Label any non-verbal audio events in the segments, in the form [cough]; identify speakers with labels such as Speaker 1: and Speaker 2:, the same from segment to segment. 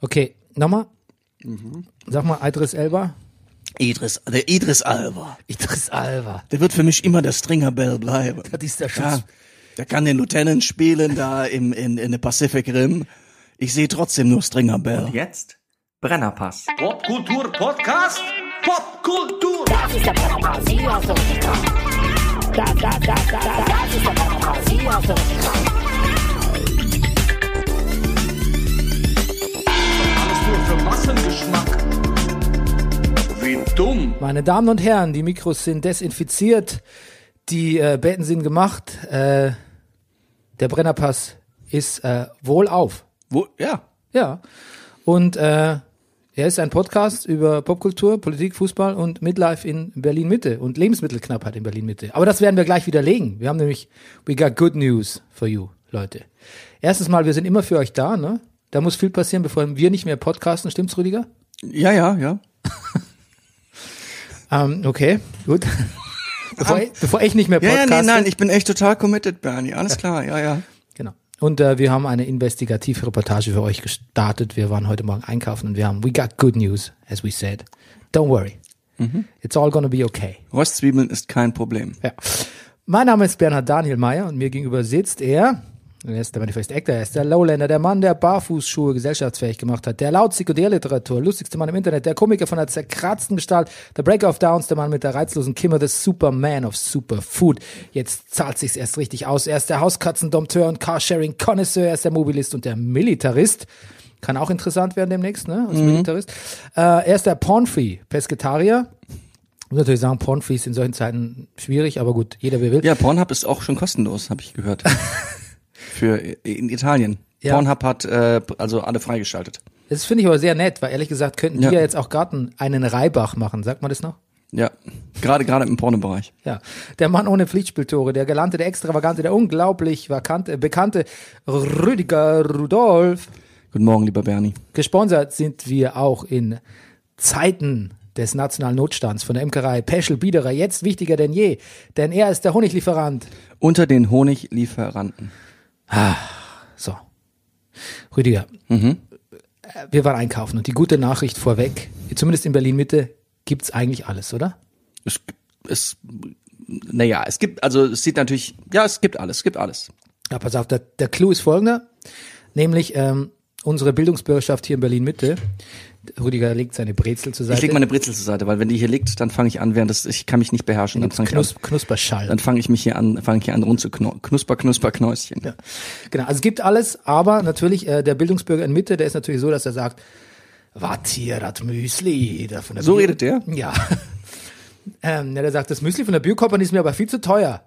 Speaker 1: Okay, nochmal. Sag mal, Idris Elba.
Speaker 2: Idris, der Idris Alba.
Speaker 1: Idris Alba.
Speaker 2: Der wird für mich immer der Stringer Bell bleiben.
Speaker 1: Das ist der Schuss.
Speaker 2: Ja, der kann den Lieutenant spielen da im, in, in der Pacific Rim. Ich sehe trotzdem nur Stringer Bell.
Speaker 3: Jetzt Brennerpass.
Speaker 4: Popkultur Podcast. Popkultur.
Speaker 5: Das ist der Brennerpass, hier hast du richtig dran. Da, da, da, da, da, das ist der Brennerpass, hier hast du richtig dran.
Speaker 4: Alles nur für Massengeschmack. Wie dumm.
Speaker 1: Meine Damen und Herren, die Mikros sind desinfiziert, die äh, Betten sind gemacht, äh, der Brennerpass ist äh, wohlauf.
Speaker 2: Wo, ja.
Speaker 1: Ja. Und äh, er ist ein Podcast über Popkultur, Politik, Fußball und Midlife in Berlin Mitte und Lebensmittelknappheit in Berlin Mitte. Aber das werden wir gleich widerlegen. Wir haben nämlich, we got good news for you, Leute. Erstes Mal, wir sind immer für euch da, ne? Da muss viel passieren, bevor wir nicht mehr podcasten, stimmt's, Rüdiger?
Speaker 2: Ja, ja, ja.
Speaker 1: Ähm, okay, gut. [laughs] bevor, ich, bevor ich nicht mehr
Speaker 2: Ja, ja,
Speaker 1: podcaste.
Speaker 2: nee, nein, ich bin echt total committed, Bernie. Alles klar, ja, ja.
Speaker 1: Genau. Und äh, wir haben eine Investigativreportage für euch gestartet. Wir waren heute Morgen einkaufen und wir haben, we got good news, as we said. Don't worry. It's all gonna be okay.
Speaker 2: Röstzwiebeln ist kein Problem.
Speaker 1: Ja. Mein Name ist Bernhard Daniel Meyer und mir gegenüber sitzt er. Er ist der Manifest Actor, er ist der Lowlander, der Mann, der Barfußschuhe gesellschaftsfähig gemacht hat, der laut Sekundärliteratur, lustigste Mann im Internet, der Komiker von der zerkratzten Gestalt, der Breaker of Downs, der Mann mit der reizlosen Kimmer, der Superman of Superfood. Jetzt zahlt sich's erst richtig aus. Er ist der Hauskatzendompteur und carsharing connoisseur er ist der Mobilist und der Militarist. Kann auch interessant werden demnächst, ne? Als Militarist. Äh, er ist der Pornfree, Pesketarier. Ich muss natürlich sagen, Pornfrees in solchen Zeiten schwierig, aber gut, jeder wie will.
Speaker 2: Ja, Pornhub ist auch schon kostenlos, habe ich [laughs] gehört. Für äh, in Italien.
Speaker 1: Ja.
Speaker 2: Pornhub hat äh, also alle freigeschaltet.
Speaker 1: Das finde ich aber sehr nett, weil ehrlich gesagt könnten
Speaker 2: Ja.
Speaker 1: die ja jetzt auch Garten einen Reibach machen. Sagt man das noch?
Speaker 2: Ja, gerade gerade im Pornobereich.
Speaker 1: Ja. Der Mann ohne Pflichtspieltore, der Galante, der Extravagante, der unglaublich vakante, bekannte Rüdiger Rudolf.
Speaker 2: Guten Morgen, lieber Bernie.
Speaker 1: Gesponsert sind wir auch in Zeiten des nationalen Notstands von der Imkerei Peschel Biederer. Jetzt wichtiger denn je, denn er ist der Honiglieferant.
Speaker 2: Unter den Honiglieferanten.
Speaker 1: So. Rüdiger,
Speaker 2: Mhm.
Speaker 1: Äh, wir waren einkaufen und die gute Nachricht vorweg, zumindest in Berlin Mitte, gibt's eigentlich alles, oder?
Speaker 2: Es, es, naja, es gibt, also es sieht natürlich, ja, es gibt alles, es gibt alles.
Speaker 1: Ja, pass auf, der, der Clou ist folgender, nämlich ähm, unsere Bildungsbürgerschaft hier in Berlin-Mitte, Rüdiger legt seine Brezel zur
Speaker 2: Ich
Speaker 1: Seite,
Speaker 2: leg meine Brezel zur Seite, weil wenn die hier liegt, dann fange ich an, während das, ich kann mich nicht beherrschen. Dann fange ich, an-
Speaker 1: Knus Knusperschall.
Speaker 2: dann fang ich mich hier an, fange ich hier an rund zu kno knusper, knusper, Knäuschen.
Speaker 1: Genau, also es gibt alles, aber natürlich äh, der Bildungsbürger in Mitte, der ist natürlich so, dass er sagt, wat hier das Müsli. Da von der
Speaker 2: So
Speaker 1: Bio-
Speaker 2: redet der?
Speaker 1: Ja. [laughs] ähm, ja, der sagt, das Müsli von der Biocompany ist mir aber viel zu teuer.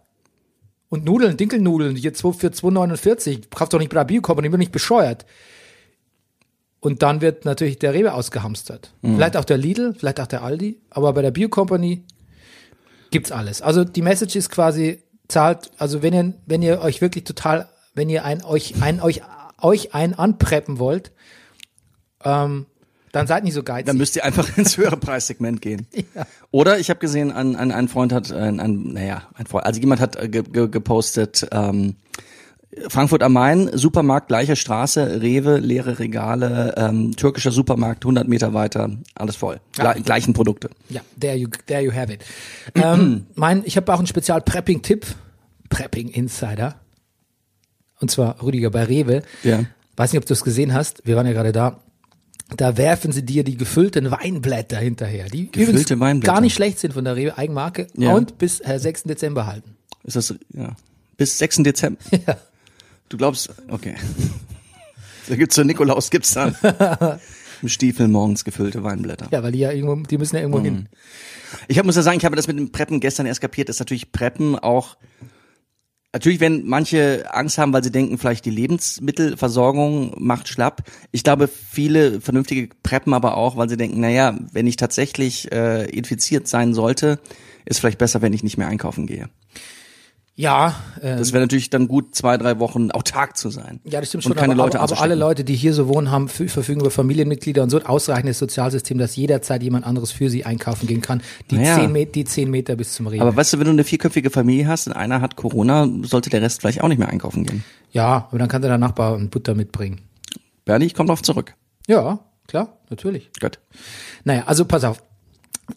Speaker 1: Und Nudeln, Dinkelnudeln, hier zwei- für 2,49, kauft doch nicht bei der Biocompany, bin ich bescheuert. Und dann wird natürlich der Rewe ausgehamstert. Vielleicht auch der Lidl, vielleicht auch der Aldi, aber bei der Biocompany gibt's alles. Also die Message ist quasi zahlt, also wenn ihr wenn ihr euch wirklich total, wenn ihr ein euch ein euch euch ein anpreppen wollt, ähm, dann seid nicht so geizig.
Speaker 2: Dann müsst ihr einfach [laughs] ins höhere Preissegment gehen. Oder ich habe gesehen, ein, ein, ein Freund hat, ein, ein, naja, ein Freund, also jemand hat äh, ge, ge, gepostet, ähm, Frankfurt am Main, Supermarkt, gleiche Straße, Rewe, leere Regale, ähm, türkischer Supermarkt, 100 Meter weiter, alles voll. Gle Gleichen Produkte.
Speaker 1: Ja, there you, there you have it.
Speaker 2: [clears throat]
Speaker 1: ähm, mein, ich habe auch einen Spezial-Prepping-Tipp, Prepping-Insider. Und zwar Rüdiger bei Rewe.
Speaker 2: Ja.
Speaker 1: Weiß nicht, ob du es gesehen hast, wir waren ja gerade da. Da werfen sie dir die gefüllten Weinblätter hinterher, die übrigens
Speaker 2: Gefüllte Weinblätter.
Speaker 1: gar nicht schlecht sind von der Rewe Eigenmarke
Speaker 2: Ja.
Speaker 1: und bis äh, 6. Dezember halten.
Speaker 2: Ist das, ja. Bis 6. Dezember.
Speaker 1: [laughs] Ja.
Speaker 2: Du glaubst, okay. [laughs] Da gibt's für Nikolaus, gibt's dann.
Speaker 1: [laughs]
Speaker 2: Im Stiefel morgens gefüllte Weinblätter.
Speaker 1: Ja, weil die ja irgendwo, die müssen ja irgendwo
Speaker 2: Mhm.
Speaker 1: hin.
Speaker 2: Ich hab, muss ja sagen, ich habe das mit dem Preppen gestern erst kapiert, dass natürlich Preppen auch, natürlich wenn manche Angst haben, weil sie denken, vielleicht die Lebensmittelversorgung macht schlapp. Ich glaube, viele vernünftige Preppen aber auch, weil sie denken, naja, wenn ich tatsächlich äh, infiziert sein sollte, ist vielleicht besser, wenn ich nicht mehr einkaufen gehe.
Speaker 1: Ja, äh,
Speaker 2: Das wäre natürlich dann gut, zwei, drei Wochen autark zu sein.
Speaker 1: Ja, das stimmt
Speaker 2: und
Speaker 1: schon.
Speaker 2: Keine
Speaker 1: aber,
Speaker 2: Leute
Speaker 1: aber, aber alle
Speaker 2: anzustecken.
Speaker 1: Leute, die hier so wohnen, haben fü- verfügen über Familienmitglieder und so ein ausreichendes Sozialsystem, dass jederzeit jemand anderes für sie einkaufen gehen kann. Die,
Speaker 2: Naja.
Speaker 1: zehn, Met die zehn Meter bis zum Rewe.
Speaker 2: Aber weißt du, wenn du eine vierköpfige Familie hast und einer hat Corona, sollte der Rest vielleicht auch nicht mehr einkaufen gehen.
Speaker 1: ja, aber dann kann der Nachbar und Butter mitbringen.
Speaker 2: Bernie, ich komme drauf zurück.
Speaker 1: Ja, klar, natürlich.
Speaker 2: Gut.
Speaker 1: Naja, also pass auf.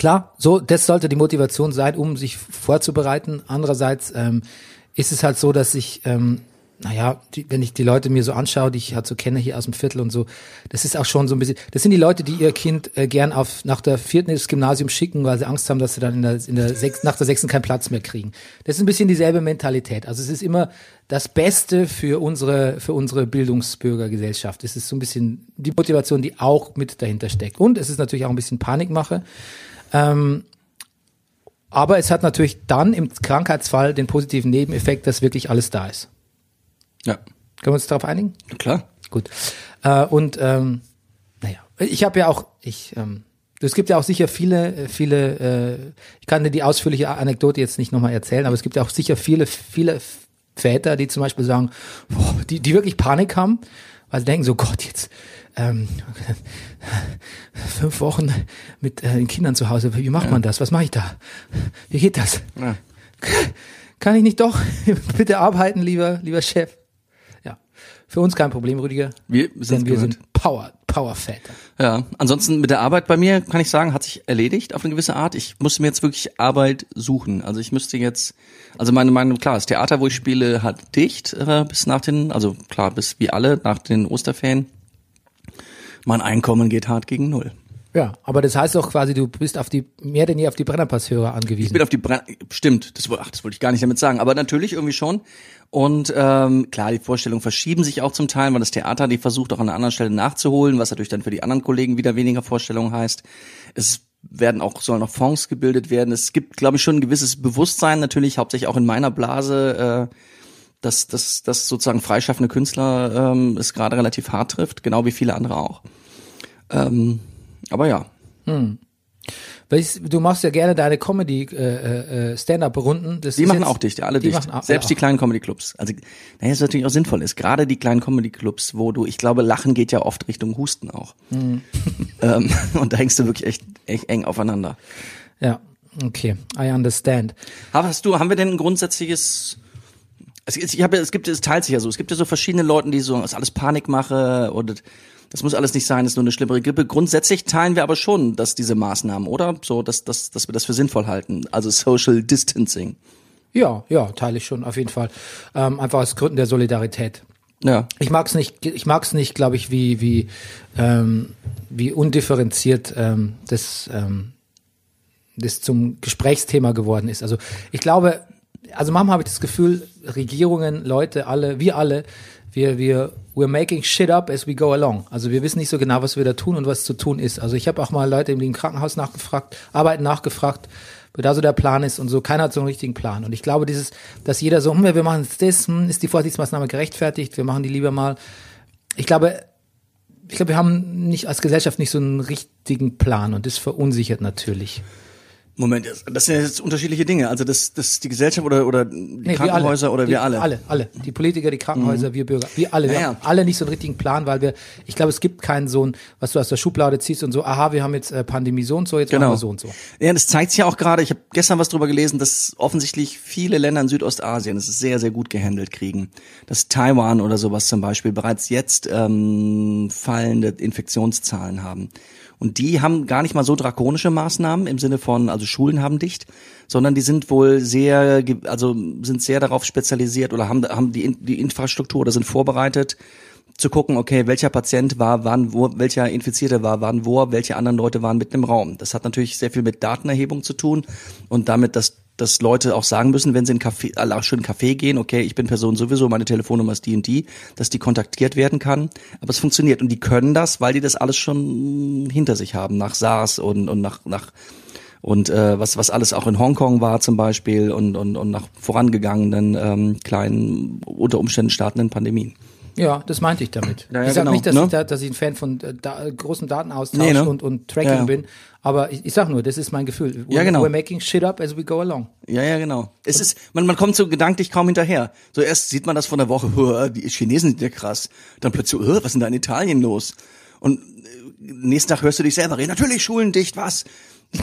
Speaker 1: Klar, so, das sollte die Motivation sein, um sich vorzubereiten. Andererseits ähm, ist es halt so, dass ich, ähm, naja, die, wenn ich die Leute mir so anschaue, die ich halt so kenne hier aus dem Viertel und so, das ist auch schon so ein bisschen, das sind die Leute, die ihr Kind äh, gern auf, nach der vierten ins Gymnasium schicken, weil sie Angst haben, dass sie dann in der, in der sechs, nach der sechsten keinen Platz mehr kriegen. Das ist ein bisschen dieselbe Mentalität. Also es ist immer das Beste für unsere, für unsere Bildungsbürgergesellschaft. Es ist so ein bisschen die Motivation, die auch mit dahinter steckt. Und es ist natürlich auch ein bisschen Panikmache. Aber es hat natürlich dann im Krankheitsfall den positiven Nebeneffekt, dass wirklich alles da ist.
Speaker 2: Ja,
Speaker 1: Können wir uns darauf einigen?
Speaker 2: klar.
Speaker 1: Gut. Äh, und ähm, naja, ich habe ja auch, ich, ähm, es gibt ja auch sicher viele, äh, viele, äh, ich kann dir die ausführliche Anekdote jetzt nicht nochmal erzählen, aber es gibt ja auch sicher viele, viele Väter, die zum Beispiel sagen, boah, die, die wirklich Panik haben, weil sie denken so, Gott, jetzt ähm, [laughs] fünf Wochen mit äh, den Kindern zu Hause, wie macht man das? Was mache ich da? Wie geht das?
Speaker 2: Ja.
Speaker 1: Kann ich nicht doch [laughs] bitte arbeiten, lieber, lieber Chef? Ja. Für uns kein Problem, Rüdiger.
Speaker 2: Wir
Speaker 1: Denn
Speaker 2: sind
Speaker 1: wir
Speaker 2: gewöhnt.
Speaker 1: sind Power, Powerväter.
Speaker 2: Ja, ansonsten mit der Arbeit bei mir kann ich sagen, hat sich erledigt auf eine gewisse Art. Ich musste mir jetzt wirklich Arbeit suchen. Also ich müsste jetzt, also meine Meinung, klar, das Theater, wo ich spiele, hat dicht äh, bis nach den, also klar, bis wie alle nach den Osterferien. Mein Einkommen geht hart gegen null.
Speaker 1: Ja, aber das heißt doch quasi, du bist auf die, mehr denn je auf die Brennerpasshörer
Speaker 2: Ich
Speaker 1: angewiesen.
Speaker 2: bin auf die Brenn stimmt, das, woll- ach, das wollte ich gar nicht damit sagen, aber natürlich irgendwie schon. Und ähm, klar, die Vorstellungen verschieben sich auch zum Teil, weil das Theater die versucht auch an einer anderen Stelle nachzuholen, was natürlich dann für die anderen Kollegen wieder weniger Vorstellungen heißt. Es werden auch sollen auch Fonds gebildet werden. Es gibt, glaube ich, schon ein gewisses Bewusstsein natürlich, hauptsächlich auch in meiner Blase. Äh, dass, dass, dass sozusagen freischaffende Künstler ähm, es gerade relativ hart trifft, genau wie viele andere auch. Ähm, aber ja,
Speaker 1: Welches- Du machst ja gerne deine äh, Comedy-Stand-Up-Runden.
Speaker 2: Die machen auch dicht, ja, alle
Speaker 1: die
Speaker 2: dicht.
Speaker 1: machen auch-
Speaker 2: Selbst die
Speaker 1: auch.
Speaker 2: kleinen Comedy-Clubs. Also, naja, das natürlich auch sinnvoll ist. Gerade die kleinen Comedy-Clubs, wo du, ich glaube, Lachen geht ja oft Richtung Husten auch.
Speaker 1: Mhm.
Speaker 2: [laughs] ähm, und da hängst du wirklich echt, echt eng aufeinander.
Speaker 1: Ja, okay, I understand.
Speaker 2: Aber Hast du, haben wir denn ein grundsätzliches, es, es- ich habe, ja- es gibt, es teilt sich ja so. Es gibt ja so verschiedene Leute, die so, das ist alles Panikmache und das muss alles nicht sein, das ist nur eine schlimmere Grippe. Grundsätzlich teilen wir aber schon, dass diese Maßnahmen, oder? So, dass, dass, dass wir das für sinnvoll halten. Also Social Distancing.
Speaker 1: Ja, ja, teile ich schon auf jeden Fall. Ähm, einfach aus Gründen der Solidarität.
Speaker 2: Ja.
Speaker 1: Ich mag's nicht, ich mag's nicht, glaube ich, wie wie ähm, wie undifferenziert ähm, das ähm, das zum Gesprächsthema geworden ist. Also ich glaube, also manchmal habe ich das Gefühl, Regierungen, Leute, alle, wir alle, wir wir we're making shit up as we go along. Also wir wissen nicht so genau, was wir da tun und was zu tun ist. Also ich habe auch mal Leute im lieben Krankenhaus nachgefragt, Arbeiten nachgefragt, wo da so der Plan ist und so. Keiner hat so einen richtigen Plan. Und ich glaube, dieses, dass jeder so, hm, wir machen jetzt das, hm, ist die Vorsichtsmaßnahme gerechtfertigt, wir machen die lieber mal. Ich glaube, ich glaube, wir haben nicht als Gesellschaft nicht so einen richtigen Plan und das verunsichert natürlich.
Speaker 2: Moment, das- das sind jetzt unterschiedliche Dinge. Also das, das die Gesellschaft oder oder die
Speaker 1: Nee, wir
Speaker 2: Krankenhäuser
Speaker 1: alle.
Speaker 2: oder
Speaker 1: die,
Speaker 2: wir alle. Mhm.
Speaker 1: Alle, alle. Die Politiker, die Krankenhäuser, wir Bürger, wir alle. Wir
Speaker 2: Ja,
Speaker 1: haben
Speaker 2: ja.
Speaker 1: alle nicht so einen richtigen Plan, weil wir, ich glaube, es gibt keinen so ein, was du aus der Schublade ziehst und so, aha, wir haben jetzt äh, Pandemie so und so, jetzt machen
Speaker 2: Genau.
Speaker 1: wir so und so.
Speaker 2: Ja, das zeigt sich ja auch gerade. Ich habe gestern was drüber gelesen, dass offensichtlich viele Länder in Südostasien es sehr sehr gut gehandelt kriegen. Dass Taiwan oder sowas zum Beispiel bereits jetzt ähm, fallende Infektionszahlen haben. Und die haben gar nicht mal so drakonische Maßnahmen im Sinne von, also Schulen haben dicht, sondern die sind wohl sehr, ge- also sind sehr darauf spezialisiert oder haben, haben die, In- die Infrastruktur oder sind vorbereitet, zu gucken, okay, welcher Patient war wann wo, welcher Infizierte war wann wo, welche anderen Leute waren mit im Raum. Das hat natürlich sehr viel mit Datenerhebung zu tun und damit, dass, dass Leute auch sagen müssen, wenn sie in einen Café, alle schön Café gehen, okay, ich bin Person sowieso, meine Telefonnummer ist die und die, dass die kontaktiert werden kann. Aber es funktioniert und die können das, weil die das alles schon hinter sich haben, nach SARS und, und nach, nach und äh, was was alles auch in Hongkong war zum Beispiel und und, und nach vorangegangenen ähm, kleinen unter Umständen startenden Pandemien.
Speaker 1: Ja, das meinte ich damit.
Speaker 2: Naja,
Speaker 1: ich sage
Speaker 2: genau,
Speaker 1: nicht, dass,
Speaker 2: ne?
Speaker 1: ich da, dass ich ein Fan von äh, da, großem Datenaustausch
Speaker 2: Nee, ne?
Speaker 1: und, und Tracking
Speaker 2: Ja, ja.
Speaker 1: bin, aber ich, ich sage nur, das ist mein Gefühl. We're,
Speaker 2: Ja, genau.
Speaker 1: we're making shit up as we go along.
Speaker 2: Ja, ja, genau. Es ist, man, man kommt so gedanklich kaum hinterher. So erst sieht man das von der Woche, "Hö, die Chinesen sind ja krass. Dann plötzlich, "Hö, was ist denn da in Italien los? Und äh, nächsten Tag hörst du dich selber reden, natürlich Schulen dicht, was?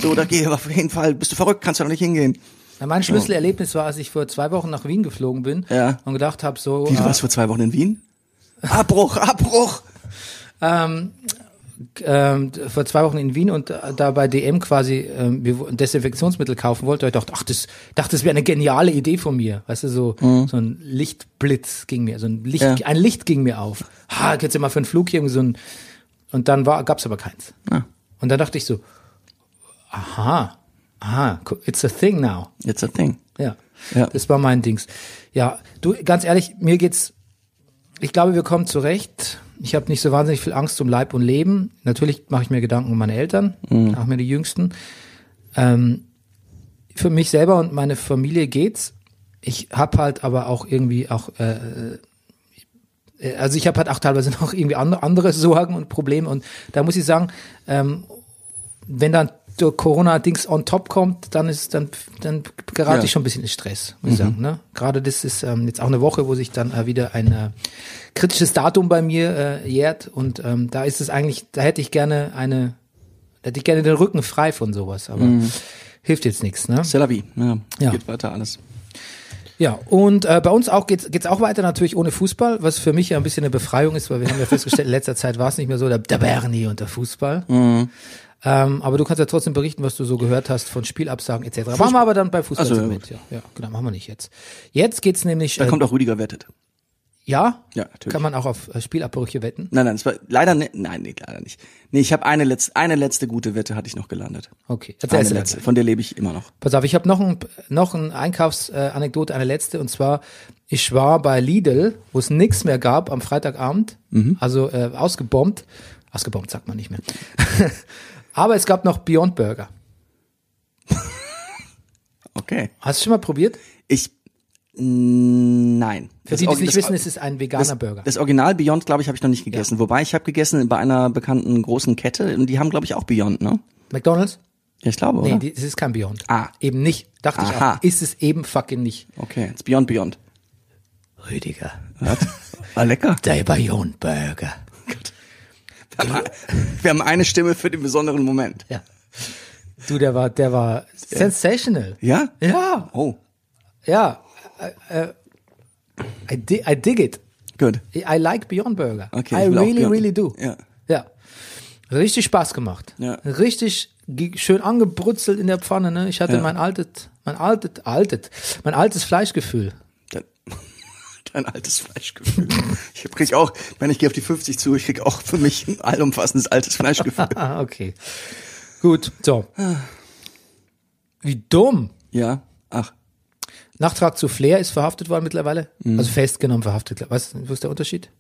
Speaker 2: So, da geh auf jeden Fall, bist du verrückt, kannst du doch nicht hingehen.
Speaker 1: Ja, mein Schlüsselerlebnis war, als ich vor zwei Wochen nach Wien geflogen bin
Speaker 2: Genau. Ja.
Speaker 1: und gedacht habe, so.
Speaker 2: Wie,
Speaker 1: äh,
Speaker 2: du warst vor zwei Wochen in Wien? Abbruch, Abbruch!
Speaker 1: ähm, vor zwei Wochen in Wien und äh, da bei DM quasi ähm, wir wo- Desinfektionsmittel kaufen wollte. Ich dachte, ach, das, dachte, das wäre eine geniale Idee von mir. Weißt du, so, so ein Lichtblitz ging mir, so ein Licht,
Speaker 2: Ja.
Speaker 1: ein Licht ging mir auf. Ha, jetzt immer für einen Flug hier irgendwie so ein, und dann war, gab's aber keins.
Speaker 2: Ah.
Speaker 1: Und dann dachte ich so, aha, aha, it's a thing now.
Speaker 2: It's a thing.
Speaker 1: Ja.
Speaker 2: Ja.
Speaker 1: Das war mein Dings. Ja, du, ganz ehrlich, mir geht's, ich glaube, wir kommen zurecht. Ich habe nicht so wahnsinnig viel Angst um Leib und Leben. Natürlich mache ich mir Gedanken um meine Eltern, auch mir die Jüngsten. Ähm, für mich selber und meine Familie geht's. Ich hab halt aber auch irgendwie auch, äh, äh, also ich habe halt auch teilweise [laughs] noch irgendwie andere, andere Sorgen und Probleme und da muss ich sagen, ähm, wenn dann der Corona-Dings on top kommt, dann ist dann dann gerate
Speaker 2: Ja.
Speaker 1: ich schon ein bisschen in Stress, muss ich sagen. Ne? Gerade das ist ähm, jetzt auch eine Woche, wo sich dann äh, wieder ein äh, kritisches Datum bei mir äh, jährt und ähm, da ist es eigentlich, da hätte ich gerne eine, da hätte ich gerne den Rücken frei von sowas, aber hilft jetzt nichts. Ne?
Speaker 2: C'est la vie. Ja.
Speaker 1: Ja.
Speaker 2: Geht weiter alles.
Speaker 1: Ja, und äh, bei uns auch geht's geht's auch weiter natürlich ohne Fußball, was für mich ja ein bisschen eine Befreiung ist, weil wir haben ja festgestellt, in letzter Zeit war es nicht mehr so der, der Bernie und der Fußball.
Speaker 2: Mhm.
Speaker 1: Ähm, aber du kannst ja trotzdem berichten, was du so gehört hast von Spielabsagen etc. Machen wir aber dann bei Fußball
Speaker 2: Ach so, Also, ja,
Speaker 1: mit. Ja, ja, genau, machen wir nicht jetzt. Jetzt geht's nämlich
Speaker 2: Da
Speaker 1: äh,
Speaker 2: kommt auch Rüdiger Wettet.
Speaker 1: ja,
Speaker 2: Ja, natürlich.
Speaker 1: kann man auch auf äh, Spielabbrüche wetten.
Speaker 2: Nein, nein, es war leider ne, nein, nee, leider nicht. Nee, ich habe eine letzte eine letzte gute Wette hatte ich noch gelandet.
Speaker 1: Okay, erzähl
Speaker 2: Eine
Speaker 1: es
Speaker 2: letzte, von der lebe ich immer noch.
Speaker 1: Pass auf, ich habe noch ein noch ein Einkaufsanekdote, äh, Anekdote, eine letzte und zwar ich war bei Lidl, wo es nichts mehr gab am Freitagabend,
Speaker 2: Mhm.
Speaker 1: also äh, ausgebombt, ausgebombt sagt man nicht mehr. [laughs] Aber es gab noch Beyond Burger.
Speaker 2: Okay.
Speaker 1: Hast du schon mal probiert?
Speaker 2: Ich mm, nein.
Speaker 1: Für die, die es nicht wissen, es
Speaker 2: ist
Speaker 1: ist ein veganer Burger.
Speaker 2: Das Original Beyond, glaube ich, habe ich noch nicht gegessen. Wobei ich habe gegessen bei einer bekannten großen Kette und die haben glaube ich auch Beyond, ne?
Speaker 1: McDonald's?
Speaker 2: Ja, ich glaube,
Speaker 1: Nee,
Speaker 2: oder?
Speaker 1: die, es ist kein Beyond.
Speaker 2: Ah.
Speaker 1: Eben nicht. Dachte
Speaker 2: Aha.
Speaker 1: ich auch. Ist es eben fucking nicht.
Speaker 2: okay, it's Beyond Beyond.
Speaker 1: Rüdiger,
Speaker 2: Ah, lecker.
Speaker 1: der Beyond Burger.
Speaker 2: Wir haben eine Stimme für den besonderen Moment.
Speaker 1: Ja. Du, der war, der war sensational.
Speaker 2: Ja?
Speaker 1: Ja.
Speaker 2: Oh,
Speaker 1: Ja, äh, äh, I, di I dig it.
Speaker 2: good.
Speaker 1: I like Beyond Burger.
Speaker 2: Okay,
Speaker 1: I
Speaker 2: ich will auch
Speaker 1: really,
Speaker 2: Beyond.
Speaker 1: really do.
Speaker 2: Ja.
Speaker 1: ja. Richtig Spaß gemacht.
Speaker 2: Ja.
Speaker 1: Richtig ge- schön angebrutzelt in der Pfanne. Ne? Ich hatte
Speaker 2: Ja.
Speaker 1: mein altes, mein altes, altes, mein altes Fleischgefühl.
Speaker 2: Dein, [laughs] dein altes Fleischgefühl. Ich krieg auch, wenn ich gehe auf die 50 zu, ich krieg auch für mich ein allumfassendes altes
Speaker 1: [laughs]
Speaker 2: Fleischgefühl.
Speaker 1: Ah, okay. Gut, so. Wie dumm.
Speaker 2: ja. Ach,
Speaker 1: Nachtrag zu Flair ist verhaftet worden mittlerweile.
Speaker 2: Mhm.
Speaker 1: Also festgenommen, verhaftet. Was, was ist der Unterschied?
Speaker 2: dann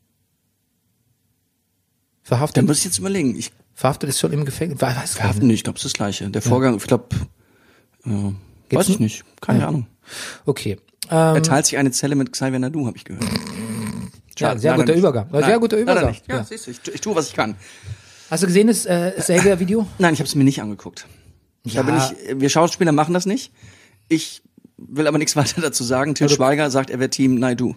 Speaker 1: Verhaftet,
Speaker 2: muss ich jetzt überlegen. Ich
Speaker 1: verhaftet ist schon im Gefängnis. Was,
Speaker 2: hab nicht, ich glaube, es ist das gleiche. Der Vorgang, ich glaube, äh, weiß ich
Speaker 1: n-
Speaker 2: nicht. Keine Ahnung.
Speaker 1: Okay. Ähm,
Speaker 2: Er teilt sich eine Zelle mit Xavier Nadu, habe ich gehört.
Speaker 1: ja,
Speaker 2: Schade,
Speaker 1: sehr
Speaker 2: leider
Speaker 1: guter
Speaker 2: nicht.
Speaker 1: Übergang. War
Speaker 2: Nein,
Speaker 1: Sehr guter
Speaker 2: leider
Speaker 1: Übergang.
Speaker 2: nicht. Ja,
Speaker 1: Ja.
Speaker 2: siehst du, ich, tu- ich tue, was ich kann.
Speaker 1: Hast du gesehen das äh, Xavier-Video?
Speaker 2: Nein, ich habe es mir nicht angeguckt.
Speaker 1: Ja.
Speaker 2: Da bin ich, wir Schauspieler machen das nicht. Ich will aber nichts [laughs] weiter dazu sagen.
Speaker 1: Also
Speaker 2: Till Schweiger sagt, er wäre Team Naidu.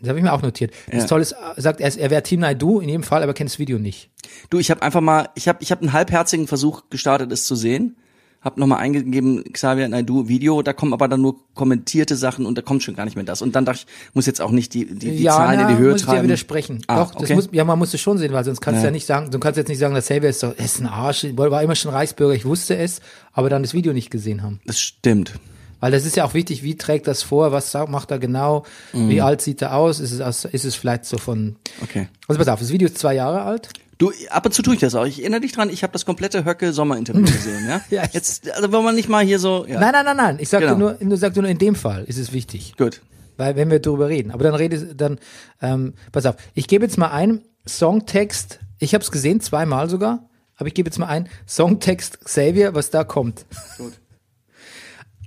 Speaker 1: Das habe ich mir auch notiert. Das
Speaker 2: Ja.
Speaker 1: Tolle ist, äh, sagt er, er wäre Team Naidu in jedem Fall, aber kennt das Video nicht.
Speaker 2: Du, ich habe einfach mal, ich habe ich hab einen halbherzigen Versuch gestartet, es zu sehen. Hab nochmal eingegeben, Xavier Naidu Video, da kommen aber dann nur kommentierte Sachen und da kommt schon gar nicht mehr das. Und dann dachte ich, muss jetzt auch nicht die, die, die Zahlen in
Speaker 1: na,
Speaker 2: die Höhe
Speaker 1: muss ich dir
Speaker 2: treiben.
Speaker 1: widersprechen.
Speaker 2: Ah,
Speaker 1: Doch, das
Speaker 2: okay.
Speaker 1: muss, ja, man muss es schon sehen, weil sonst kannst du ja
Speaker 2: Ja.
Speaker 1: nicht sagen, du kannst jetzt nicht sagen, der Xavier ist doch, er ist ein Arsch, ich war immer schon Reichsbürger, ich wusste es, aber dann das Video nicht gesehen haben.
Speaker 2: das stimmt.
Speaker 1: Weil das ist ja auch wichtig, wie trägt das vor, was sa- macht er genau,
Speaker 2: Mhm.
Speaker 1: wie alt sieht er aus, ist es, aus- ist es vielleicht so von,
Speaker 2: Okay.
Speaker 1: also pass auf, das Video ist zwei Jahre alt.
Speaker 2: Du, ab und zu tue ich das auch. Ich erinnere dich dran, ich habe das
Speaker 1: [laughs]
Speaker 2: komplette Höcke-Sommer-Interview gesehen, ja?
Speaker 1: Ja, ich-
Speaker 2: Jetzt, also wollen wir nicht mal hier so. Ja.
Speaker 1: Nein, nein, nein, nein, ich sagte
Speaker 2: Genau.
Speaker 1: nur, ich sagte nur, in dem Fall ist es wichtig.
Speaker 2: Gut.
Speaker 1: Weil, wenn wir darüber reden. Aber dann rede, dann, ähm, pass auf. Ich gebe jetzt mal einen Songtext. Ich habe es gesehen, zweimal sogar. Aber ich gebe jetzt mal einen Songtext Xavier, was da kommt.
Speaker 2: Gut.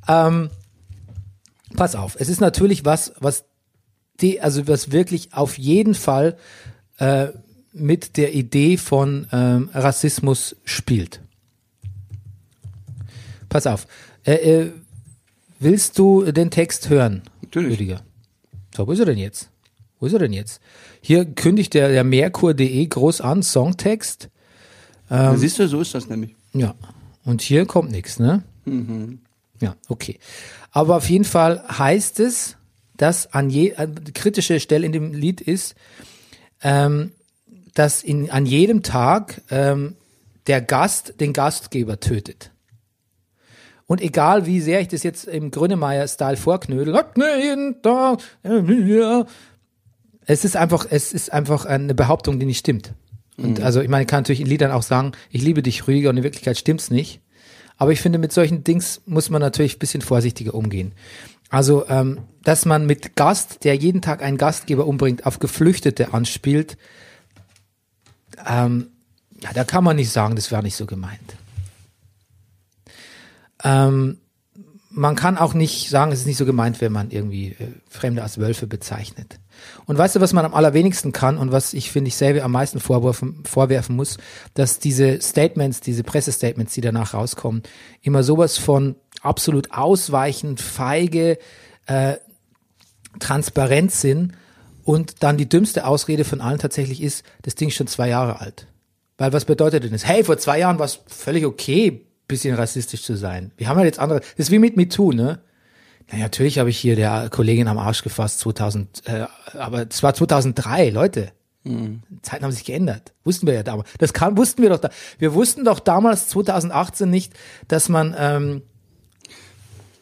Speaker 1: ähm, pass auf. Es ist natürlich was, was die, also was wirklich auf jeden Fall äh, mit der Idee von ähm, Rassismus spielt. Pass auf. Äh, äh, willst du den Text hören?
Speaker 2: Natürlich.
Speaker 1: Rüdiger? So, wo ist er denn jetzt? Wo ist er denn jetzt? Hier kündigt der, der Merkur.de groß an, Songtext. Ähm.
Speaker 2: Siehst du, so ist das nämlich.
Speaker 1: Ja. Und hier kommt nichts, ne? Ja, okay. Aber auf jeden Fall heißt es, dass an je an, die kritische Stelle in dem Lied ist, ähm, dass in, an jedem Tag ähm, der Gast den Gastgeber tötet. Und egal wie sehr ich das jetzt im Grönemeyer-Style vorknödel, "Hat mir jeden Tag, äh, ja." es ist einfach, es ist einfach eine Behauptung, die nicht stimmt. Und also ich meine, ich kann natürlich in Liedern auch sagen, ich liebe dich Rüdiger und in Wirklichkeit stimmt's nicht. Aber ich finde, mit solchen Dings muss man natürlich ein bisschen vorsichtiger umgehen. Also, ähm, dass man mit Gast, der jeden Tag einen Gastgeber umbringt, auf Geflüchtete anspielt, ähm, ja, da kann man nicht sagen, das wäre nicht so gemeint. Ähm, man kann auch nicht sagen, es ist nicht so gemeint, wenn man irgendwie äh, Fremde als Wölfe bezeichnet. Und weißt du, was man am allerwenigsten kann und was ich, finde ich, selber am meisten vorwerfen, vorwerfen muss, dass diese Statements, diese Pressestatements, die danach rauskommen, immer sowas von absolut ausweichend, feige, transparent sind und dann die dümmste Ausrede von allen tatsächlich ist, das Ding ist schon zwei Jahre alt. Weil was bedeutet denn das? Hey, vor zwei Jahren war es völlig okay, bisschen rassistisch zu sein. Wir haben ja jetzt andere, das ist wie mit MeToo, ne? Na, natürlich habe ich hier der Kollegin am Arsch gefasst 2000, äh, aber es war 2003, Leute.
Speaker 2: Hm.
Speaker 1: Zeiten haben sich geändert. Wussten wir ja damals. Das kann, wussten wir doch da. Wir wussten doch damals 2018 nicht, dass man, ähm,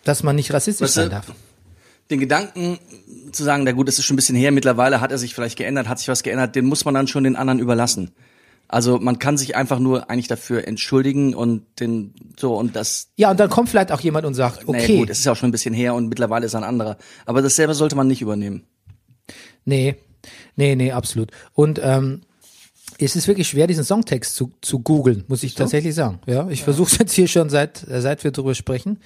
Speaker 1: dass man nicht rassistisch
Speaker 2: Weißt du,
Speaker 1: sein darf.
Speaker 2: den Gedanken zu sagen, na gut, das ist schon ein bisschen her, mittlerweile hat er sich vielleicht geändert, hat sich was geändert, den muss man dann schon den anderen überlassen. Also man kann sich einfach nur eigentlich dafür entschuldigen und den so und das
Speaker 1: Ja, und dann kommt vielleicht auch jemand und sagt,
Speaker 2: naja,
Speaker 1: okay,
Speaker 2: gut, es ist ja auch schon ein bisschen her und mittlerweile ist er ein anderer. Aber dasselbe sollte man nicht übernehmen.
Speaker 1: nee, nee, nee, absolut. Und ähm, es ist wirklich schwer, diesen Songtext zu, zu googeln, muss ich tatsächlich sagen. Ja, ich versuche es jetzt hier schon seit, äh, seit wir drüber
Speaker 2: [laughs]
Speaker 1: sprechen.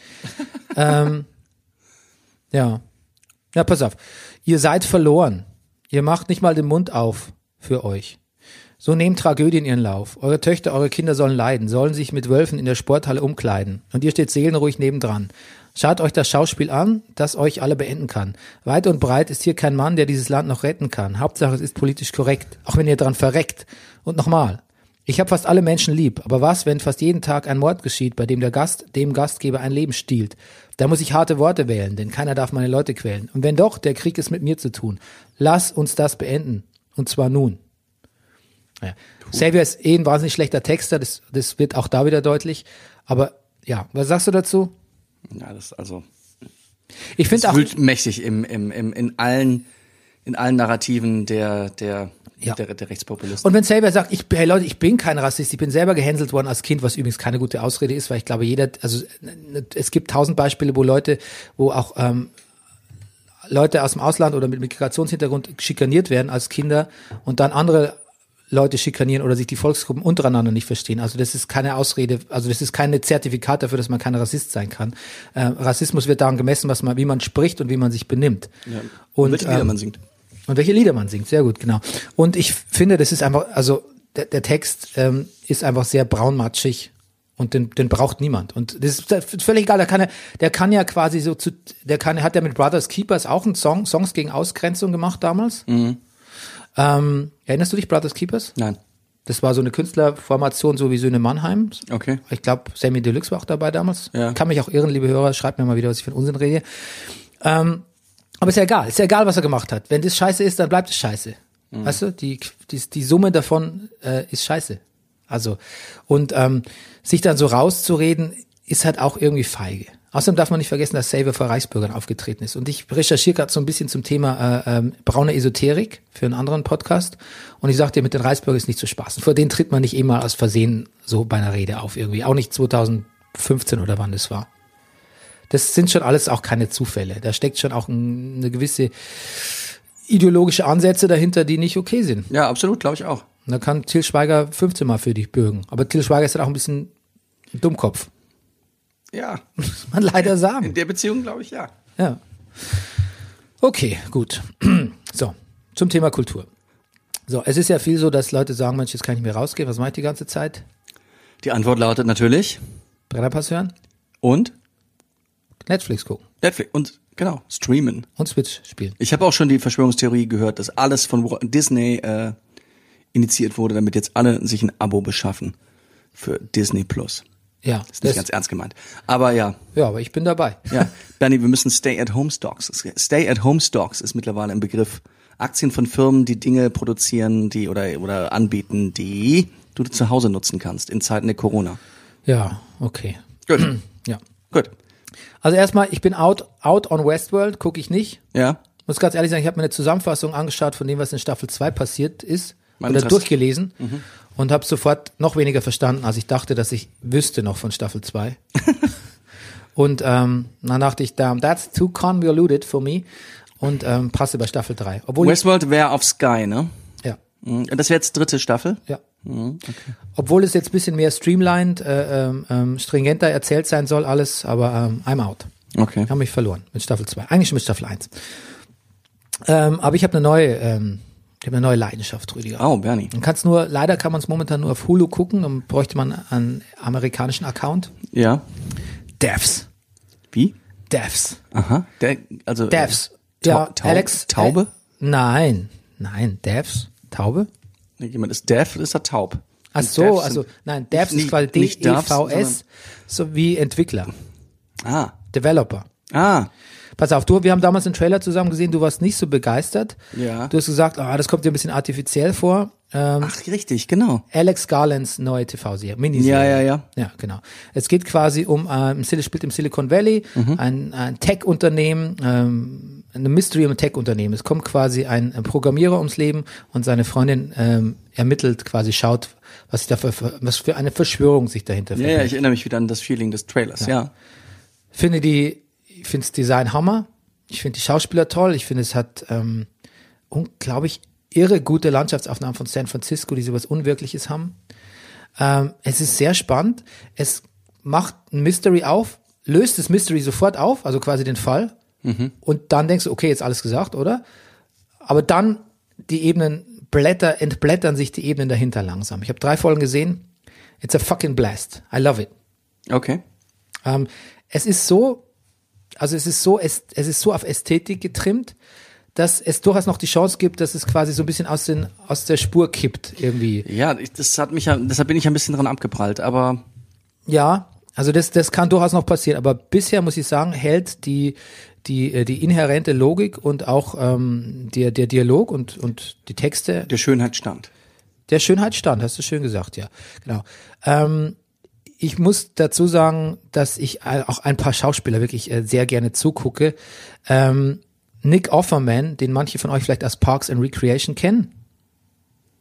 Speaker 1: ähm, ja. Na, pass auf. Ihr seid verloren. Ihr macht nicht mal den Mund auf für euch. So nehmen Tragödien ihren Lauf. Eure Töchter, eure Kinder sollen leiden, sollen sich mit Wölfen in der Sporthalle umkleiden. Und ihr steht seelenruhig nebendran. Schaut euch das Schauspiel an, das euch alle beenden kann. Weit und breit ist hier kein Mann, der dieses Land noch retten kann. Hauptsache, es ist politisch korrekt, auch wenn ihr dran verreckt. Und nochmal, ich habe fast alle Menschen lieb, aber was, wenn fast jeden Tag ein Mord geschieht, bei dem der Gast dem Gastgeber ein Leben stiehlt? Da muss ich harte Worte wählen, denn keiner darf meine Leute quälen. Und wenn doch, der Krieg ist mit mir zu tun. Lass uns das beenden. Und zwar nun. Ja. Xavier ist eh ein wahnsinnig schlechter Texter, das, das wird auch da wieder deutlich. Aber ja, was sagst du dazu?
Speaker 2: Ja, das also
Speaker 1: Ich finde
Speaker 2: das
Speaker 1: auch,
Speaker 2: wühlt mächtig im, im, im, in allen in allen Narrativen der der
Speaker 1: Ja.
Speaker 2: der, der Rechtspopulisten.
Speaker 1: und wenn Xavier sagt, ich, hey Leute, ich bin kein Rassist, ich bin selber gehänselt worden als Kind, was übrigens keine gute Ausrede ist, weil ich glaube, jeder, also es gibt tausend Beispiele, wo Leute, wo auch ähm, Leute aus dem Ausland oder mit Migrationshintergrund schikaniert werden als Kinder und dann andere Leute schikanieren oder sich die Volksgruppen untereinander nicht verstehen. Also das ist keine Ausrede, also das ist kein Zertifikat dafür, dass man kein Rassist sein kann. Äh, Rassismus wird daran gemessen, was man, wie man spricht und wie man sich benimmt. Und, ähm,
Speaker 2: welche Lieder man singt.
Speaker 1: Und welche Lieder man singt, sehr gut, genau. Und ich finde, das ist einfach, also der, der Text ähm, ist einfach sehr braunmatschig und den, den braucht niemand. Und das ist v- völlig egal, der kann ja, der kann ja quasi so zu, der kann, hat ja mit Brothers Keepers auch einen Song, Songs gegen Ausgrenzung gemacht damals. Ähm, erinnerst du dich, Brothers Keepers?
Speaker 2: Nein.
Speaker 1: Das war so eine Künstlerformation, so wie Söhne Mannheim.
Speaker 2: Okay.
Speaker 1: Ich glaube, Sammy Deluxe war auch dabei damals.
Speaker 2: Ja.
Speaker 1: Kann mich auch irren, liebe Hörer. Schreibt mir mal wieder, was ich für einen Unsinn rede. Ähm, aber ist ja egal. Ist ja egal, was er gemacht hat. Wenn das scheiße ist, dann bleibt es scheiße. Weißt du, die, die, die Summe davon äh, ist scheiße. Also, und ähm, sich dann so rauszureden, ist halt auch irgendwie feige. Außerdem darf man nicht vergessen, dass Saver vor Reichsbürgern aufgetreten ist. Und ich recherchiere gerade so ein bisschen zum Thema äh, ähm, braune Esoterik für einen anderen Podcast. Und ich sagte, mit den Reichsbürgern ist nicht zu spaßen. Vor denen tritt man nicht eh mal aus Versehen so bei einer Rede auf irgendwie. Auch nicht 2015 oder wann das war. Das sind schon alles auch keine Zufälle. Da steckt schon auch ein, eine gewisse ideologische Ansätze dahinter, die nicht okay sind.
Speaker 2: Ja, absolut, glaube ich auch.
Speaker 1: Und da kann Till Schweiger 15 Mal für dich bürgen. Aber Till Schweiger ist halt auch ein bisschen ein Dummkopf. [laughs]
Speaker 2: Ja,
Speaker 1: Muss man leider
Speaker 2: in
Speaker 1: sagen.
Speaker 2: der Beziehung glaube ich ja.
Speaker 1: Ja. Okay, gut. [clears throat] So, zum Thema Kultur. So, es ist ja viel so, dass Leute sagen, Mensch, jetzt kann ich nicht mehr rausgehen, was mache ich die ganze Zeit?
Speaker 2: Die Antwort lautet natürlich
Speaker 1: Brennerpass hören,
Speaker 2: und
Speaker 1: Netflix gucken
Speaker 2: Netflix und genau, streamen.
Speaker 1: und Switch spielen.
Speaker 2: Ich habe auch schon die Verschwörungstheorie gehört, dass alles von Walt Disney äh, initiiert wurde, damit jetzt alle sich ein Abo beschaffen für Disney Plus.
Speaker 1: Ja,
Speaker 2: Ist nicht
Speaker 1: das-
Speaker 2: ganz ernst gemeint. Aber ja,
Speaker 1: ja, aber ich bin dabei.
Speaker 2: ja, Bernie, wir müssen Stay at Home Stocks. Stay at Home Stocks ist mittlerweile ein Begriff. Aktien von Firmen, die Dinge produzieren, die oder oder anbieten, die du zu Hause nutzen kannst in Zeiten der Corona.
Speaker 1: Ja, okay.
Speaker 2: Gut.
Speaker 1: Ja.
Speaker 2: Gut.
Speaker 1: Also erstmal, ich bin out, out on Westworld, gucke ich nicht.
Speaker 2: Ja.
Speaker 1: Muss ganz ehrlich sagen, ich habe mir eine Zusammenfassung angeschaut von dem, was in Staffel 2 passiert ist.
Speaker 2: Mein
Speaker 1: oder
Speaker 2: Interesse. Mhm.
Speaker 1: durchgelesen und habe sofort noch weniger verstanden, als ich dachte, dass ich wüsste noch von Staffel
Speaker 2: [laughs]
Speaker 1: 2. und ähm, dann dachte ich, damn, that's too convoluted for me und ähm, passe bei Staffel 3. Obwohl,
Speaker 2: Westworld wäre auf Sky, ne?
Speaker 1: ja,
Speaker 2: Mhm. Das wäre jetzt dritte Staffel.
Speaker 1: ja.
Speaker 2: Mhm,
Speaker 1: Obwohl es jetzt ein bisschen mehr streamlined, äh, ähm, ähm, stringenter erzählt sein soll, alles, aber ähm, I'm out.
Speaker 2: Okay.
Speaker 1: Ich habe mich verloren mit Staffel 2. Eigentlich schon mit Staffel 1. Ähm, aber ich habe eine neue, ähm, ich habe eine neue Leidenschaft, Rüdiger.
Speaker 2: Oh, Bernie.
Speaker 1: Man kann's nur, leider kann man es momentan nur auf Hulu gucken, dann bräuchte man einen amerikanischen Account.
Speaker 2: Ja.
Speaker 1: Devs.
Speaker 2: Wie?
Speaker 1: Devs.
Speaker 2: Aha. Der, also. äh,
Speaker 1: Devs.
Speaker 2: Tau-
Speaker 1: ja,
Speaker 2: Tau-
Speaker 1: Alex.
Speaker 2: Taube?
Speaker 1: Äh, nein, nein, Devs. Taube?
Speaker 2: Jemand ist deaf, ist er taub.
Speaker 1: Ach
Speaker 2: Und
Speaker 1: so,
Speaker 2: Devs sind-
Speaker 1: also nein, Devs
Speaker 2: nicht-
Speaker 1: ist quasi
Speaker 2: nicht Devs,
Speaker 1: D-E-V-S, so wie Entwickler,
Speaker 2: Ah.
Speaker 1: Developer.
Speaker 2: Ah.
Speaker 1: Pass auf, du, wir haben damals einen Trailer zusammen gesehen, du warst nicht so begeistert.
Speaker 2: Ja.
Speaker 1: Du hast gesagt, ah, das kommt dir ein bisschen artifiziell vor. Ähm,
Speaker 2: Ach, richtig, genau.
Speaker 1: Alex Garlands neue TV-Serie, Miniserie.
Speaker 2: Ja, ja, ja.
Speaker 1: Ja, genau. Es geht quasi um, äh, im Sil- spielt im Silicon Valley,
Speaker 2: Mhm.
Speaker 1: ein, ein Tech-Unternehmen, ähm, eine Mystery im Tech-Unternehmen. Es kommt quasi ein, ein Programmierer ums Leben und seine Freundin ähm, ermittelt quasi, schaut, was sich da für, für- was für eine Verschwörung sich dahinter
Speaker 2: Ja,
Speaker 1: verbirgt.
Speaker 2: ja, ich erinnere mich wieder an das Feeling des Trailers, ja.
Speaker 1: Finde die, ich finde das Design Hammer. Ich finde die Schauspieler toll. Ich finde es hat, ähm, unglaublich irre gute Landschaftsaufnahmen von San Francisco, die sowas Unwirkliches haben. Ähm, es ist sehr spannend. Es macht ein Mystery auf, löst das Mystery sofort auf, also quasi den Fall. Und dann denkst du, okay, jetzt alles gesagt, oder? Aber dann die Ebenen blätter, entblättern sich die Ebenen dahinter langsam. Ich habe drei Folgen gesehen. It's a fucking blast. I love it.
Speaker 2: Okay.
Speaker 1: Ähm, es ist so, also es ist so, es, es ist so auf Ästhetik getrimmt, dass es durchaus noch die Chance gibt, dass es quasi so ein bisschen aus, den, aus der Spur kippt irgendwie.
Speaker 2: Ja, ich, das hat mich ja, deshalb bin ich ja ein bisschen dran abgeprallt, aber
Speaker 1: Ja, also das, das kann durchaus noch passieren, aber bisher muss ich sagen, hält die, die, äh, die inhärente Logik und auch ähm, der, der Dialog und, und die Texte
Speaker 2: der Schönheit stand.
Speaker 1: Der Schönheit stand, hast du schön gesagt, ja. Genau. Ähm, ich muss dazu sagen, dass ich äh, auch ein paar Schauspieler wirklich äh, sehr gerne zugucke. Ähm, Nick Offerman, den manche von euch vielleicht als Parks and Recreation kennen.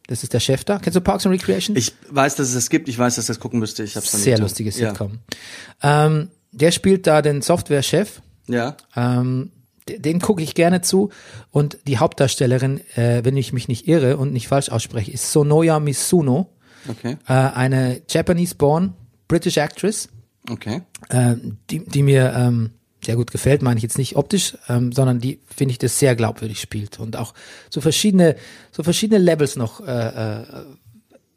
Speaker 1: Das ist der Chef da. Kennst du Parks and Recreation?
Speaker 2: Ich weiß, dass es das gibt, ich weiß, dass ich das gucken müsste, ich hab's noch nicht
Speaker 1: sehr
Speaker 2: getan.
Speaker 1: lustiges
Speaker 2: ja.
Speaker 1: Sitcom. Ähm, der spielt da den Softwarechef.
Speaker 2: Ja.
Speaker 1: Ähm, d- den gucke ich gerne zu. Und die Hauptdarstellerin, äh, wenn ich mich nicht irre und nicht falsch ausspreche, ist Sonoya Misuno.
Speaker 2: Okay.
Speaker 1: äh, eine Japanese-born British Actress,
Speaker 2: Okay.
Speaker 1: äh, die, die mir ähm, sehr gut gefällt, meine ich jetzt nicht optisch, ähm, sondern die finde ich das sehr glaubwürdig spielt und auch so verschiedene, so verschiedene Levels noch, äh, äh,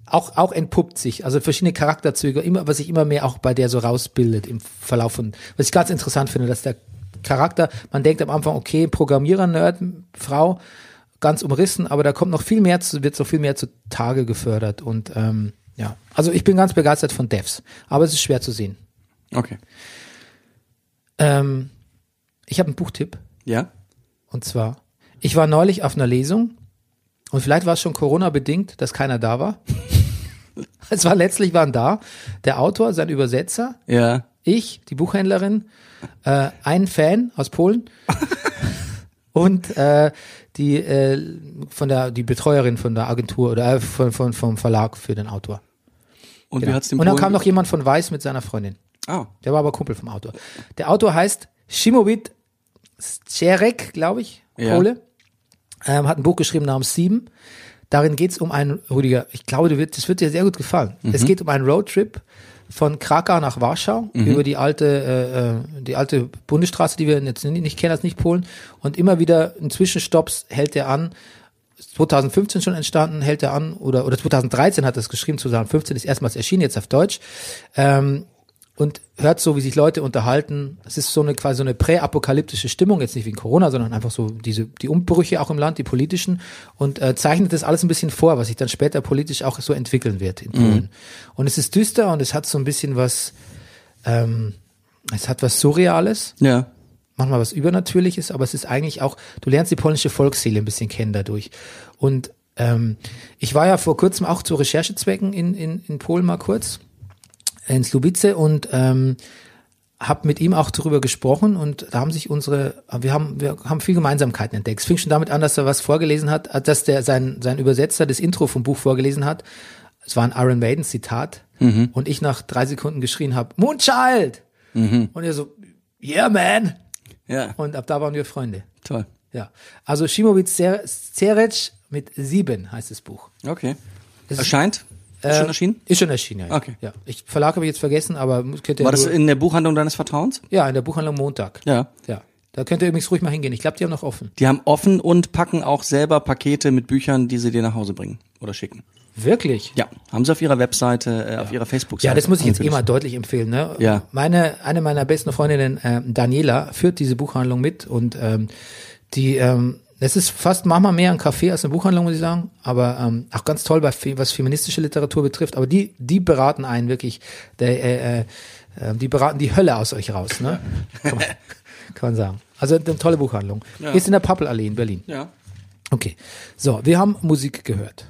Speaker 1: auch, auch entpuppt sich, also verschiedene Charakterzüge, immer, was sich immer mehr auch bei der so rausbildet im Verlauf von, was ich ganz interessant finde, dass der Charakter, man denkt am Anfang, okay, Programmierer, Nerd, Frau, ganz umrissen, aber da kommt noch viel mehr zu, wird so viel mehr zutage gefördert und, ähm, ja. Also ich bin ganz begeistert von Devs, aber es ist schwer zu sehen.
Speaker 2: Okay.
Speaker 1: Ähm, ich habe einen Buchtipp.
Speaker 2: Ja.
Speaker 1: Und zwar, ich war neulich auf einer Lesung und vielleicht war es schon Corona-bedingt, dass keiner da war. [laughs] es war letztlich waren da der Autor, sein Übersetzer,
Speaker 2: Ja.
Speaker 1: ich, die Buchhändlerin, äh, ein Fan aus
Speaker 2: [laughs]
Speaker 1: Polen und äh, die äh, von der die Betreuerin von der Agentur oder äh, von, von, vom Verlag für den Autor.
Speaker 2: Und
Speaker 1: Genau.
Speaker 2: wie hat's dem
Speaker 1: und dann
Speaker 2: Polen-
Speaker 1: kam noch jemand von Weiß mit seiner Freundin.
Speaker 2: Ah.
Speaker 1: Der war aber Kumpel vom Autor. Der Autor heißt Shimowit Scerek, glaube ich,
Speaker 2: Ja.
Speaker 1: Pole. Ähm, hat ein Buch geschrieben namens Sieben. Darin geht es um einen, Rüdiger, ich glaube, du wird, das wird dir sehr gut gefallen. Es geht um einen Roadtrip von Krakau nach Warschau über die alte, äh, äh, die alte Bundesstraße, die wir jetzt nicht, nicht kennen, das ist nicht Polen. Und immer wieder in Zwischenstopps hält er an, 2015 schon entstanden, hält er an, oder, oder 2013 hat er es geschrieben, 2015 ist erstmals erschienen, jetzt auf Deutsch, ähm, und hört so, wie sich Leute unterhalten. Es ist so eine quasi so eine präapokalyptische Stimmung, jetzt nicht wegen Corona, sondern einfach so diese, die Umbrüche auch im Land, die politischen, und äh, zeichnet das alles ein bisschen vor, was sich dann später politisch auch so entwickeln wird in Polen. Und es ist düster und es hat so ein bisschen was, ähm, es hat was Surreales
Speaker 2: Ja.
Speaker 1: manchmal was Übernatürliches, aber es ist eigentlich auch, du lernst die polnische Volksseele ein bisschen kennen dadurch. Und ähm, ich war ja vor kurzem auch zu Recherchezwecken in, in, in Polen mal kurz, in Slubice und ähm, habe mit ihm auch darüber gesprochen und da haben sich unsere, wir haben, wir haben viel Gemeinsamkeiten entdeckt. Es fing schon damit an, dass er was vorgelesen hat, äh, dass der sein, sein Übersetzer das Intro vom Buch vorgelesen hat. Es war ein Iron Maiden Zitat und ich nach drei Sekunden geschrien habe, Moonchild! Und er so, yeah man!
Speaker 2: Ja,
Speaker 1: Und ab da waren wir Freunde.
Speaker 2: toll.
Speaker 1: Ja. Also Shimovic Zerec mit sieben heißt das Buch.
Speaker 2: Okay.
Speaker 1: Es-
Speaker 2: Erscheint? Ist schon
Speaker 1: Äh,
Speaker 2: erschienen?
Speaker 1: Ist schon erschienen, ja.
Speaker 2: Okay.
Speaker 1: Ja. Ich, Verlag habe ich jetzt vergessen, aber muss- könnt ihr
Speaker 2: War das
Speaker 1: nur-
Speaker 2: in der Buchhandlung deines Vertrauens?
Speaker 1: ja, in der Buchhandlung Montag.
Speaker 2: Ja.
Speaker 1: Ja. Da könnt ihr übrigens ruhig mal hingehen. Ich glaube, die haben noch offen.
Speaker 2: Die haben offen und packen auch selber Pakete mit Büchern, die sie dir nach Hause bringen oder schicken.
Speaker 1: Wirklich?
Speaker 2: Ja, haben sie auf ihrer Webseite, äh, auf ihrer Facebook-Seite.
Speaker 1: Ja, das muss ich jetzt eh
Speaker 2: angekündigt.
Speaker 1: mal deutlich empfehlen. Ne?
Speaker 2: Ja.
Speaker 1: Meine, eine meiner besten Freundinnen, ähm, Daniela, führt diese Buchhandlung mit und ähm, die, ähm, es ist fast manchmal mehr ein Café als eine Buchhandlung, muss ich sagen, aber ähm, auch ganz toll, bei, fe- was feministische Literatur betrifft. Aber die, die beraten einen wirklich, der, äh, äh, äh, die beraten die Hölle aus euch raus, ne? Kann man, kann man sagen. Also eine tolle Buchhandlung. Ist in der Pappelallee in Berlin.
Speaker 2: Ja.
Speaker 1: Okay. So, wir haben Musik gehört.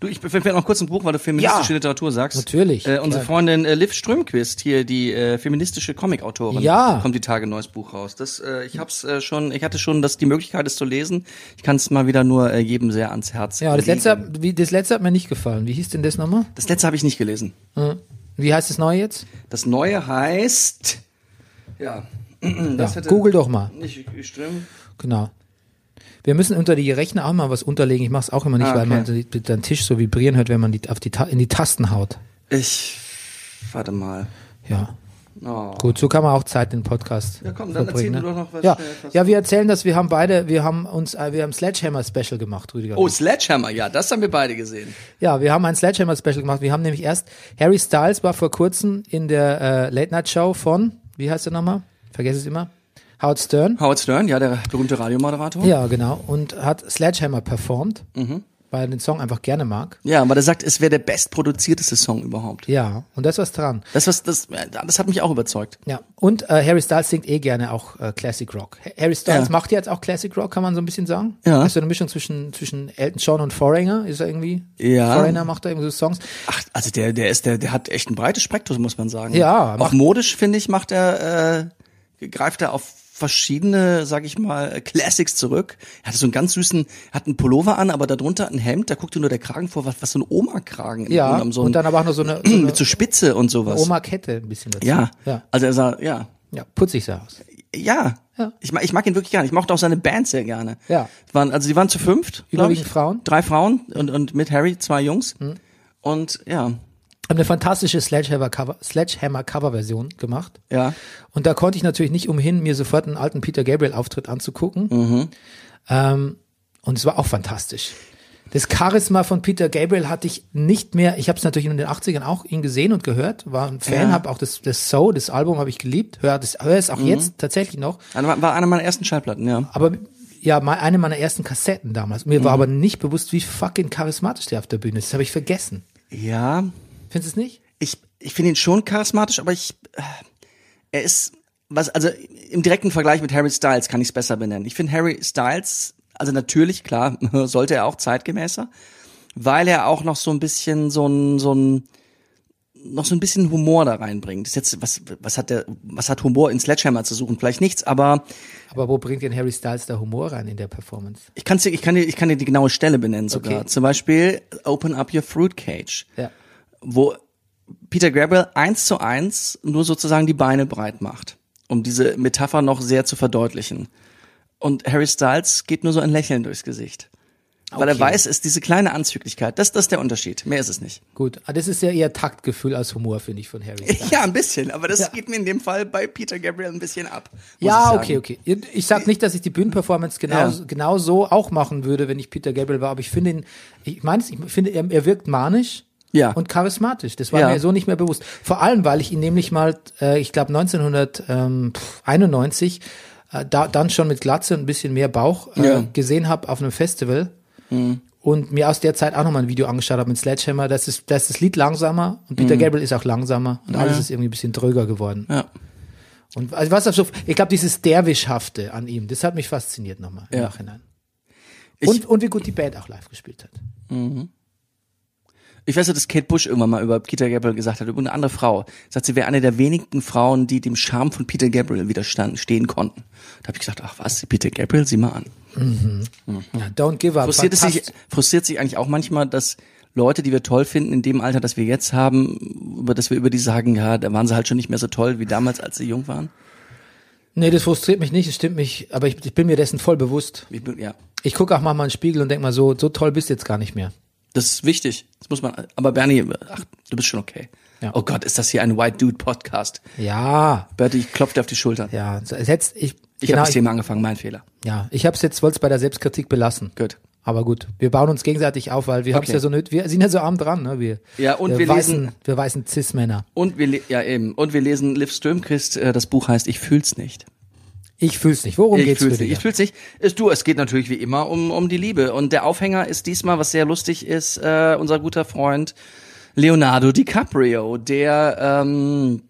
Speaker 2: Du, ich empfehle noch kurz ein Buch, weil du feministische
Speaker 1: Ja.
Speaker 2: Literatur sagst.
Speaker 1: Natürlich,
Speaker 2: Äh, unsere
Speaker 1: klar.
Speaker 2: Freundin äh, Liv Strömquist hier, die äh, feministische Comicautorin,
Speaker 1: Ja.
Speaker 2: kommt die Tage ein neues Buch raus. Das, äh, ich hab's äh, schon, ich hatte schon das, die Möglichkeit, es zu lesen. Ich kann es mal wieder nur äh, jedem sehr ans Herz.
Speaker 1: Ja, das
Speaker 2: legen.
Speaker 1: letzte, hat- wie, das letzte hat mir nicht gefallen. Wie hieß denn das nochmal?
Speaker 2: Das letzte habe ich nicht gelesen.
Speaker 1: Hm. Wie heißt das neue jetzt?
Speaker 2: Das neue heißt. Ja. [clears throat] Das
Speaker 1: Ja, google doch mal.
Speaker 2: Nicht Ström.
Speaker 1: Genau. Wir müssen unter die Rechner auch mal was unterlegen. Ich mache es auch immer nicht,
Speaker 2: Ah,
Speaker 1: weil man
Speaker 2: okay.
Speaker 1: die- den Tisch so vibrieren hört, wenn man die, auf die, Ta- in die Tasten haut.
Speaker 2: Ich. Warte mal.
Speaker 1: Ja.
Speaker 2: Oh.
Speaker 1: Gut, so kann man auch Zeit in den Podcast.
Speaker 2: Ja, komm, dann
Speaker 1: verbringen,
Speaker 2: erzähl du
Speaker 1: ne?
Speaker 2: doch noch was
Speaker 1: Ja.
Speaker 2: schnell, was-
Speaker 1: ja, wir erzählen das. Wir haben beide, wir haben uns, äh, wir haben Sledgehammer Special gemacht, Rüdiger.
Speaker 2: Oh, Sledgehammer, ja, das haben wir beide gesehen.
Speaker 1: Ja, wir haben ein Sledgehammer Special gemacht. Wir haben nämlich erst Harry Styles war vor kurzem in der äh, Late Night Show von, wie heißt er nochmal? Vergesse es immer. Howard Stern.
Speaker 2: Howard Stern, ja, der berühmte Radiomoderator.
Speaker 1: Ja, genau. Und hat Sledgehammer performt,
Speaker 2: Mhm.
Speaker 1: weil er den Song einfach gerne mag.
Speaker 2: Ja, aber der sagt, es wäre der bestproduzierteste Song überhaupt.
Speaker 1: Ja, und das was dran.
Speaker 2: Das was das das hat mich auch überzeugt.
Speaker 1: Ja, und äh, Harry Styles singt eh gerne auch äh, Classic Rock. Ha- Harry Styles
Speaker 2: Ja.
Speaker 1: macht ja jetzt auch Classic Rock, kann man so ein bisschen sagen.
Speaker 2: Ja.
Speaker 1: Also eine Mischung zwischen, zwischen Elton John und Foreigner, ist er irgendwie.
Speaker 2: Ja.
Speaker 1: Foreigner macht da irgendwie so Songs.
Speaker 2: Ach, also der der ist der der hat echt ein breites Spektrum, muss man sagen.
Speaker 1: Ja,
Speaker 2: auch
Speaker 1: macht-
Speaker 2: modisch finde ich macht er äh, greift er auf verschiedene, sag ich mal, äh, Classics zurück. Er hatte so einen ganz süßen, hat einen Pullover an, aber darunter ein Hemd, da guckte nur der Kragen vor, was, was so ein Oma-Kragen im Grunde
Speaker 1: Ja,
Speaker 2: genommen, so
Speaker 1: und dann
Speaker 2: [clears throat]
Speaker 1: aber auch noch so eine, so eine
Speaker 2: mit so Spitze und sowas.
Speaker 1: Oma-Kette ein bisschen dazu.
Speaker 2: ja.
Speaker 1: Ja,
Speaker 2: Also er sah, ja,
Speaker 1: ja putzig sah er aus.
Speaker 2: Ja.
Speaker 1: Ja.
Speaker 2: Ich, mag, ich mag ihn wirklich gerne. Ich mochte auch seine Band sehr gerne.
Speaker 1: Ja.
Speaker 2: Waren, also die waren zu fünft. glaub
Speaker 1: Überwiegend
Speaker 2: ich.
Speaker 1: Frauen. Hm.
Speaker 2: Drei Frauen und, und mit Harry zwei Jungs. Und ja,
Speaker 1: Haben eine fantastische Sledgehammer-Cover- Sledgehammer-Cover-Version gemacht.
Speaker 2: ja.
Speaker 1: Und da konnte ich natürlich nicht umhin, mir sofort einen alten Peter Gabriel-Auftritt anzugucken. Ähm, und es war auch fantastisch. Das Charisma von Peter Gabriel hatte ich nicht mehr. Ich habe es natürlich in den 80ern auch ihn gesehen und gehört, war ein Fan,
Speaker 2: Ja.
Speaker 1: habe auch das, das So, das Album habe ich geliebt, höre hör es auch jetzt tatsächlich noch.
Speaker 2: Einer- War einer meiner ersten Schallplatten, ja.
Speaker 1: Aber ja, mal eine meiner ersten Kassetten damals. Mir war aber nicht bewusst, wie fucking charismatisch der auf der Bühne ist. Das habe ich vergessen.
Speaker 2: Ja.
Speaker 1: Findest du es nicht?
Speaker 2: Ich, ich finde ihn schon charismatisch, aber ich, äh, er ist, was, also im direkten Vergleich mit Harry Styles kann ich es besser benennen. Ich finde Harry Styles, also natürlich, klar, [laughs] sollte er auch zeitgemäßer, weil er auch noch so ein bisschen so ein, so ein, noch so ein bisschen Humor da reinbringt. Ist jetzt, was, was hat der, was hat Humor in Sledgehammer zu suchen? Vielleicht nichts, aber
Speaker 1: Aber wo bringt denn Harry Styles der Humor rein in der Performance?
Speaker 2: ich kann's dir, ich kann dir, ich kann dir die genaue Stelle benennen sogar.
Speaker 1: Okay.
Speaker 2: Zum Beispiel, open up your fruit cage.
Speaker 1: Ja.
Speaker 2: wo Peter Gabriel eins zu eins nur sozusagen die Beine breit macht, um diese Metapher noch sehr zu verdeutlichen. Und Harry Styles geht nur so ein Lächeln durchs Gesicht. Weil er
Speaker 1: Okay.
Speaker 2: weiß, es ist diese kleine Anzüglichkeit. Das, das ist der Unterschied. Mehr ist es nicht.
Speaker 1: Gut, ah, das ist ja eher Taktgefühl als Humor, finde ich, von Harry Styles.
Speaker 2: [laughs] Ja, ein bisschen. Aber das
Speaker 1: Ja.
Speaker 2: geht mir in dem Fall bei Peter Gabriel ein bisschen ab. muss ich
Speaker 1: Ja,
Speaker 2: sagen.
Speaker 1: okay, okay. Ich sag nicht, dass ich die Bühnenperformance genau,
Speaker 2: Ja.
Speaker 1: genau so auch machen würde, wenn ich Peter Gabriel war, aber ich finde ihn, ich meine, ich finde, er, er wirkt manisch.
Speaker 2: Ja.
Speaker 1: Und charismatisch. Das war
Speaker 2: Ja.
Speaker 1: mir so nicht mehr bewusst. Vor allem, weil ich ihn nämlich mal, äh, ich glaube 1991, äh, da, dann schon mit Glatze und ein bisschen mehr Bauch äh,
Speaker 2: Ja. Mhm.
Speaker 1: gesehen habe auf einem Festival. Und mir aus der Zeit auch nochmal ein Video angeschaut habe mit Sledgehammer. Das ist, das ist das Lied langsamer und Peter Gabriel ist auch langsamer und alles ist irgendwie ein bisschen dröger geworden.
Speaker 2: Mhm. Ja.
Speaker 1: Und also was auf so, ich glaube, dieses Derwischhafte an ihm, das hat mich fasziniert nochmal im
Speaker 2: Ja.
Speaker 1: Nachhinein.
Speaker 2: Ich-
Speaker 1: und, und wie gut die Band auch live gespielt hat.
Speaker 2: Ich weiß ja, dass Kate Bush irgendwann mal über Peter Gabriel gesagt hat, über eine andere Frau. Sagt sie, wäre eine der wenigen Frauen, die dem Charme von Peter Gabriel widerstanden, stehen konnten. Da habe ich gesagt, ach was, Peter Gabriel, sieh mal an.
Speaker 1: Ja, don't give up.
Speaker 2: Frustriert, es sich,
Speaker 1: Fantast-
Speaker 2: frustriert sich eigentlich auch manchmal, dass Leute, die wir toll finden, in dem Alter, das wir jetzt haben, über das wir über die sagen, ja, da waren sie halt schon nicht mehr so toll wie damals, als sie jung waren.
Speaker 1: Nee, das frustriert mich nicht, das stimmt mich, aber ich, ich bin mir dessen voll bewusst.
Speaker 2: Ich bin, ja,
Speaker 1: Ich gucke auch mal in den Spiegel und denk mal so, so toll bist du jetzt gar nicht mehr.
Speaker 2: das ist wichtig. Das muss man. Aber Bernie, ach, du bist schon okay.
Speaker 1: Ja.
Speaker 2: Oh Gott, ist das hier ein White Dude Podcast?
Speaker 1: Ja,
Speaker 2: Bertie, ich klopf dir auf die Schultern.
Speaker 1: ja, so, es jetzt, ich,
Speaker 2: Ich
Speaker 1: genau,
Speaker 2: habe das Thema angefangen, mein Fehler.
Speaker 1: ja, ich hab's jetzt, wollte es bei der Selbstkritik belassen.
Speaker 2: Gut.
Speaker 1: Aber gut, wir bauen uns gegenseitig auf, weil wir haben's
Speaker 2: Okay.
Speaker 1: ja so nöt, wir sind ja so arm dran, ne, wir.
Speaker 2: Ja, und wir
Speaker 1: weißen,
Speaker 2: lesen-
Speaker 1: wir weißen Cis-Männer.
Speaker 2: Und wir le- ja eben und wir lesen Liv Strömquist, äh, das Buch heißt Ich fühl's nicht.
Speaker 1: Ich fühl's nicht. Worum
Speaker 2: ich
Speaker 1: geht's
Speaker 2: fühl's
Speaker 1: für
Speaker 2: nicht. Ich
Speaker 1: dich?
Speaker 2: fühl's nicht. Ist du, es geht natürlich wie immer um um die Liebe und der Aufhänger ist diesmal was sehr lustig ist, äh, unser guter Freund Leonardo DiCaprio, der ähm,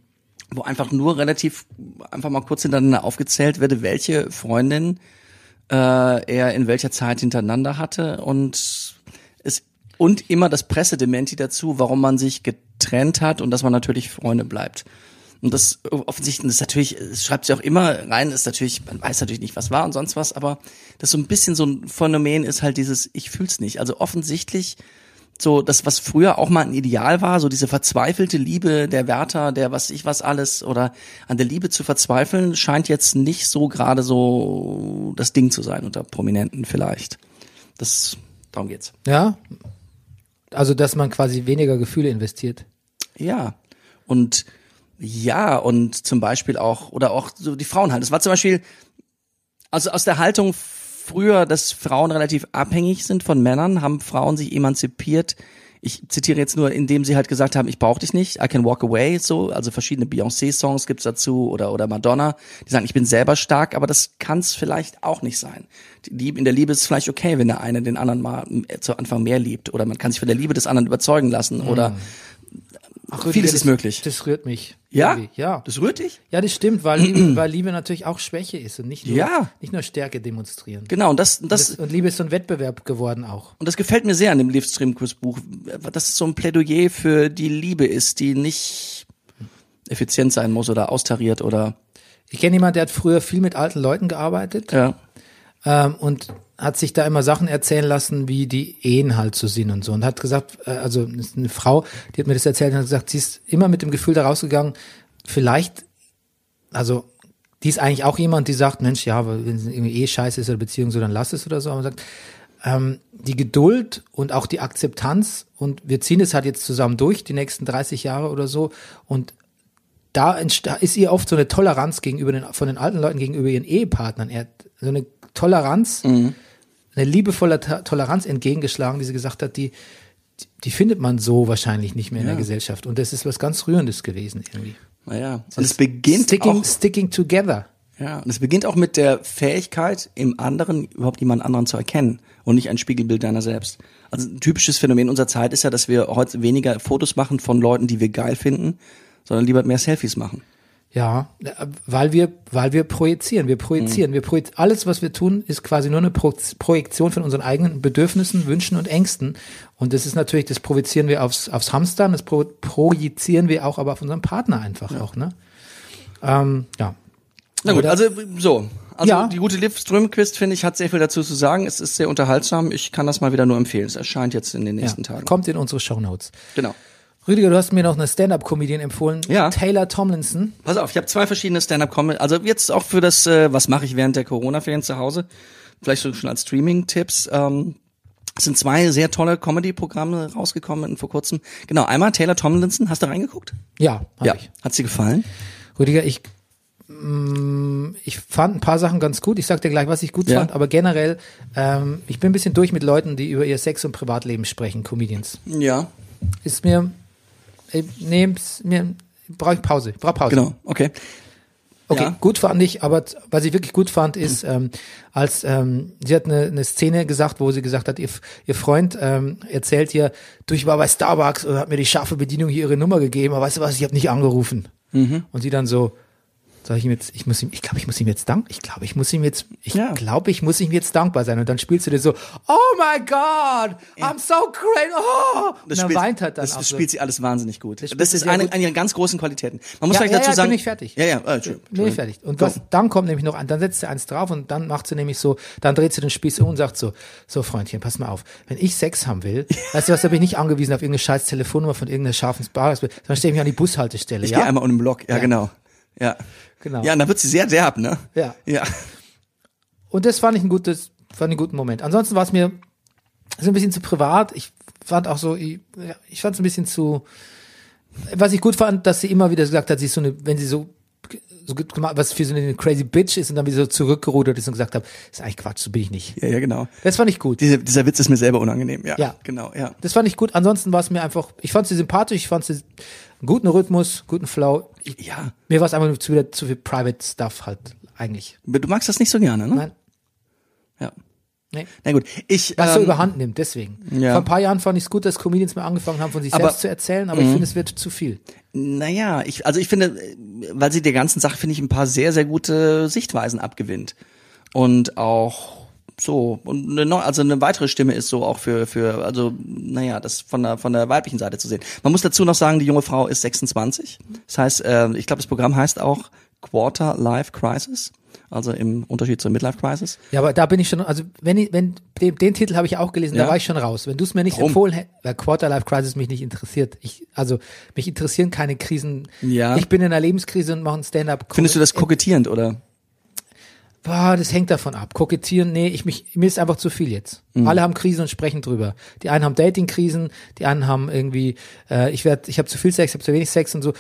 Speaker 2: wo einfach nur relativ einfach mal kurz hintereinander aufgezählt werde, welche Freundin äh, er in welcher Zeit hintereinander hatte und es und immer das Pressedementi dazu, warum man sich getrennt hat und dass man natürlich Freunde bleibt. Und das äh, offensichtlich ist natürlich, es schreibt sie auch immer rein, ist natürlich, man weiß natürlich nicht, was war und sonst was, aber das so ein bisschen so ein Phänomen ist halt dieses, ich fühl's nicht. Also offensichtlich so das, was früher auch mal ein Ideal war, so diese verzweifelte Liebe der Wärter, der was ich was alles oder an der Liebe zu verzweifeln, scheint jetzt nicht so gerade so das Ding zu sein unter Prominenten vielleicht. Das, darum geht's.
Speaker 1: Ja? Also, dass man quasi weniger Gefühle investiert.
Speaker 2: Ja. Und ja, und zum Beispiel auch, oder auch so die Frauen halt. Es war zum Beispiel, also aus der Haltung früher, dass Frauen relativ abhängig sind von Männern, haben Frauen sich emanzipiert. Ich zitiere jetzt nur, indem sie halt gesagt haben, ich brauche dich nicht, I can walk away, so, also verschiedene Beyoncé-Songs gibt's dazu oder, oder Madonna, die sagen, ich bin selber stark, aber das kann's vielleicht auch nicht sein. Die Liebe, in der Liebe ist es vielleicht okay, wenn der eine den anderen mal äh, zu Anfang mehr liebt oder man kann sich von der Liebe des anderen überzeugen lassen oder vieles
Speaker 1: das,
Speaker 2: ist möglich.
Speaker 1: Das rührt mich.
Speaker 2: Ja?
Speaker 1: Irgendwie. Ja.
Speaker 2: Das rührt dich?
Speaker 1: Ja, das stimmt, weil Liebe, weil Liebe natürlich auch Schwäche ist und nicht nur,
Speaker 2: Ja.
Speaker 1: nicht nur Stärke demonstrieren.
Speaker 2: Genau, und das,
Speaker 1: Das,
Speaker 2: das,
Speaker 1: und Liebe ist so ein Wettbewerb geworden auch.
Speaker 2: und das gefällt mir sehr an dem Livestream-Kurs-Buch, dass es so ein Plädoyer für die Liebe ist, die nicht effizient sein muss oder austariert oder,
Speaker 1: Ich kenne jemanden, der hat früher viel mit alten Leuten gearbeitet
Speaker 2: ja.
Speaker 1: ähm, und hat sich da immer Sachen erzählen lassen, wie die Ehen halt so sind und so. Und hat gesagt, äh, also das ist eine Frau, die hat mir das erzählt und hat gesagt, sie ist immer mit dem Gefühl da rausgegangen, vielleicht, also die ist eigentlich auch jemand, die sagt, Mensch, ja, aber wenn es irgendwie eh scheiße ist oder Beziehung so, dann lass es oder so. Aber man sagt, ähm, die Geduld und auch die Akzeptanz und wir ziehen es halt jetzt zusammen durch, die nächsten 30 Jahre oder so und da entsta- ist ihr oft so eine Toleranz gegenüber den, von den alten Leuten gegenüber ihren Ehepartnern. Er hat so eine Toleranz,
Speaker 2: Mhm.
Speaker 1: eine liebevolle Ta- Toleranz entgegengeschlagen, die sie gesagt hat, die, die findet man so wahrscheinlich nicht mehr in der Gesellschaft. Und das ist was ganz Rührendes gewesen irgendwie.
Speaker 2: Naja. Und es beginnt
Speaker 1: sticking,
Speaker 2: auch,
Speaker 1: sticking together.
Speaker 2: ja, und es beginnt auch mit der Fähigkeit, im anderen überhaupt jemand anderen zu erkennen und nicht ein Spiegelbild deiner selbst. Also ein typisches Phänomen unserer Zeit ist ja, dass wir heute weniger Fotos machen von Leuten, die wir geil finden, sondern lieber mehr Selfies machen.
Speaker 1: Ja, äh, weil wir, weil wir projizieren, wir projizieren, wir projiz alles, was wir tun, ist quasi nur eine Pro Projektion von unseren eigenen Bedürfnissen, Wünschen und Ängsten. Und das ist natürlich, das projizieren wir aufs, aufs Hamstern, das pro projizieren wir auch, aber auf unseren Partner einfach auch, ne? Ähm, ja.
Speaker 2: Na gut,
Speaker 1: Oder-
Speaker 2: also so. Also
Speaker 1: Ja.
Speaker 2: die gute Liv Strömquist, finde ich, hat sehr viel dazu zu sagen. Es ist sehr unterhaltsam. Ich kann das mal wieder nur empfehlen. Es erscheint jetzt in den nächsten
Speaker 1: ja.
Speaker 2: Tagen.
Speaker 1: Kommt in unsere Shownotes.
Speaker 2: Genau.
Speaker 1: Rüdiger, du hast mir noch eine Stand-Up-Comedian empfohlen.
Speaker 2: Ja.
Speaker 1: Taylor Tomlinson.
Speaker 2: Pass auf, ich habe zwei verschiedene Stand-up-Comedy. Also jetzt auch für das, äh, was mache ich während der Corona-Ferien zu Hause? Vielleicht so schon als Streaming-Tipps. Ähm, es sind zwei sehr tolle Comedy-Programme rausgekommen vor kurzem. Genau, einmal Taylor Tomlinson. Hast du reingeguckt?
Speaker 1: Ja, hab ich.
Speaker 2: Hat sie gefallen?
Speaker 1: Rüdiger, ich, mm, ich fand ein paar Sachen ganz gut. Ich sag dir gleich, was ich gut
Speaker 2: Ja.
Speaker 1: fand, aber generell, ähm, ich bin ein bisschen durch mit Leuten, die über ihr Sex und Privatleben sprechen, Comedians.
Speaker 2: Ja.
Speaker 1: Ist mir, ich nehm's mir, brauche ich Pause, brauche Pause.
Speaker 2: Genau, okay.
Speaker 1: Okay,
Speaker 2: Ja. Hm.
Speaker 1: gut fand ich, aber z- was ich wirklich gut fand, ist, ähm, als ähm, sie hat eine, eine Szene gesagt, wo sie gesagt hat, ihr, F- ihr Freund ähm, erzählt ihr, du, ich war bei Starbucks
Speaker 2: Mhm.
Speaker 1: und hat mir die scharfe Bedienung hier ihre Nummer gegeben, aber weißt du was, ich habe nicht angerufen. Und sie dann so, Soll ich ihm jetzt, ich muss ihm, ich glaube, ich muss ihm jetzt dank, ich glaube, ich muss ihm jetzt, ich
Speaker 2: Ja.
Speaker 1: glaube, ich muss ihm jetzt dankbar sein. Und dann spielst du dir so, oh my God, I'm so great, oh! Und dann weint er dann
Speaker 2: das,
Speaker 1: auch
Speaker 2: das
Speaker 1: so.
Speaker 2: spielt sie alles wahnsinnig gut. Das,
Speaker 1: spielt sie
Speaker 2: ist
Speaker 1: sehr
Speaker 2: eine,
Speaker 1: gut.
Speaker 2: eine ihrer ganz großen Qualitäten. Man muss
Speaker 1: Ja,
Speaker 2: vielleicht
Speaker 1: ja,
Speaker 2: dazu
Speaker 1: ja,
Speaker 2: sagen.
Speaker 1: bin ich fertig.
Speaker 2: Ja, ja, äh, Entschuldigung.
Speaker 1: Nee, fertig. Und was, dann kommt nämlich noch an, dann setzt sie eins drauf und dann macht sie nämlich so, dann dreht sie den Spieß um und sagt so, so Freundchen, pass mal auf, wenn ich Sex haben will, weißt du was, da bin ich nicht angewiesen auf irgendeine scheiß Telefonnummer von irgendeiner scharfen Bar, sondern stehe ich mich an die Bushaltestelle,
Speaker 2: Ich
Speaker 1: ja?
Speaker 2: gehe einmal um den Block. Ja, genau. Ja.
Speaker 1: Genau.
Speaker 2: Ja, und da wird sie sehr derb, ne?
Speaker 1: Ja.
Speaker 2: Ja.
Speaker 1: Und das fand ich ein gutes, fand ich einen guten Moment. Ansonsten war es mir so ein bisschen zu privat. Ich fand auch so, ich, ja, ich fand es ein bisschen zu, was ich gut fand, dass sie immer wieder gesagt hat, sie ist so eine, wenn sie so, so gut gemacht, was für so eine crazy Bitch ist und dann wieder so zurückgerudert ist und gesagt hat, ist eigentlich Quatsch, so bin ich nicht.
Speaker 2: Ja, ja, genau.
Speaker 1: Das fand ich gut.
Speaker 2: Dieser, dieser Witz ist mir selber unangenehm. Ja.
Speaker 1: Ja.
Speaker 2: Genau, ja.
Speaker 1: Das fand ich gut. Ansonsten war es mir einfach, ich fand sie sympathisch, ich fand sie einen guten Rhythmus, guten Flow. Ich,
Speaker 2: Ja.
Speaker 1: Mir war es einfach nur zu, wieder zu viel Private Stuff halt, eigentlich.
Speaker 2: Du magst das nicht so gerne, ne?
Speaker 1: Nein.
Speaker 2: Ja.
Speaker 1: Nee.
Speaker 2: Na gut. Ich.
Speaker 1: was so
Speaker 2: ähm,
Speaker 1: überhand nimmt, deswegen.
Speaker 2: ja.
Speaker 1: Vor ein paar Jahren fand ich es gut, dass Comedians mal angefangen haben, von sich
Speaker 2: Aber- mhm.
Speaker 1: selbst zu erzählen, aber ich finde, es wird zu viel.
Speaker 2: Naja, ich, also ich finde, äh, weil sie der ganzen Sache, finde ich, ein paar sehr, sehr gute Sichtweisen abgewinnt. Und auch so, und eine, neu- also eine weitere Stimme ist so auch für, für, also, naja, das von der, von der weiblichen Seite zu sehen. Man muss dazu noch sagen, die junge Frau ist 26. Das heißt, äh, ich glaube, das Programm heißt auch Quarter Life Crisis. Also im Unterschied zur Midlife Crisis.
Speaker 1: Ja, aber da bin ich schon, also wenn ich, wenn den, den Titel habe ich auch gelesen,
Speaker 2: Ja.
Speaker 1: da war ich schon raus. Wenn du es mir nicht
Speaker 2: Warum?
Speaker 1: empfohlen hättest, weil Quarterlife Crisis mich nicht interessiert. Ich, also mich interessieren keine Krisen.
Speaker 2: Ja.
Speaker 1: Ich bin in einer Lebenskrise und mache ein Stand-up.
Speaker 2: Findest du das kokettierend oder?
Speaker 1: Boah, das hängt davon ab. Kokettieren, nee, ich mich, mir ist einfach zu viel jetzt.
Speaker 2: Mhm.
Speaker 1: Alle haben Krisen und sprechen drüber. Die einen haben Dating-Krisen, die anderen haben irgendwie, äh, ich werd, ich habe zu viel Sex, ich habe zu wenig Sex und so.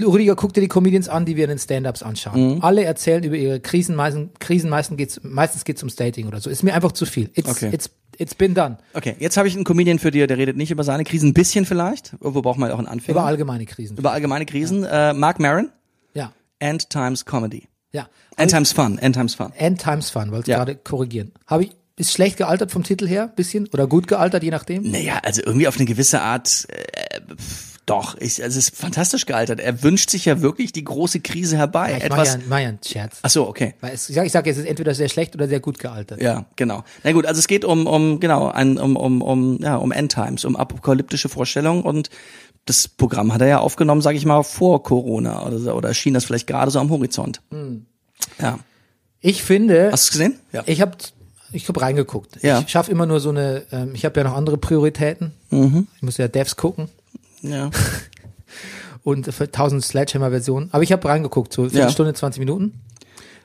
Speaker 1: Rüdiger, guck dir die Comedians an, die wir in den Stand-Ups anschauen.
Speaker 2: Mhm.
Speaker 1: Alle erzählen über ihre Krisen, meistens, Krisen, meistens geht's, meistens geht's ums Dating oder so. Ist mir einfach zu viel. It's,
Speaker 2: Okay. Mhm.
Speaker 1: it's, it's been done.
Speaker 2: Okay, jetzt habe ich einen Comedian für dir, der redet nicht über seine Krisen, ein bisschen vielleicht. Wo braucht man ja auch einen Anfänger?
Speaker 1: Über allgemeine Krisen.
Speaker 2: über allgemeine Krisen. Äh, Mark Maron,
Speaker 1: ja.
Speaker 2: End Times Comedy.
Speaker 1: Ja.
Speaker 2: End Times Fun, End Times Fun.
Speaker 1: End Times Fun, wollte
Speaker 2: Ja.
Speaker 1: gerade korrigieren. Habe ich, ist schlecht gealtert vom Titel her, bisschen? Oder gut gealtert, je nachdem?
Speaker 2: Naja, also irgendwie auf eine gewisse Art, äh, pf, doch, ich, also es ist fantastisch gealtert. Er wünscht sich ja wirklich die große Krise herbei.
Speaker 1: ich mache
Speaker 2: Etwas,
Speaker 1: ja, mach ja einen Scherz.
Speaker 2: ach so, okay.
Speaker 1: Weil es, ich sage, ich sag, es ist entweder sehr schlecht oder sehr gut gealtert.
Speaker 2: Ja, genau. Na gut, also es geht um, um genau, ein, um, um, um, ja, um Endtimes, um apokalyptische Vorstellungen und das Programm hat er ja aufgenommen, sage ich mal, vor Corona oder, so, oder schien das vielleicht gerade so am Horizont. Ja.
Speaker 1: Ich finde,
Speaker 2: Hast du es gesehen? Ja.
Speaker 1: ich habe ich hab reingeguckt.
Speaker 2: Ja.
Speaker 1: Ich schaffe immer nur so eine, ähm, ich habe ja noch andere Prioritäten.
Speaker 2: Mhm.
Speaker 1: Ich muss ja Devs gucken
Speaker 2: ja.
Speaker 1: und für 1000 Sledgehammer-Versionen. Aber ich habe reingeguckt, so eine
Speaker 2: Ja.
Speaker 1: Stunde, 20 Minuten.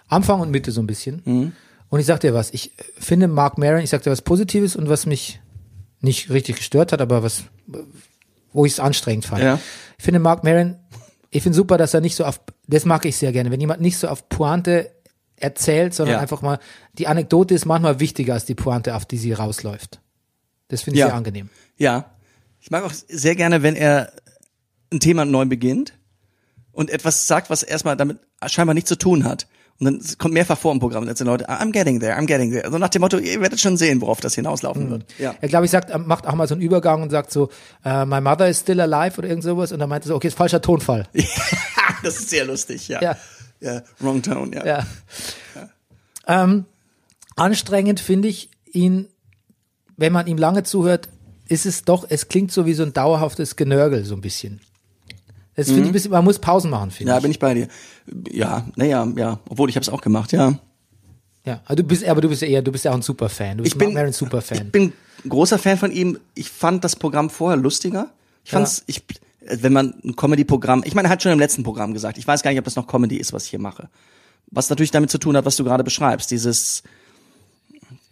Speaker 1: Anfang und Mitte so ein bisschen.
Speaker 2: Mhm.
Speaker 1: Und ich sag dir was, ich finde Mark Maron, ich sag dir was Positives und was mich nicht richtig gestört hat, aber was, wo ich es anstrengend fand.
Speaker 2: Ja.
Speaker 1: Ich finde Mark Maron, ich finde super, dass er nicht so auf, das mag ich sehr gerne, wenn jemand nicht so auf Pointe erzählt, sondern
Speaker 2: Ja.
Speaker 1: einfach mal, die Anekdote ist manchmal wichtiger als die Pointe, auf die sie rausläuft. Das finde ich
Speaker 2: Ja.
Speaker 1: sehr angenehm.
Speaker 2: Ja. Ich mag auch sehr gerne, wenn er ein Thema neu beginnt und etwas sagt, was erstmal damit scheinbar nichts zu tun hat. Und dann es kommt mehrfach vor im Programm, und dann sind Leute, "Ah, I'm getting there, I'm getting there. Also nach dem Motto, ihr werdet schon sehen, worauf das hinauslaufen wird. Mhm. Ja.
Speaker 1: Er, glaube ich, sagt, äh, macht auch mal so einen Übergang und sagt so, äh, my mother is still alive oder irgend sowas. Und dann meint er so, okay, ist falscher Tonfall.
Speaker 2: das ist sehr lustig, ja.
Speaker 1: Ja.
Speaker 2: ja. wrong tone, ja.
Speaker 1: Ja. Ähm, anstrengend finde ich ihn, wenn man ihm lange zuhört, ist es doch, es klingt so wie so ein dauerhaftes Genörgel, so ein bisschen. Das finde ich ein bisschen, man muss Pausen machen, finde
Speaker 2: Mhm. Ja,
Speaker 1: ich.
Speaker 2: bin ich bei dir. Ja, naja, ja. Obwohl, ich habe es auch gemacht, ja.
Speaker 1: Ja, aber du bist, aber du bist ja eher, du bist ja auch ein Superfan. Du bist
Speaker 2: Ich bin,
Speaker 1: Mark Maron
Speaker 2: Ich
Speaker 1: Superfan.
Speaker 2: bin großer Fan von ihm. Ich fand das Programm vorher lustiger. Ich fand's, ich, wenn man ein Comedy-Programm, ich meine, er hat schon im letzten Programm gesagt, ich weiß gar nicht, ob das noch Comedy ist, was ich hier mache. Was natürlich damit zu tun hat, was du gerade beschreibst, dieses,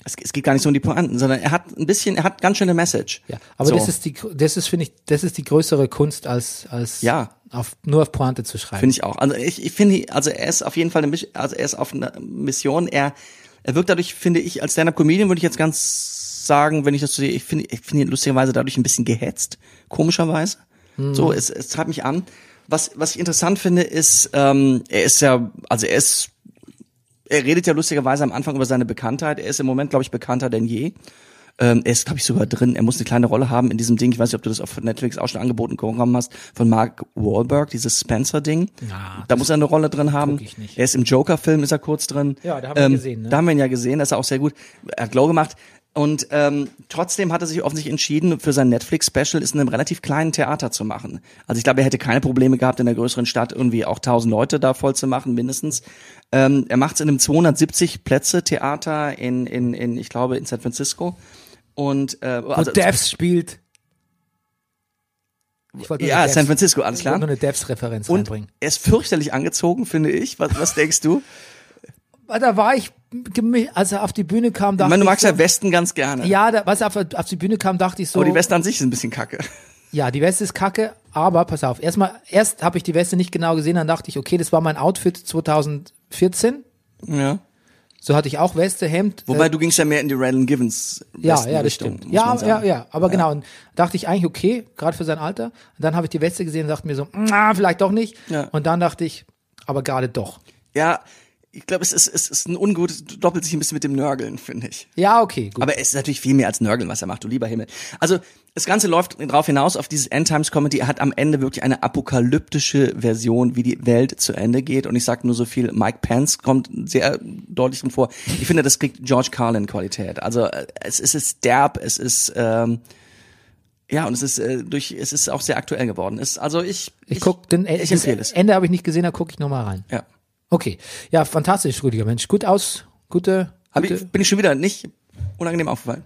Speaker 2: es, es geht gar nicht so um die Pointen, sondern er hat ein bisschen, er hat ganz schöne Message.
Speaker 1: Ja, aber
Speaker 2: so.
Speaker 1: das ist die, das ist, finde ich, das ist die größere Kunst als, als,
Speaker 2: Ja.
Speaker 1: auf, nur auf Pointe zu schreiben.
Speaker 2: Finde ich auch. Also ich, ich finde, also er ist auf jeden Fall eine Mission, also er ist auf einer Mission. Er, er wirkt dadurch, finde ich, als Stand-Up-Comedian würde ich jetzt ganz sagen, wenn ich das so sehe, ich finde, ich finde ihn lustigerweise dadurch ein bisschen gehetzt, komischerweise. So, es, es treibt mich an. Was, was ich interessant finde, ist, ähm, er ist ja, also er ist, er redet ja lustigerweise am Anfang über seine Bekanntheit. Er ist im Moment, glaube ich, bekannter denn je. Ähm, er ist, glaube ich, sogar drin. Er muss eine kleine Rolle haben in diesem Ding. Ich weiß nicht, ob du das auf Netflix auch schon angeboten bekommen hast, von Mark Wahlberg, dieses Spencer-Ding.
Speaker 1: Na,
Speaker 2: da muss er eine Rolle drin haben.
Speaker 1: guck ich nicht.
Speaker 2: Er ist im Joker-Film, ist er kurz drin. Ähm,
Speaker 1: Ja, da haben wir ihn gesehen, ne?
Speaker 2: Da haben wir ihn ja gesehen, das ist auch sehr gut. Er hat Glow gemacht. Und ähm, trotzdem hat er sich offensichtlich entschieden, für sein Netflix-Special ist in einem relativ kleinen Theater zu machen. Also ich glaube, er hätte keine Probleme gehabt, in der größeren Stadt irgendwie auch 1000 Leute da voll zu machen, mindestens. Ähm, er macht es in einem 270 Plätze Theater in, in, in, ich glaube, in San Francisco. Und äh,
Speaker 1: Und Devs spielt. Ich wollte nur
Speaker 2: ja,
Speaker 1: eine Devs-
Speaker 2: San Francisco, alles
Speaker 1: ich
Speaker 2: klar.
Speaker 1: wollte nur eine Devs-Referenz
Speaker 2: Und
Speaker 1: reinbringen.
Speaker 2: er ist fürchterlich angezogen, finde ich. Was, was
Speaker 1: [laughs]
Speaker 2: denkst du?
Speaker 1: Da war ich, gemi- als er auf die Bühne kam,
Speaker 2: Ich
Speaker 1: dachte
Speaker 2: meine, du
Speaker 1: ich
Speaker 2: magst
Speaker 1: so,
Speaker 2: ja Westen ganz gerne.
Speaker 1: Ja, da, was auf, auf die Bühne kam, dachte ich so.
Speaker 2: Aber die Westen an sich sind ein bisschen kacke.
Speaker 1: Ja, die Weste ist kacke, aber pass auf. Erstmal, erst habe ich die Weste nicht genau gesehen, dann dachte ich, okay, das war mein Outfit 2014.
Speaker 2: Ja.
Speaker 1: So hatte ich auch Weste, Hemd.
Speaker 2: Wobei
Speaker 1: äh,
Speaker 2: du gingst ja mehr in die Randall Givens.
Speaker 1: ja,
Speaker 2: Westen
Speaker 1: ja, das
Speaker 2: Richtung,
Speaker 1: stimmt.
Speaker 2: muss
Speaker 1: Ja,
Speaker 2: man
Speaker 1: ja,
Speaker 2: sagen.
Speaker 1: ja. Aber genau, und dachte ich eigentlich, okay, gerade für sein Alter. Und dann habe ich die Weste gesehen und dachte mir so, na, vielleicht doch nicht.
Speaker 2: Ja.
Speaker 1: Und dann dachte ich, aber gerade doch.
Speaker 2: Ja, ich glaube, es ist, es ist ein ungutes, doppelt sich ein bisschen mit dem Nörgeln, finde ich.
Speaker 1: Ja, okay, gut.
Speaker 2: Aber es ist natürlich viel mehr als Nörgeln, was er macht, du lieber Himmel. Also, das Ganze läuft drauf hinaus auf dieses Endtimes-Comedy. Er hat am Ende wirklich eine apokalyptische Version, wie die Welt zu Ende geht. Und ich sag nur so viel, Mike Pence kommt sehr deutlich drin vor. Ich finde, das kriegt George Carlin-Qualität. Also, äh, es, es ist derb, es ist, ähm, ja, und es ist äh, durch, es ist auch sehr aktuell geworden. Es, also ich,
Speaker 1: ich guck, den, äh,
Speaker 2: ich
Speaker 1: das
Speaker 2: empfehle es.
Speaker 1: Ende habe ich nicht gesehen, da gucke ich nochmal rein.
Speaker 2: Ja.
Speaker 1: Okay. Ja, fantastisch, Rüdiger Mensch. Gut aus, gute.
Speaker 2: Hab
Speaker 1: gute
Speaker 2: ich, bin ich schon wieder nicht unangenehm aufgefallen.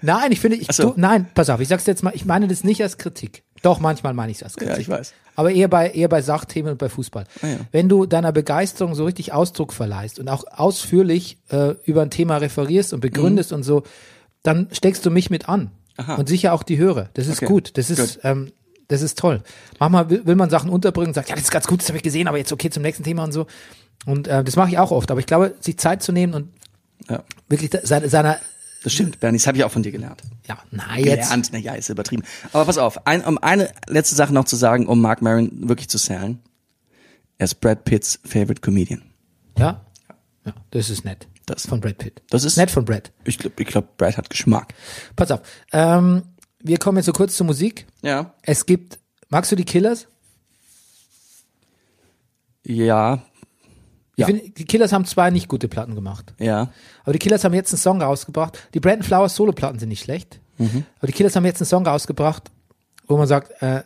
Speaker 1: Nein, ich finde, ich,
Speaker 2: Ach so.
Speaker 1: du, nein, pass auf, ich sag's jetzt mal, ich meine das nicht als Kritik. Doch, manchmal meine ich es als Kritik.
Speaker 2: Ja, ich weiß. Ah,
Speaker 1: Aber eher bei, eher bei Sachthemen und bei Fußball.
Speaker 2: ja.
Speaker 1: Wenn du deiner Begeisterung so richtig Ausdruck verleihst und auch ausführlich äh, über ein Thema referierst und begründest und so, dann steckst du mich mit an.
Speaker 2: Mhm. Aha.
Speaker 1: Und sicher auch die Hörer. Das ist
Speaker 2: Okay.
Speaker 1: gut. Das ist,
Speaker 2: Gut.
Speaker 1: ähm, das ist toll. Manchmal will, will man Sachen unterbringen und sagt, ja, das ist ganz gut, das habe ich gesehen, aber jetzt okay zum nächsten Thema und so. Und äh, das mache ich auch oft. Aber ich glaube, sich Zeit zu nehmen und
Speaker 2: Ja,
Speaker 1: wirklich da- seine, seiner,
Speaker 2: das stimmt, Bernie, das habe ich auch von dir gelernt.
Speaker 1: ja, na jetzt.
Speaker 2: Gelernt, na ja, ist übertrieben. Aber pass auf, ein, um eine letzte Sache noch zu sagen, um Mark Maron wirklich zu zählen. Er ist Brad Pitts Favorite Comedian.
Speaker 1: Ja? ja das ist nett.
Speaker 2: Das-
Speaker 1: von Brad Pitt.
Speaker 2: Das ist-
Speaker 1: nett von Brad.
Speaker 2: Ich glaube, ich glaub, Brad hat Geschmack.
Speaker 1: Pass auf. Ähm, wir kommen jetzt so kurz zur Musik.
Speaker 2: Ja.
Speaker 1: Es gibt, magst du die Killers?
Speaker 2: Ja,
Speaker 1: Ich
Speaker 2: Ja.
Speaker 1: finde, die Killers haben zwei nicht gute Platten gemacht.
Speaker 2: ja.
Speaker 1: Aber die Killers haben jetzt einen Song rausgebracht. Die Brandon Flowers Solo-Platten sind nicht schlecht.
Speaker 2: Mhm.
Speaker 1: Aber die Killers haben jetzt einen Song rausgebracht, wo man sagt, äh,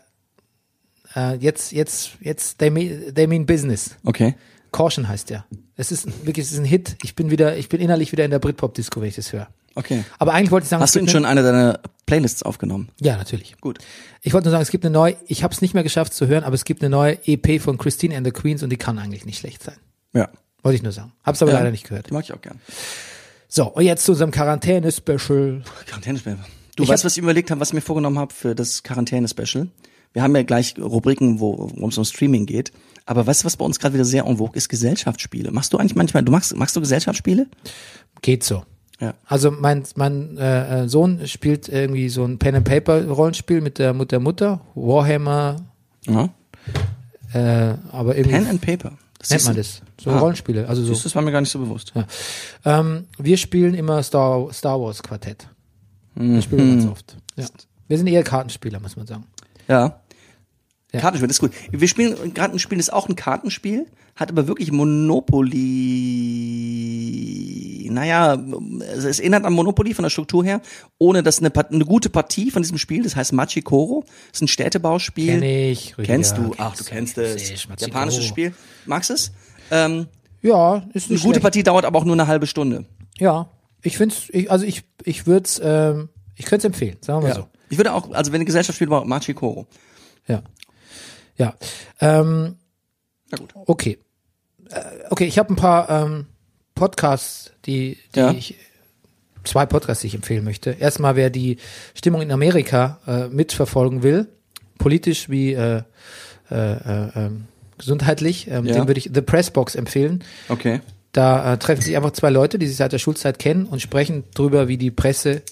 Speaker 1: äh, jetzt, jetzt, jetzt, they mean, they mean business.
Speaker 2: Okay.
Speaker 1: Caution heißt der. Es ist wirklich, es ist ein Hit. Ich bin wieder, ich bin innerlich wieder in der Britpop-Disco, wenn ich das höre.
Speaker 2: Okay.
Speaker 1: Aber eigentlich wollte ich sagen, es
Speaker 2: Hast du
Speaker 1: gibt
Speaker 2: ihn schon in eine deiner Playlists aufgenommen?
Speaker 1: eine, ja, natürlich.
Speaker 2: Gut.
Speaker 1: Ich wollte nur sagen, es gibt eine neue, ich habe es nicht mehr geschafft zu hören, aber es gibt eine neue EP von Christine and the Queens und die kann eigentlich nicht schlecht sein.
Speaker 2: Ja.
Speaker 1: Wollte ich nur sagen. Hab's aber
Speaker 2: Ja.
Speaker 1: leider nicht gehört.
Speaker 2: Die mag ich auch gern.
Speaker 1: So, und jetzt zu unserem Quarantäne-Special.
Speaker 2: Quarantäne-Special. Du
Speaker 1: Ich
Speaker 2: weißt,
Speaker 1: hab-
Speaker 2: was ich überlegt habe, was ich mir vorgenommen habe für das Quarantäne-Special. Wir haben ja gleich Rubriken, wo worum es um Streaming geht. Aber weißt du, was bei uns gerade wieder sehr en vogue ist? Gesellschaftsspiele. Machst du eigentlich manchmal, du machst, machst du Gesellschaftsspiele?
Speaker 1: Geht so.
Speaker 2: Ja.
Speaker 1: Also mein, mein äh, äh, Sohn spielt irgendwie so ein Pen-and-Paper-Rollenspiel mit der Mutter Mutter, Warhammer,
Speaker 2: ja.
Speaker 1: äh, aber irgendwie
Speaker 2: Pen and Paper. Das
Speaker 1: nennt
Speaker 2: ist-
Speaker 1: man das. So
Speaker 2: Ah.
Speaker 1: Rollenspiele. Also
Speaker 2: Siehst du,
Speaker 1: so.
Speaker 2: Das war mir gar nicht so bewusst.
Speaker 1: Ähm, wir spielen immer Star, Star Wars Quartett. Das spielen wir
Speaker 2: Mhm.
Speaker 1: ganz oft. Ja. Wir sind eher Kartenspieler, muss man sagen.
Speaker 2: Ja.
Speaker 1: Ja.
Speaker 2: Kartenspiel, das ist gut. Wir spielen gerade ein Spiel, das ist auch ein Kartenspiel, hat aber wirklich Monopoly. Naja, es es erinnert an Monopoly von der Struktur her, ohne dass eine, Part- eine gute Partie von diesem Spiel, das heißt Machikoro, ist ein Städtebauspiel.
Speaker 1: Kenn ich, Rüdiger.
Speaker 2: Kennst du?
Speaker 1: Kennst
Speaker 2: Ach, du
Speaker 1: du.
Speaker 2: kennst
Speaker 1: Sehe
Speaker 2: es.
Speaker 1: ich, Machikoro.
Speaker 2: Japanisches Spiel. Magst du es? Ähm,
Speaker 1: Ja, ist
Speaker 2: eine
Speaker 1: nicht
Speaker 2: gute
Speaker 1: schlecht.
Speaker 2: Partie dauert aber auch nur eine halbe Stunde.
Speaker 1: Ja, ich find's, ich, also ich, ich würde es, ähm, ich könnte es empfehlen, sagen wir so.
Speaker 2: Ich würde auch, also wenn eine Gesellschaft spielt, war Machikoro.
Speaker 1: Ja. Ja. Ähm,
Speaker 2: Na gut.
Speaker 1: okay. Äh, okay, ich habe ein paar ähm, Podcasts, die, die
Speaker 2: Ja.
Speaker 1: ich zwei Podcasts, die ich empfehlen möchte. Erstmal, wer die Stimmung in Amerika äh, mitverfolgen will, politisch wie äh, äh, äh, ähm, gesundheitlich, ähm,
Speaker 2: Ja.
Speaker 1: den würde ich The Pressbox empfehlen.
Speaker 2: Okay.
Speaker 1: Da äh, treffen sich einfach zwei Leute, die sich seit der Schulzeit kennen und sprechen drüber, wie die Presse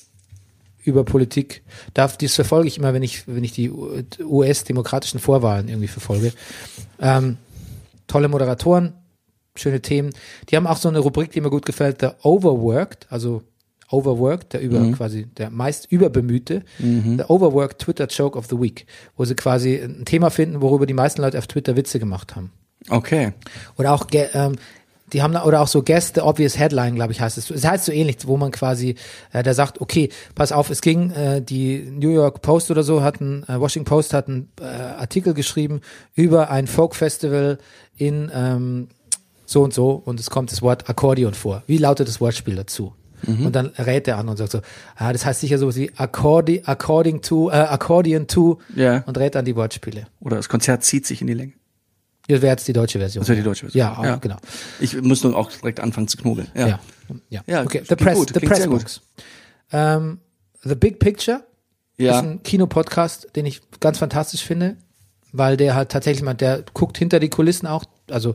Speaker 1: über Politik darf. Dies verfolge ich immer, wenn ich, wenn ich die U- US-demokratischen Vorwahlen irgendwie verfolge. Ähm, tolle Moderatoren, schöne Themen. Die haben auch so eine Rubrik, die mir gut gefällt, The Overworked, also Overworked, der über quasi der meist überbemühte, der Overworked Twitter Joke of the Week, wo sie quasi ein Thema finden, worüber die meisten Leute auf Twitter Witze gemacht haben.
Speaker 2: Okay.
Speaker 1: Oder auch, Ge- ähm, die haben, da- oder auch so Gäste, Obvious Headline, glaube ich, heißt es. Es heißt so ähnlich, wo man quasi, äh, da sagt, okay, pass auf, es ging, äh, die New York Post oder so hatten, äh, Washington Post hat einen äh, Artikel geschrieben über ein Folk-Festival in ähm, so und so und es kommt das Wort Akkordeon vor. Wie lautet das Wortspiel dazu?
Speaker 2: Mhm.
Speaker 1: Und dann rät der an und sagt so, ah, das heißt sicher sowas wie Accordi, According to, äh, Accordion to
Speaker 2: Ja.
Speaker 1: und rät an die Wortspiele.
Speaker 2: Oder das Konzert zieht sich in die Länge.
Speaker 1: Das wäre jetzt die deutsche Version.
Speaker 2: Das wäre die deutsche Version.
Speaker 1: Ja, auch, genau.
Speaker 2: Ich muss nun auch direkt anfangen zu knobeln. Ja.
Speaker 1: Ja. ja.
Speaker 2: Ja,
Speaker 1: okay, The
Speaker 2: klingt
Speaker 1: Press,
Speaker 2: gut,
Speaker 1: the
Speaker 2: klingt
Speaker 1: press
Speaker 2: sehr gut.
Speaker 1: Box. Ähm, the Big Picture
Speaker 2: Ja.
Speaker 1: ist ein Kinopodcast, den ich ganz fantastisch finde, weil der halt tatsächlich mal, der guckt hinter die Kulissen auch, also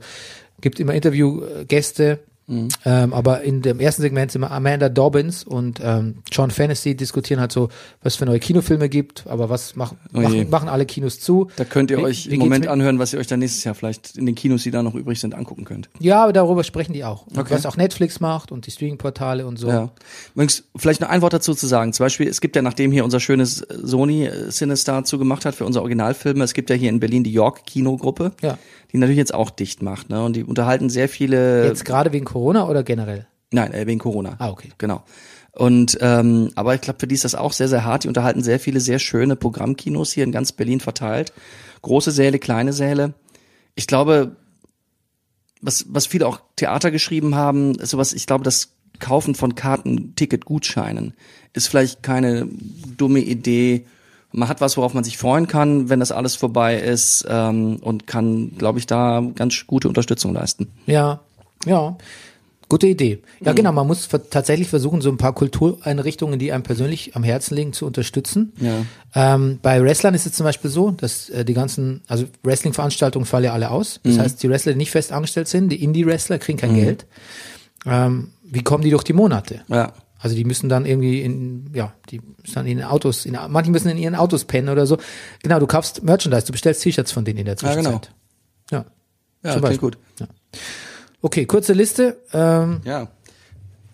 Speaker 1: gibt immer Interviewgäste,
Speaker 2: Mhm.
Speaker 1: ähm, aber in dem ersten Segment sind immer Amanda Dobbins und ähm, John Fantasy diskutieren halt so, was für neue Kinofilme gibt, aber was mach,
Speaker 2: Oh je.
Speaker 1: machen, machen alle Kinos zu.
Speaker 2: Da könnt ihr
Speaker 1: Wie-
Speaker 2: euch
Speaker 1: wie
Speaker 2: im
Speaker 1: geht's
Speaker 2: Moment
Speaker 1: mit-
Speaker 2: anhören, was ihr euch dann nächstes Jahr vielleicht in den Kinos, die da noch übrig sind, angucken könnt.
Speaker 1: Ja, aber darüber sprechen die auch. Und
Speaker 2: Okay.
Speaker 1: Was auch Netflix macht und die Streaming-Portale und so.
Speaker 2: Ja. Übrigens, vielleicht noch ein Wort dazu zu sagen. Zum Beispiel, es gibt ja, nachdem hier unser schönes Sony äh, CineStar zugemacht hat für unsere Originalfilme, es gibt ja hier in Berlin die York Kinogruppe,
Speaker 1: Ja.
Speaker 2: die natürlich jetzt auch dicht macht. Ne? Und die unterhalten sehr viele.
Speaker 1: Jetzt gerade wegen Corona oder generell?
Speaker 2: Nein, äh, wegen Corona.
Speaker 1: Ah, okay.
Speaker 2: Genau. Und ähm, aber ich glaube, für die ist das auch sehr, sehr hart. Die unterhalten sehr viele sehr schöne Programmkinos hier in ganz Berlin verteilt. Große Säle, kleine Säle. Ich glaube, was, was viele auch Theater geschrieben haben, ist sowas, ich glaube, das Kaufen von Karten, Ticket, Gutscheinen ist vielleicht keine dumme Idee. Man hat was, worauf man sich freuen kann, wenn das alles vorbei ist ähm, und kann, glaube ich, da ganz gute Unterstützung leisten.
Speaker 1: Ja, ja. Gute Idee. Ja, genau. Man muss ver tatsächlich versuchen, so ein paar Kultureinrichtungen, die einem persönlich am Herzen liegen, zu unterstützen.
Speaker 2: Ja.
Speaker 1: Ähm, bei Wrestlern ist es zum Beispiel so, dass äh, die ganzen, also Wrestling-Veranstaltungen fallen ja alle aus. Das heißt, die Wrestler, die nicht fest angestellt sind, die Indie-Wrestler, kriegen kein Geld. Ähm, wie kommen die durch die Monate?
Speaker 2: Ja.
Speaker 1: Also die müssen dann irgendwie in, ja, die müssen dann in den Autos, in, manche müssen in ihren Autos pennen oder so. Genau, du kaufst Merchandise, du bestellst T-Shirts von denen in der
Speaker 2: Ja, genau.
Speaker 1: Zwischenzeit. Ja,
Speaker 2: Ja,
Speaker 1: Zum
Speaker 2: klingt
Speaker 1: Beispiel.
Speaker 2: gut.
Speaker 1: Okay, kurze Liste. Ähm,
Speaker 2: Ja,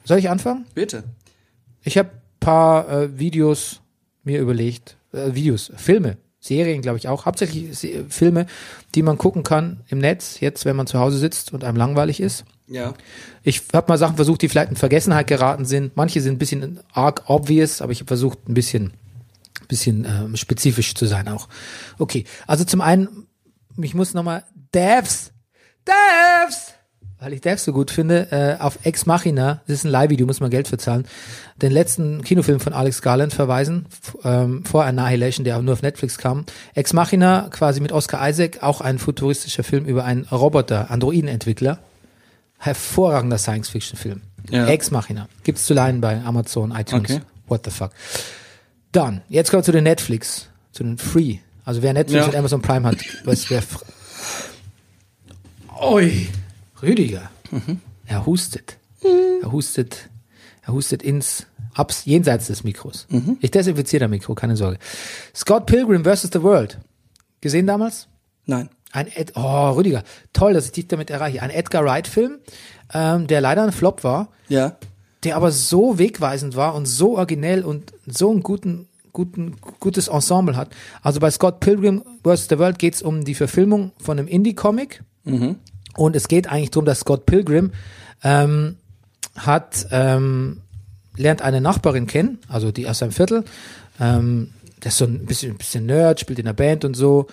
Speaker 1: soll ich anfangen?
Speaker 2: bitte.
Speaker 1: Ich habe paar äh, Videos mir überlegt. Äh, Videos, Filme, Serien, glaube ich auch. Hauptsächlich Se Filme, die man gucken kann im Netz, jetzt, wenn man zu Hause sitzt und einem langweilig ist.
Speaker 2: Ja.
Speaker 1: Ich habe mal Sachen versucht, die vielleicht in Vergessenheit geraten sind. Manche sind ein bisschen arg obvious, aber ich habe versucht, ein bisschen, bisschen ähm, spezifisch zu sein auch. Okay, also zum einen, ich muss nochmal Devs, Devs, weil ich Devs so gut finde, äh, auf Ex Machina, das ist ein Leihvideo, muss man Geld verzahlen, den letzten Kinofilm von Alex Garland verweisen, f- ähm, vor Annihilation, der auch nur auf Netflix kam. Ex Machina, quasi mit Oscar Isaac, auch ein futuristischer Film über einen Roboter, Androidenentwickler hervorragender Science-Fiction-Film.
Speaker 2: Ja.
Speaker 1: Ex Machina. Gibt's zu leihen bei Amazon, iTunes.
Speaker 2: Okay.
Speaker 1: What the fuck. Dann, jetzt kommen wir zu den Netflix, zu den Free. Also wer Netflix
Speaker 2: Ja.
Speaker 1: und Amazon Prime hat, weiß wer. fr- Oi, Rüdiger. Er hustet. Er hustet. Er hustet ins abs jenseits des Mikros. Ich desinfiziere das Mikro, keine Sorge. Scott Pilgrim vs. the World. Gesehen damals?
Speaker 2: Nein.
Speaker 1: Ein Ed oh, Rüdiger, toll, dass ich dich damit erreiche. Ein Edgar Wright-Film, ähm, der leider ein Flop war,
Speaker 2: Ja.
Speaker 1: der aber so wegweisend war und so originell und so einen guten, guten, gutes Ensemble hat. Also bei Scott Pilgrim vs. The World geht's um die Verfilmung von einem Indie-Comic. Und es geht eigentlich darum, dass Scott Pilgrim ähm, hat ähm, lernt eine Nachbarin kennen, also die aus seinem Viertel. Ähm, der ist so ein bisschen, ein bisschen Nerd, spielt in der Band und so.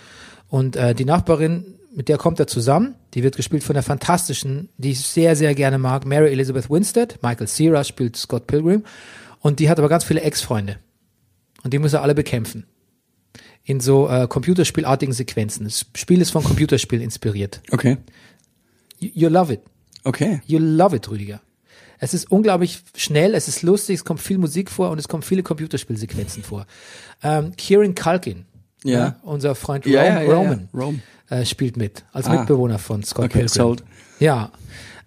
Speaker 1: Und äh, die Nachbarin, mit der kommt er zusammen. Die wird gespielt von der fantastischen, die ich sehr, sehr gerne mag, Mary Elizabeth Winstead. Michael Cera spielt Scott Pilgrim. Und die hat aber ganz viele Ex-Freunde. Und die muss er alle bekämpfen. In so äh, computerspielartigen Sequenzen. Das Spiel ist von Computerspielen inspiriert.
Speaker 2: Okay.
Speaker 1: You, you love it.
Speaker 2: Okay.
Speaker 1: You love it, Rüdiger. Es ist unglaublich schnell, es ist lustig, es kommt viel Musik vor und es kommen viele Computerspielsequenzen vor. Ähm, Kieran Culkin, äh,
Speaker 2: Ja.
Speaker 1: unser Freund
Speaker 2: Ja,
Speaker 1: Rom-
Speaker 2: ja, ja, ja.
Speaker 1: Roman,
Speaker 2: Rome.
Speaker 1: Äh, spielt mit, als
Speaker 2: Ah.
Speaker 1: Mitbewohner von Scott
Speaker 2: Okay,
Speaker 1: Pilgrim.
Speaker 2: sold.
Speaker 1: Ja.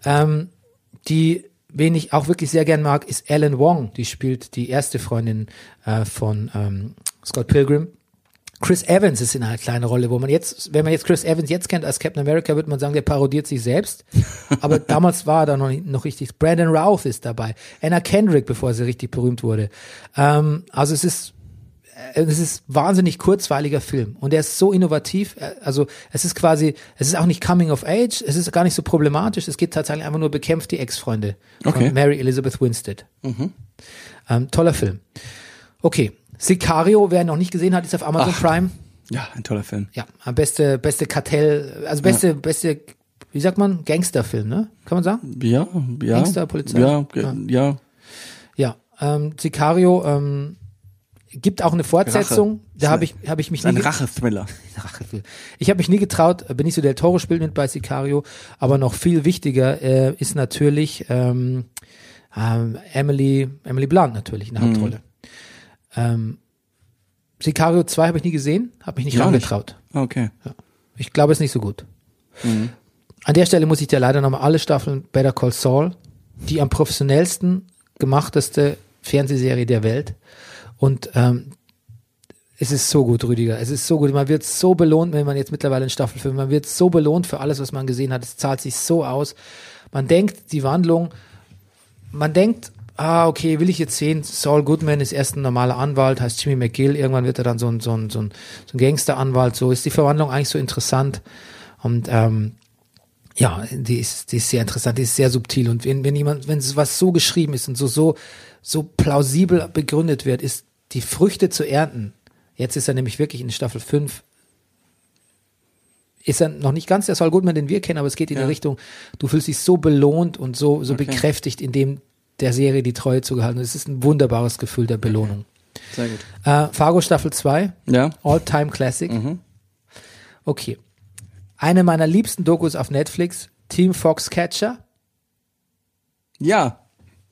Speaker 1: Ähm, die, wen ich auch wirklich sehr gern mag, ist Ellen Wong. Die spielt die erste Freundin äh, von ähm, Scott Pilgrim. Chris Evans ist in einer kleinen Rolle, wo man jetzt, wenn man jetzt Chris Evans jetzt kennt als Captain America, würde man sagen, der parodiert sich selbst.
Speaker 2: [laughs]
Speaker 1: Aber damals war er da noch, nicht- noch richtig. Brandon Routh ist dabei. Anna Kendrick, bevor sie richtig berühmt wurde. Ähm, also es ist, äh, es ist wahnsinnig kurzweiliger Film. Und er ist so innovativ. äh, Also es ist quasi, es ist auch nicht coming of age. Es ist gar nicht so problematisch. Es geht tatsächlich einfach nur bekämpft die Ex-Freunde
Speaker 2: Okay. Mhm.
Speaker 1: von Mary Elizabeth Winstead. Ähm, toller Film. Okay. Sicario, wer ihn noch nicht gesehen hat, ist auf Amazon
Speaker 2: Ach.
Speaker 1: Prime.
Speaker 2: Ja, ein toller Film.
Speaker 1: Ja, am beste, beste Kartell, also beste, beste, wie sagt man, Gangsterfilm, ne? Kann man sagen?
Speaker 2: Ja, ja.
Speaker 1: Gangster, Polizei.
Speaker 2: Ja, ge- ja.
Speaker 1: Ja. Ähm, Sicario ähm, gibt auch eine Fortsetzung. Da habe ich, habe ich mich
Speaker 2: Ein
Speaker 1: nie ge-
Speaker 2: Rachethriller.
Speaker 1: Rachefilm. Ich habe mich nie getraut, äh, Benicio del Toro spielt mit bei Sicario, aber noch viel wichtiger äh, ist natürlich ähm, ähm, Emily, Emily Blunt natürlich
Speaker 2: Mhm.
Speaker 1: in der Hauptrolle. Ähm, Sicario 2 habe ich nie gesehen, habe mich nicht
Speaker 2: Ja, auch nicht.
Speaker 1: rangetraut.
Speaker 2: Ah, Okay.
Speaker 1: Ich glaube, es ist nicht so gut. An der Stelle muss ich dir leider nochmal alle Staffeln Better Call Saul, die am professionellsten gemachteste Fernsehserie der Welt. Und ähm, es ist so gut, Rüdiger. Es ist so gut. Man wird so belohnt, wenn man jetzt mittlerweile in Staffel 5, man wird so belohnt für alles, was man gesehen hat. Es zahlt sich so aus. Man denkt, die Wandlung, man denkt, ah, okay, will ich jetzt sehen, Saul Goodman ist erst ein normaler Anwalt, heißt Jimmy McGill, irgendwann wird er dann so ein, so ein, so ein, so ein Gangsteranwalt, so ist die Verwandlung eigentlich so interessant und ähm, ja, die ist, die ist sehr interessant, die ist sehr subtil und wenn, wenn jemand, wenn was so geschrieben ist und so, so, so plausibel begründet wird, ist die Früchte zu ernten. Jetzt ist er nämlich wirklich in Staffel 5 ist er noch nicht ganz der Saul Goodman, den wir kennen, aber es geht in die Richtung, du fühlst dich so belohnt und so, so bekräftigt, indem der Serie die Treue zugehalten ist. Es ist ein wunderbares Gefühl der Belohnung.
Speaker 2: Sehr gut.
Speaker 1: Äh, Fargo Staffel 2,
Speaker 2: Ja.
Speaker 1: All-Time Classic.
Speaker 2: Mhm.
Speaker 1: Okay. Eine meiner liebsten Dokus auf Netflix, Team Foxcatcher.
Speaker 2: Ja.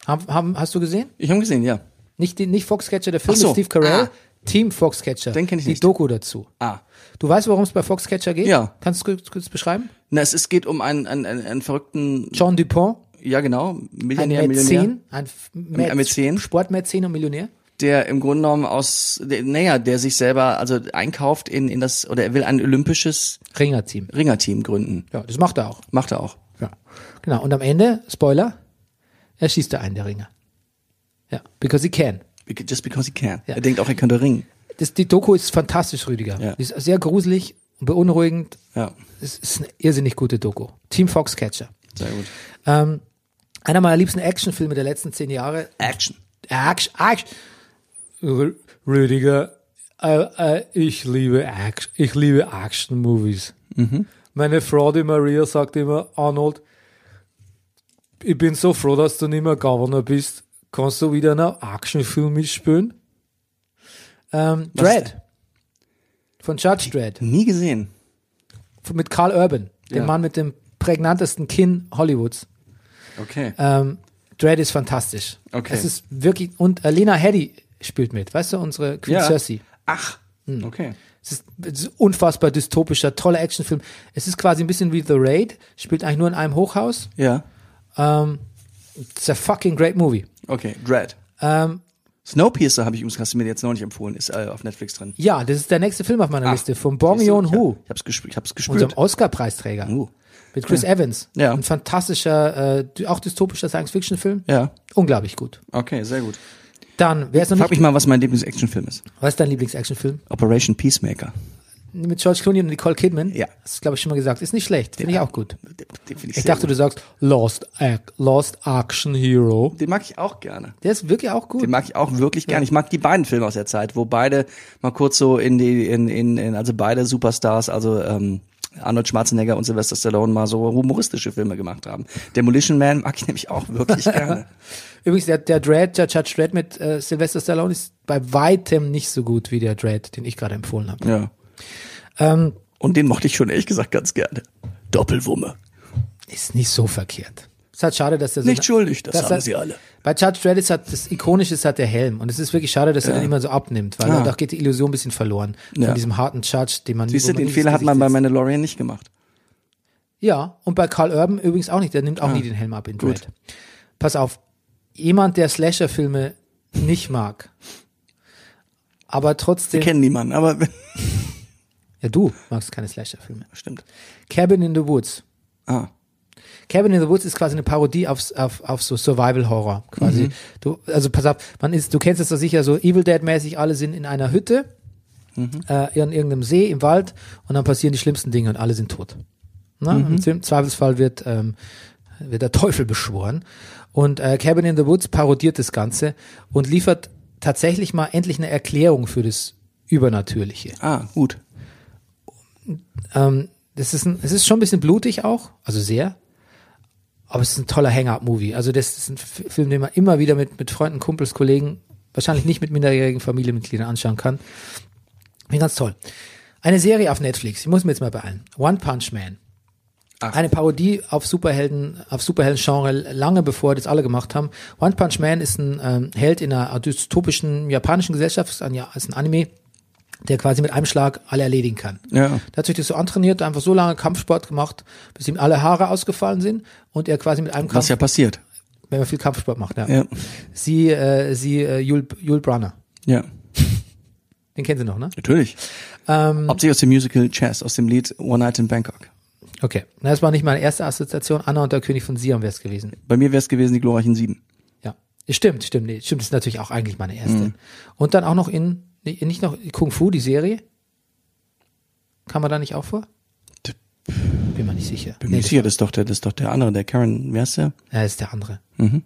Speaker 1: Haben, haben, hast du gesehen?
Speaker 2: Ich habe gesehen, ja.
Speaker 1: Nicht, die, nicht Foxcatcher, der Film
Speaker 2: Ach so.
Speaker 1: mit Steve Carell.
Speaker 2: Ah.
Speaker 1: Team Foxcatcher.
Speaker 2: Den kenn ich
Speaker 1: die
Speaker 2: nicht.
Speaker 1: Doku dazu.
Speaker 2: Ah.
Speaker 1: Du weißt, worum es bei Foxcatcher geht?
Speaker 2: Ja.
Speaker 1: Kannst du es kurz- kurz beschreiben?
Speaker 2: Na, es, es geht um einen, einen, einen, einen verrückten,
Speaker 1: John Dupont,
Speaker 2: ja genau,
Speaker 1: ein
Speaker 2: Millionär, Millionär,
Speaker 1: Mäzen, ein F- Mä-
Speaker 2: Mäzen.
Speaker 1: Sportmäzen und Millionär.
Speaker 2: der im Grunde genommen aus, der, naja, der sich selber also einkauft in, in das, oder er will ein olympisches
Speaker 1: Ringerteam.
Speaker 2: Ringerteam gründen.
Speaker 1: Ja, das macht er auch.
Speaker 2: Macht er auch.
Speaker 1: Ja. Genau. Und am Ende, Spoiler, er schießt da einen, der Ringer. Ja, because he can.
Speaker 2: Bec- Just because he can.
Speaker 1: Ja.
Speaker 2: Er denkt auch, er könnte ringen.
Speaker 1: Das, die Doku ist fantastisch, Rüdiger.
Speaker 2: Ja.
Speaker 1: Die ist sehr gruselig und beunruhigend.
Speaker 2: Ja,
Speaker 1: Es ist eine irrsinnig gute Doku. Team Foxcatcher.
Speaker 2: sehr gut.
Speaker 1: Ähm, einer meiner liebsten Actionfilme der letzten zehn Jahre.
Speaker 2: Action.
Speaker 1: Action, Action. Rü- Rüdiger, äh, äh, ich liebe Action, ich liebe Action-Movies.
Speaker 2: Mhm.
Speaker 1: Meine Frau, die Maria, sagt immer, Arnold, ich bin so froh, dass du nicht mehr Governor bist. Kannst du wieder in einem Actionfilm mitspielen? Ähm,
Speaker 2: Was ist
Speaker 1: Dredd. Von Judge Dredd.
Speaker 2: Nie gesehen.
Speaker 1: Mit Carl Urban. Dem
Speaker 2: Ja.
Speaker 1: Mann mit dem prägnantesten Kinn Hollywoods.
Speaker 2: Okay.
Speaker 1: Ähm, Dread ist fantastisch.
Speaker 2: Okay.
Speaker 1: Es ist wirklich, und äh, Lena Headey spielt mit, weißt du, unsere Queen
Speaker 2: Ja.
Speaker 1: Cersei.
Speaker 2: Ach. Okay.
Speaker 1: Es ist, es ist unfassbar dystopischer, toller Actionfilm. Es ist quasi ein bisschen wie The Raid, spielt eigentlich nur in einem Hochhaus.
Speaker 2: Ja.
Speaker 1: Ähm, it's a fucking great movie.
Speaker 2: Okay. Dread.
Speaker 1: Ähm,
Speaker 2: Snowpiercer habe ich übrigens, hast du mir jetzt noch nicht empfohlen, ist äh, auf Netflix drin.
Speaker 1: ja, das ist der nächste Film auf meiner Liste von Bong
Speaker 2: Ah. Siehst du,
Speaker 1: Joon-ho,
Speaker 2: Ich, hab, ich hab's gespürt. Ich hab's
Speaker 1: unserem
Speaker 2: gespürt.
Speaker 1: Oscar-Preisträger.
Speaker 2: Uh.
Speaker 1: Mit Chris Evans.
Speaker 2: Ja.
Speaker 1: Ein fantastischer, äh, dy- auch dystopischer Science-Fiction-Film.
Speaker 2: Ja.
Speaker 1: Unglaublich gut.
Speaker 2: Okay, sehr gut.
Speaker 1: Dann, wer ist noch
Speaker 2: Frag
Speaker 1: nicht,
Speaker 2: mich mal, was mein Lieblings-Actionfilm ist.
Speaker 1: was ist dein Lieblings-Actionfilm?
Speaker 2: Operation Peacemaker.
Speaker 1: mit George Clooney und Nicole Kidman.
Speaker 2: Ja.
Speaker 1: Das glaube ich schon mal gesagt. Ist nicht schlecht. Finde ich auch gut.
Speaker 2: Den, den find
Speaker 1: Ich dachte, du sagst Lost, Ac Lost Action Hero.
Speaker 2: den mag ich auch gerne.
Speaker 1: Der ist wirklich auch gut.
Speaker 2: Den mag ich auch wirklich gerne. Ich mag die beiden Filme aus der Zeit, wo beide mal kurz so in die, in, in, in also beide Superstars, also ähm, Arnold Schwarzenegger und Sylvester Stallone mal so humoristische Filme gemacht haben. Demolition Man mag ich nämlich auch [laughs] wirklich gerne.
Speaker 1: Übrigens, der, der Dread, der Judge Dread mit äh, Sylvester Stallone ist bei weitem nicht so gut wie der Dread, den ich gerade empfohlen habe.
Speaker 2: Ja.
Speaker 1: Ähm,
Speaker 2: Und den mochte ich schon ehrlich gesagt ganz gerne. Doppelwumme.
Speaker 1: ist nicht so verkehrt. Ist halt schade, dass der so
Speaker 2: Nicht schuldig, das
Speaker 1: dass
Speaker 2: sagen
Speaker 1: er-
Speaker 2: sie alle.
Speaker 1: Bei Judge Dredd ist halt, das Ikonische ist halt der Helm. Und es ist wirklich schade, dass er den immer so abnimmt, weil
Speaker 2: Ah.
Speaker 1: da geht die Illusion ein bisschen verloren.
Speaker 2: Ja.
Speaker 1: Von diesem harten Judge, den man
Speaker 2: Siehst
Speaker 1: wo
Speaker 2: du,
Speaker 1: nie
Speaker 2: den
Speaker 1: ins
Speaker 2: Fehler hat
Speaker 1: Gesicht
Speaker 2: man bei
Speaker 1: sitzt.
Speaker 2: Mandalorian nicht gemacht.
Speaker 1: Ja, und bei Karl Urban übrigens auch nicht. Der nimmt auch nie den Helm ab in Dread. Pass auf, jemand, der Slasher-Filme nicht mag, Aber
Speaker 2: Wir
Speaker 1: trotzdem.
Speaker 2: kennen niemanden, aber
Speaker 1: Ja, du magst keine Slasher-Filme.
Speaker 2: [laughs] stimmt.
Speaker 1: Cabin in the Woods.
Speaker 2: Ah.
Speaker 1: Cabin in the Woods ist quasi eine Parodie auf, auf, auf so Survival Horror quasi. Du, also pass auf, man ist, du kennst es doch sicher so Evil Dead mäßig, alle sind in einer Hütte, äh, in irgendeinem See im Wald und dann passieren die schlimmsten Dinge und alle sind tot. Na? Und Im Zweifelsfall wird, ähm, wird der Teufel beschworen. Und äh, Cabin in the Woods parodiert das Ganze und liefert tatsächlich mal endlich eine Erklärung für das Übernatürliche.
Speaker 2: Ah, gut.
Speaker 1: Ähm, das ist ein, es ist schon ein bisschen blutig auch, also sehr. Aber es ist ein toller Hang-Up-Movie. Also das ist ein F- Film, den man immer wieder mit, mit Freunden, Kumpels, Kollegen, wahrscheinlich nicht mit minderjährigen Familienmitgliedern anschauen kann. Finde ich ganz toll. Eine Serie auf Netflix. Ich muss mir jetzt mal beeilen. One Punch Man. Eine Parodie auf Superhelden, auf Superhelden-Genre, lange bevor das alle gemacht haben. One Punch Man ist ein ähm, Held in einer dystopischen japanischen Gesellschaft, ist ein, ja, ist ein Anime, der quasi mit einem Schlag alle erledigen kann.
Speaker 2: Ja.
Speaker 1: Der hat sich das so antrainiert, einfach so lange Kampfsport gemacht, bis ihm alle Haare ausgefallen sind und er quasi mit einem
Speaker 2: Was
Speaker 1: Kampf,
Speaker 2: ja passiert.
Speaker 1: wenn man viel Kampfsport macht, ja.
Speaker 2: Ja.
Speaker 1: Sie, äh, sie, äh, Jul, Jul Brunner.
Speaker 2: Ja.
Speaker 1: Den kennen Sie noch, ne?
Speaker 2: Natürlich. Ähm, Hauptsächlich aus dem Musical Chess, aus dem Lied One Night in Bangkok.
Speaker 1: Okay. Na, Das war nicht meine erste Assoziation. Anna und der König von Siam wäre es gewesen.
Speaker 2: Bei mir wäre es gewesen die glorreichen Sieben.
Speaker 1: Ja. Stimmt, stimmt, nee, stimmt. Das ist natürlich auch eigentlich meine erste.
Speaker 2: Mhm.
Speaker 1: Und dann auch noch in, nee, nicht noch Kung Fu, die Serie. Kam man da nicht auch vor? Bin mir nicht sicher.
Speaker 2: Bin mir
Speaker 1: Nee,
Speaker 2: sicher, das ist doch der, das ist doch der andere, der Karen, wer ist der?
Speaker 1: Ja, das ist der andere.
Speaker 2: Mhm.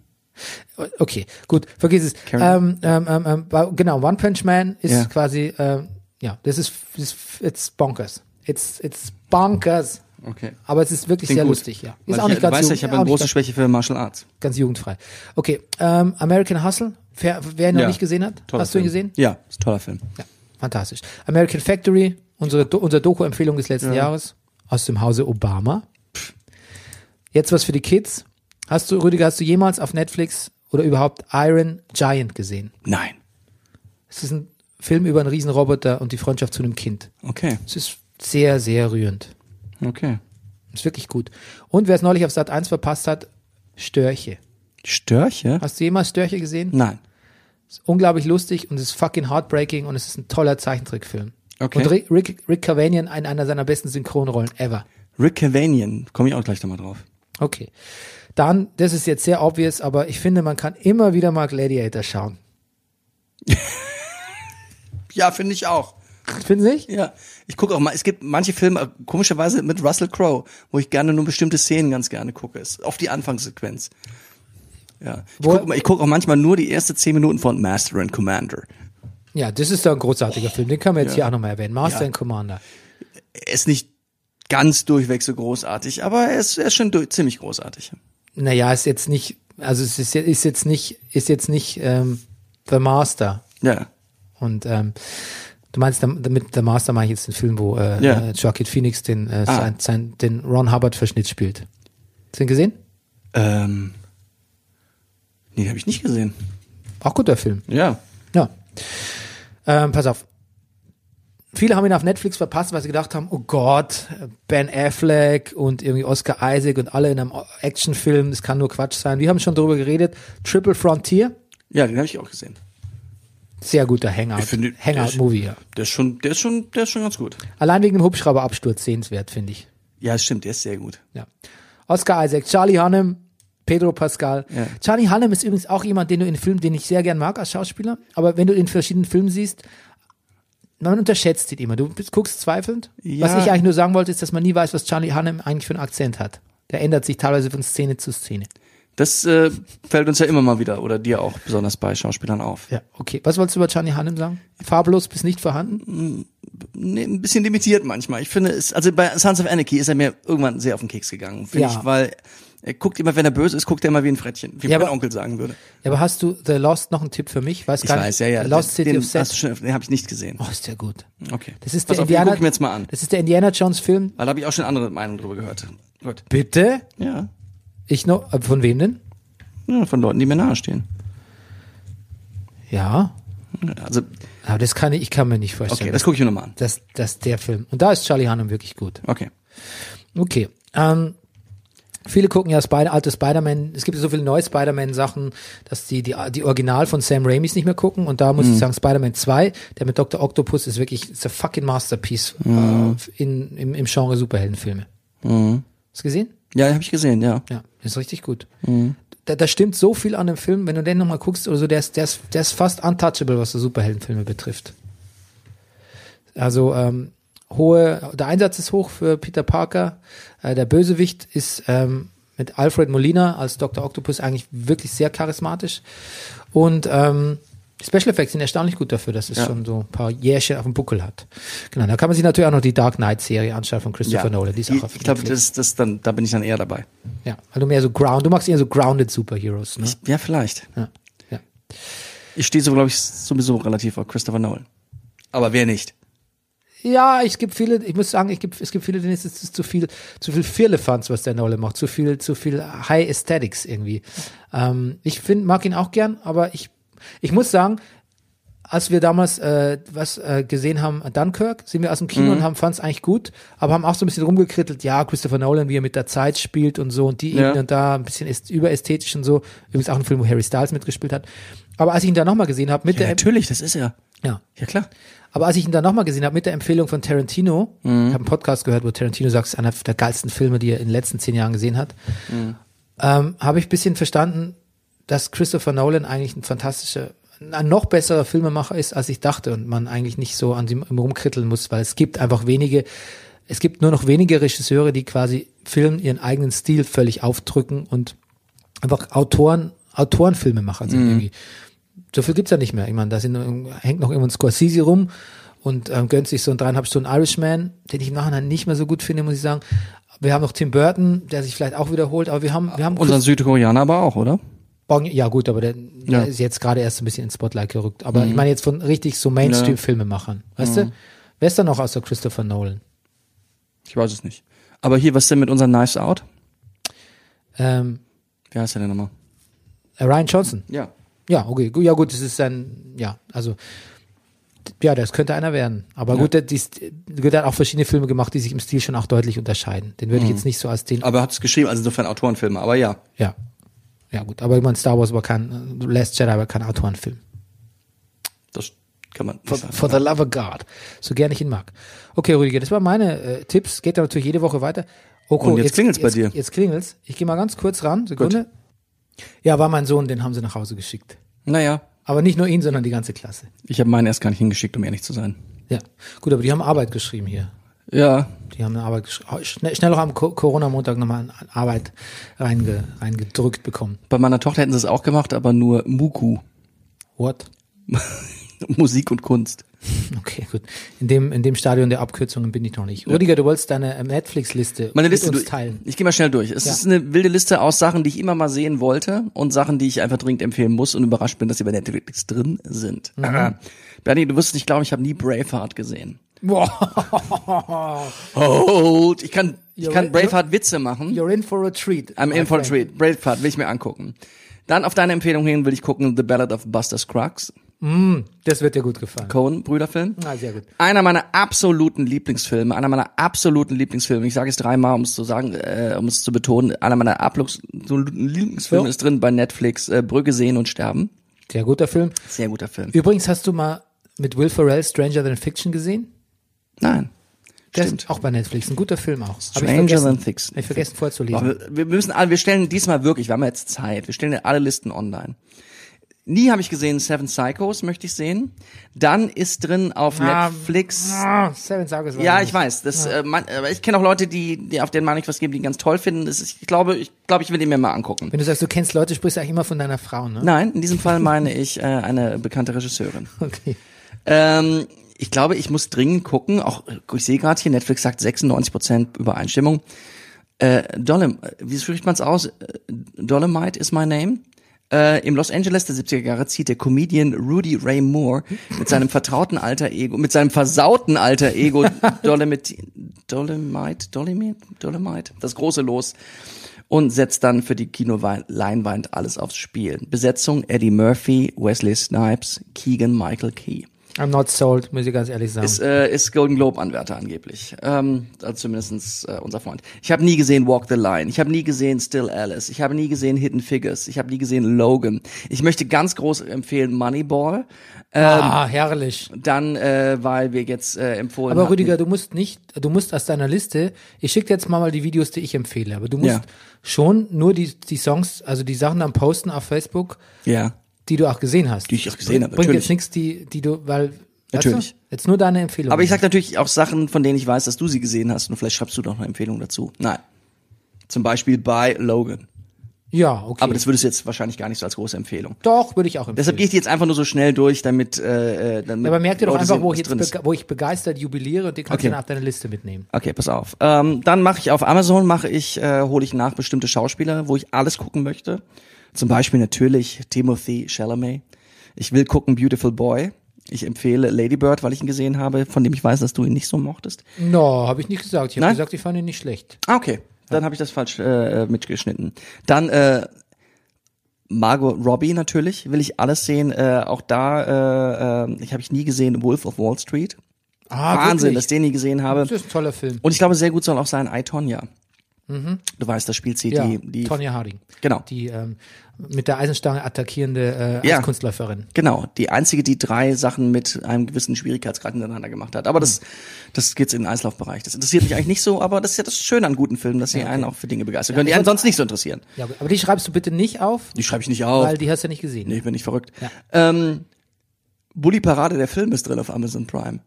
Speaker 1: Okay, gut, vergiss es.
Speaker 2: Karen.
Speaker 1: Ähm, ähm, ähm, ähm, wa- genau, One Punch Man ist
Speaker 2: Ja.
Speaker 1: quasi, ähm, ja, das ist, das ist, it's bonkers. It's, it's bonkers.
Speaker 2: Okay.
Speaker 1: Aber es ist wirklich
Speaker 2: Klingt
Speaker 1: sehr
Speaker 2: gut.
Speaker 1: lustig, ja.
Speaker 2: Weil
Speaker 1: Ist auch
Speaker 2: ich,
Speaker 1: nicht ganz
Speaker 2: weißt du,
Speaker 1: jung-
Speaker 2: ich habe
Speaker 1: auch
Speaker 2: eine
Speaker 1: nicht
Speaker 2: große
Speaker 1: ganz-
Speaker 2: Schwäche für Martial Arts.
Speaker 1: ganz jugendfrei. Okay, ähm, American Hustle, wer, wer ihn noch
Speaker 2: Ja.
Speaker 1: nicht gesehen hat,
Speaker 2: Toller
Speaker 1: hast du ihn
Speaker 2: Film.
Speaker 1: gesehen?
Speaker 2: Ja, ist ein toller Film.
Speaker 1: Ja, fantastisch. American Factory, unsere, Do unsere Doku-Empfehlung des letzten Jahres aus dem Hause Obama. Jetzt was für die Kids. Hast du, Rüdiger, hast du jemals auf Netflix oder überhaupt Iron Giant gesehen?
Speaker 2: Nein.
Speaker 1: Es ist ein Film über einen Riesenroboter und die Freundschaft zu einem Kind.
Speaker 2: Okay.
Speaker 1: Es ist sehr, sehr rührend.
Speaker 2: Okay.
Speaker 1: Ist wirklich gut. Und wer es neulich auf Sat 1 verpasst hat, Störche.
Speaker 2: Störche?
Speaker 1: Hast du jemals Störche gesehen?
Speaker 2: Nein.
Speaker 1: unglaublich lustig und es ist fucking heartbreaking und es ist ein toller Zeichentrickfilm.
Speaker 2: Okay.
Speaker 1: Und Rick, Rick, Rick Cavanian in einer seiner besten Synchronrollen ever.
Speaker 2: Rick Cavanian, komme ich auch gleich nochmal drauf.
Speaker 1: Okay. Dann, das ist jetzt sehr obvious, aber ich finde, man kann immer wieder mal Gladiator schauen.
Speaker 2: Ja, finde ich auch.
Speaker 1: Finden Sie nicht?
Speaker 2: Ja, ich gucke auch mal, es gibt manche Filme, äh, komischerweise mit Russell Crowe, wo ich gerne nur bestimmte Szenen ganz gerne gucke. Ist auf die Anfangssequenz. Ja. Ich
Speaker 1: Wo-
Speaker 2: gucke guck auch manchmal nur die erste zehn Minuten von Master and Commander.
Speaker 1: Ja, das ist doch ein großartiger Film. Den können wir jetzt hier auch nochmal erwähnen. Master
Speaker 2: Ja.
Speaker 1: and Commander.
Speaker 2: Er ist nicht ganz durchweg so großartig, aber er ist, er ist schon durch, ziemlich großartig.
Speaker 1: Naja, ist jetzt nicht, also es ist, jetzt- ist jetzt nicht, ist jetzt nicht ähm, The Master.
Speaker 2: Ja.
Speaker 1: Und ähm, du meinst dam- damit The Master meine ich jetzt den Film, wo äh,
Speaker 2: Ja.
Speaker 1: äh, Joaquin Phoenix den, äh,
Speaker 2: Ah.
Speaker 1: sein, sein, den Ron Hubbard Verschnitt spielt. Hast du ihn gesehen?
Speaker 2: Ähm, nee, habe ich nicht gesehen.
Speaker 1: Auch guter Film.
Speaker 2: Ja.
Speaker 1: Ja. Ähm, pass auf. Viele haben ihn auf Netflix verpasst, weil sie gedacht haben, oh Gott, Ben Affleck und irgendwie Oscar Isaac und alle in einem O- Actionfilm, das kann nur Quatsch sein. Wir haben schon drüber geredet. Triple Frontier,
Speaker 2: Ja, den habe ich auch gesehen.
Speaker 1: sehr guter Hangout.
Speaker 2: Ich finde, der ist-
Speaker 1: Hangout-Movie, ja.
Speaker 2: Der ist schon, der ist schon, der ist schon ganz gut.
Speaker 1: Allein wegen dem Hubschrauberabsturz sehenswert, finde ich.
Speaker 2: Ja, das stimmt, der ist sehr gut.
Speaker 1: Ja. Oscar Isaac, Charlie Hunnam, Pedro Pascal.
Speaker 2: Ja.
Speaker 1: Charlie Hunnam ist übrigens auch jemand, den du in Filmen, den ich sehr gern mag als Schauspieler, aber wenn du ihn in verschiedenen Filmen siehst, man unterschätzt ihn immer. Du bist, guckst zweifelnd.
Speaker 2: Ja.
Speaker 1: Was ich eigentlich nur sagen wollte, ist, dass man nie weiß, was Charlie Hunnam eigentlich für einen Akzent hat. Der ändert sich teilweise von Szene zu Szene.
Speaker 2: Das äh, fällt uns ja immer mal wieder oder dir auch besonders bei Schauspielern auf.
Speaker 1: Ja, okay. Was wolltest du über Charlie Hunnam sagen? Farblos bis nicht vorhanden?
Speaker 2: Nee, ein bisschen limitiert manchmal. Ich finde es, also bei Sons of Anarchy ist er mir irgendwann sehr auf den Keks gegangen, finde
Speaker 1: Ja.
Speaker 2: ich, weil er guckt immer, wenn er böse ist, guckt er immer wie ein Frettchen, wie
Speaker 1: Ja,
Speaker 2: mein
Speaker 1: aber-
Speaker 2: Onkel sagen würde.
Speaker 1: Ja, aber hast du The Lost noch einen Tipp für mich? Weiß
Speaker 2: Ich
Speaker 1: gar
Speaker 2: weiß,
Speaker 1: nicht.
Speaker 2: ja, ja.
Speaker 1: The Lost City
Speaker 2: den
Speaker 1: of
Speaker 2: hast du
Speaker 1: Sex.
Speaker 2: schon, den habe ich nicht gesehen.
Speaker 1: Oh, ist ja gut.
Speaker 2: Okay.
Speaker 1: Das ist,
Speaker 2: Pass
Speaker 1: der
Speaker 2: auf, den
Speaker 1: Indiana,
Speaker 2: guck ich mir jetzt mal an.
Speaker 1: das ist der Indiana Jones Film.
Speaker 2: Weil da habe ich auch schon andere Meinungen drüber gehört. Gut.
Speaker 1: Bitte?
Speaker 2: Ja.
Speaker 1: Ich noch, äh, von wem denn?
Speaker 2: ja. Von Leuten, die mir nahestehen.
Speaker 1: Ja,
Speaker 2: Ja, Also,
Speaker 1: aber das kann ich, ich kann mir nicht vorstellen,
Speaker 2: okay, das gucke ich mir nochmal an.
Speaker 1: dass, dass der Film, und da ist Charlie Hunnam wirklich gut.
Speaker 2: Okay.
Speaker 1: Okay, ähm, Viele gucken ja Spider, alte Spider-Man, es gibt ja so viele neue Spider-Man-Sachen, dass die, die die Original von Sam Raimis nicht mehr gucken. Und da muss ich sagen, Spider-Man 2, der mit Dr. Octopus ist wirklich ist a fucking Masterpiece äh, in, im, im Genre Superheldenfilme. Hast du gesehen?
Speaker 2: Ja, habe ich gesehen, ja. Mhm.
Speaker 1: Ja, ist richtig gut. Da, da stimmt so viel an dem Film, wenn du den nochmal guckst oder so, der ist, der, ist, der ist fast untouchable, was so Superheldenfilme betrifft. Also, ähm, hohe, der Einsatz ist hoch für Peter Parker. Äh, der Bösewicht ist ähm, mit Alfred Molina als Dr. Octopus eigentlich wirklich sehr charismatisch. Und ähm, die Special Effects sind erstaunlich gut dafür, dass es schon so ein paar Jährchen auf dem Buckel hat. Genau, da kann man sich natürlich auch noch die Dark Knight-Serie anschauen von Christopher
Speaker 2: ja.
Speaker 1: Nolan. Die ist
Speaker 2: ich
Speaker 1: auch auf
Speaker 2: ich glaube,
Speaker 1: Netflix.
Speaker 2: das, das dann, da bin ich dann eher dabei.
Speaker 1: Ja, weil du mehr so ground, du magst eher so grounded Superheroes, ne?
Speaker 2: Ja, vielleicht.
Speaker 1: Ja, ja.
Speaker 2: Ich stehe so, glaube ich, sowieso relativ auf Christopher Nolan. Aber wer nicht?
Speaker 1: ja, es gibt viele, ich muss sagen, ich gibt, es gibt viele, denen ist es ist zu viel, zu viel Firlefanz, was der Nolan macht, zu viel, zu viel High Aesthetics irgendwie. Ähm, ich finde, mag ihn auch gern, aber ich, ich muss sagen, als wir damals äh, was äh, gesehen haben, Dunkirk, sind wir aus dem Kino
Speaker 2: Mhm.
Speaker 1: und haben fand es eigentlich gut, aber haben auch so ein bisschen rumgekrittelt, ja, Christopher Nolan, wie er mit der Zeit spielt und so und die
Speaker 2: Ja.
Speaker 1: Ebene und da ein bisschen ist überästhetisch und so. Übrigens auch ein Film, wo Harry Styles mitgespielt hat. Aber als ich ihn da nochmal gesehen habe, mit
Speaker 2: Ja,
Speaker 1: der
Speaker 2: natürlich, das ist er.
Speaker 1: ja,
Speaker 2: Ja, klar.
Speaker 1: aber als ich ihn dann nochmal gesehen habe mit der Empfehlung von Tarantino, ich habe einen Podcast gehört, wo Tarantino sagt, es ist einer der geilsten Filme, die er in den letzten zehn Jahren gesehen hat, ähm, habe ich ein bisschen verstanden, dass Christopher Nolan eigentlich ein fantastischer, ein noch besserer Filmemacher ist, als ich dachte und man eigentlich nicht so an ihm rumkritteln muss, weil es gibt einfach wenige, es gibt nur noch wenige Regisseure, die quasi Film ihren eigenen Stil völlig aufdrücken und einfach Autoren, Autorenfilmemacher sind irgendwie so viel gibt's ja nicht mehr. Ich meine, da sind, hängt noch irgendwann Scorsese rum und ähm, gönnt sich so einen dreieinhalb Stunden Irishman, den ich im Nachhinein nicht mehr so gut finde, muss ich sagen. Wir haben noch Tim Burton, der sich vielleicht auch wiederholt, aber wir haben, wir haben
Speaker 2: Unseren Südkoreaner aber auch, oder?
Speaker 1: Bong, ja gut, aber der, der
Speaker 2: Ja.
Speaker 1: ist jetzt gerade erst ein bisschen ins Spotlight gerückt. Aber ich meine jetzt von richtig so Mainstream-Filmemachern, weißt du? Wer ist da noch außer Christopher Nolan?
Speaker 2: Ich weiß es nicht. Aber hier, was denn mit unseren Knives Out?
Speaker 1: Ähm,
Speaker 2: Wie heißt der denn nochmal?
Speaker 1: Ryan Johnson.
Speaker 2: Ja.
Speaker 1: Ja, okay, gu- ja gut, das ist dann, ja, also, ja, das könnte einer werden. Aber gut, der, die, ist- der hat auch verschiedene Filme gemacht, die sich im Stil schon auch deutlich unterscheiden. Den
Speaker 2: Mhm.
Speaker 1: würde ich jetzt nicht so als den,
Speaker 2: Aber hat es geschrieben, also insofern Autorenfilme, aber ja.
Speaker 1: ja. Ja gut, aber ich meine, Star Wars war kein, äh, Last Jedi war kein Autorenfilm.
Speaker 2: Das kann man nicht
Speaker 1: For,
Speaker 2: sagen.
Speaker 1: for the love of God. So gern ich ihn mag. Okay, Rüdiger, das waren meine äh, Tipps. Geht da natürlich jede Woche weiter. Okay,
Speaker 2: Und jetzt klingelt's bei
Speaker 1: jetzt,
Speaker 2: dir.
Speaker 1: Jetzt klingelt's. Ich gehe mal ganz kurz ran. Sekunde. Ja, war mein Sohn, den haben sie nach Hause geschickt.
Speaker 2: Naja,
Speaker 1: Aber nicht nur ihn, sondern die ganze Klasse.
Speaker 2: ich habe meinen erst gar nicht hingeschickt, um ehrlich zu sein.
Speaker 1: Ja. Gut, aber die haben Arbeit geschrieben hier.
Speaker 2: Ja,
Speaker 1: Die haben eine Arbeit, gesch- schnell, schnell auch am Co- Corona-Montag nochmal eine Arbeit reinge, reingedrückt bekommen.
Speaker 2: bei meiner Tochter hätten sie es auch gemacht, aber nur Muku. [laughs]
Speaker 1: What?
Speaker 2: Musik und Kunst.
Speaker 1: Okay, gut. In dem, in dem Stadion der Abkürzungen bin ich noch nicht. Rüdiger, du wolltest deine ähm, Netflix-Liste
Speaker 2: Meine
Speaker 1: mit
Speaker 2: Liste,
Speaker 1: uns
Speaker 2: du, [laughs]
Speaker 1: teilen.
Speaker 2: ich gehe mal schnell durch. Es
Speaker 1: Ja.
Speaker 2: ist eine wilde Liste aus Sachen, die ich immer mal sehen wollte und Sachen, die ich einfach dringend empfehlen muss und überrascht bin, dass sie bei Netflix drin sind. Aha. Bernie, du wirst es nicht glauben, ich habe nie Braveheart gesehen.
Speaker 1: Wow.
Speaker 2: Hold, Oh, ich kann, ich
Speaker 1: You're
Speaker 2: kann
Speaker 1: right,
Speaker 2: Braveheart Witze machen.
Speaker 1: You're in for a treat.
Speaker 2: I'm
Speaker 1: my
Speaker 2: in for a
Speaker 1: friend.
Speaker 2: treat. Braveheart will ich mir angucken. Dann auf deine Empfehlung hin will ich gucken The Ballad of Buster Scruggs,
Speaker 1: Das wird dir gut gefallen.
Speaker 2: Cohen Brüderfilm.
Speaker 1: Ah, sehr gut.
Speaker 2: Einer meiner absoluten Lieblingsfilme, einer meiner absoluten Lieblingsfilme. Ich sage es dreimal, um es zu sagen, äh, um es zu betonen. Einer meiner absoluten Lieblingsfilme
Speaker 1: Ja.
Speaker 2: ist drin bei Netflix. Äh, Brügge sehen und sterben.
Speaker 1: Sehr guter Film.
Speaker 2: Sehr guter Film.
Speaker 1: Übrigens hast du mal mit Will Ferrell Stranger Than Fiction gesehen?
Speaker 2: Nein.
Speaker 1: Der
Speaker 2: Stimmt.
Speaker 1: ist auch bei Netflix. Ein guter Film auch. Hab ich
Speaker 2: Stranger
Speaker 1: vergessen,
Speaker 2: Than Fiction.
Speaker 1: Hab ich vergessen vorzulesen.
Speaker 2: Aber wir, wir müssen alle, wir stellen diesmal wirklich, wir haben ja jetzt Zeit, wir stellen ja alle Listen online. Nie habe ich gesehen Seven Psychos, möchte ich sehen. Dann ist drin auf
Speaker 1: Ah,
Speaker 2: Netflix.
Speaker 1: Ah, Seven Sagas war
Speaker 2: Ja,
Speaker 1: nicht.
Speaker 2: ich weiß. Das, äh, man, aber ich kenne auch Leute, die, die auf den Mann ich was geben, die ihn ganz toll finden. Das ist, ich glaube, ich glaube, ich will ihn mir mal angucken.
Speaker 1: Wenn du sagst, du kennst Leute, sprichst du eigentlich immer von deiner Frau, ne?
Speaker 2: Nein, in diesem Fall meine ich äh, eine bekannte Regisseurin.
Speaker 1: Okay.
Speaker 2: Ähm, ich glaube, ich muss dringend gucken. Auch ich sehe gerade hier, Netflix sagt 96% Übereinstimmung. Äh, Dolem, äh, wie spricht man es aus? Äh, Dolomite is my name. Äh, Im Los Angeles der 70er Jahre zieht der Comedian Rudy Ray Moore mit seinem vertrauten alter Ego, mit seinem versauten alter Ego Dolomite, Dolomite, Dolomite, Dolomite, das große Los und setzt dann für die Kinoleinwand alles aufs Spiel. Besetzung Eddie Murphy, Wesley Snipes, Keegan Michael Key.
Speaker 1: I'm not sold, muss ich ganz ehrlich sagen.
Speaker 2: Ist, äh, ist Golden Globe Anwärter angeblich. Ähm, also zumindestens äh, unser Freund. Ich habe nie gesehen Walk the Line. Ich habe nie gesehen Still Alice. Ich habe nie gesehen Hidden Figures. Ich habe nie gesehen Logan. Ich möchte ganz groß empfehlen Moneyball.
Speaker 1: ah,
Speaker 2: ähm,
Speaker 1: herrlich.
Speaker 2: Dann, äh, weil wir jetzt äh, empfohlen
Speaker 1: Aber
Speaker 2: hatten-
Speaker 1: Rüdiger, du musst nicht, du musst aus deiner Liste, ich schicke dir jetzt mal, mal die Videos, die ich empfehle, aber du musst
Speaker 2: Ja.
Speaker 1: schon nur die, die Songs, also die Sachen dann posten auf Facebook,
Speaker 2: Ja.
Speaker 1: die du auch gesehen hast.
Speaker 2: Die ich auch gesehen habe,
Speaker 1: Bringt
Speaker 2: natürlich.
Speaker 1: jetzt nichts, die, die du, weil, weißt
Speaker 2: Natürlich.
Speaker 1: Du, jetzt nur deine Empfehlung.
Speaker 2: Aber ich sag natürlich auch Sachen, von denen ich weiß, dass du sie gesehen hast. Und vielleicht schreibst du doch eine Empfehlung dazu. Nein. Zum Beispiel bei Logan.
Speaker 1: ja, okay.
Speaker 2: Aber das würdest du jetzt wahrscheinlich gar nicht so als große Empfehlung.
Speaker 1: Doch, würde ich auch empfehlen.
Speaker 2: Deshalb gehe ich die jetzt einfach nur so schnell durch, damit, äh, äh, damit
Speaker 1: aber merk dir doch
Speaker 2: Leute
Speaker 1: einfach,
Speaker 2: sehen,
Speaker 1: wo
Speaker 2: was
Speaker 1: ich, jetzt
Speaker 2: drin ist.
Speaker 1: bege- wo ich begeistert jubiliere und die kannst du
Speaker 2: Okay.
Speaker 1: dann auf deine Liste mitnehmen.
Speaker 2: Okay, pass auf. Ähm, dann mache ich auf Amazon, mache ich, äh, hole ich nach bestimmte Schauspieler, wo ich alles gucken möchte. Zum Beispiel natürlich Timothy Chalamet. Ich will gucken Beautiful Boy. Ich empfehle Lady Bird, weil ich ihn gesehen habe, von dem ich weiß, dass du ihn nicht so mochtest.
Speaker 1: No, habe ich nicht gesagt. Ich habe
Speaker 2: Nein?
Speaker 1: gesagt, ich fand ihn nicht schlecht.
Speaker 2: Ah, okay. Dann habe ich das falsch äh, mitgeschnitten. Dann äh, Margot Robbie natürlich, will ich alles sehen. Äh, auch da, äh, äh, ich habe ich nie gesehen, Wolf of Wall Street.
Speaker 1: Ah,
Speaker 2: Wahnsinn,
Speaker 1: wirklich?
Speaker 2: dass ich den nie gesehen habe.
Speaker 1: Das ist ein toller Film.
Speaker 2: Und ich glaube, sehr gut soll auch sein I, Tonya. Du weißt, das spielt sie
Speaker 1: Mhm. Ja,
Speaker 2: die, die
Speaker 1: Tonya Harding.
Speaker 2: Genau.
Speaker 1: Die ähm, mit der Eisenstange attackierende äh,
Speaker 2: Ja.
Speaker 1: Kunstläuferin.
Speaker 2: Genau, die einzige, die drei Sachen mit einem gewissen Schwierigkeitsgrad hintereinander gemacht hat. Aber das, das geht's in den Eislaufbereich. Das interessiert mich eigentlich nicht so, aber das ist ja das Schöne an guten Filmen, dass sie einen auch für Dinge begeistern können, die einen sonst nicht so interessieren.
Speaker 1: Ja, gut. aber die schreibst du bitte nicht auf,
Speaker 2: Die schreibe ich nicht auf.
Speaker 1: weil die hast du nicht gesehen.
Speaker 2: Nee, ich bin nicht verrückt. Ähm, Bully Parade, der Film ist drin auf Amazon Prime.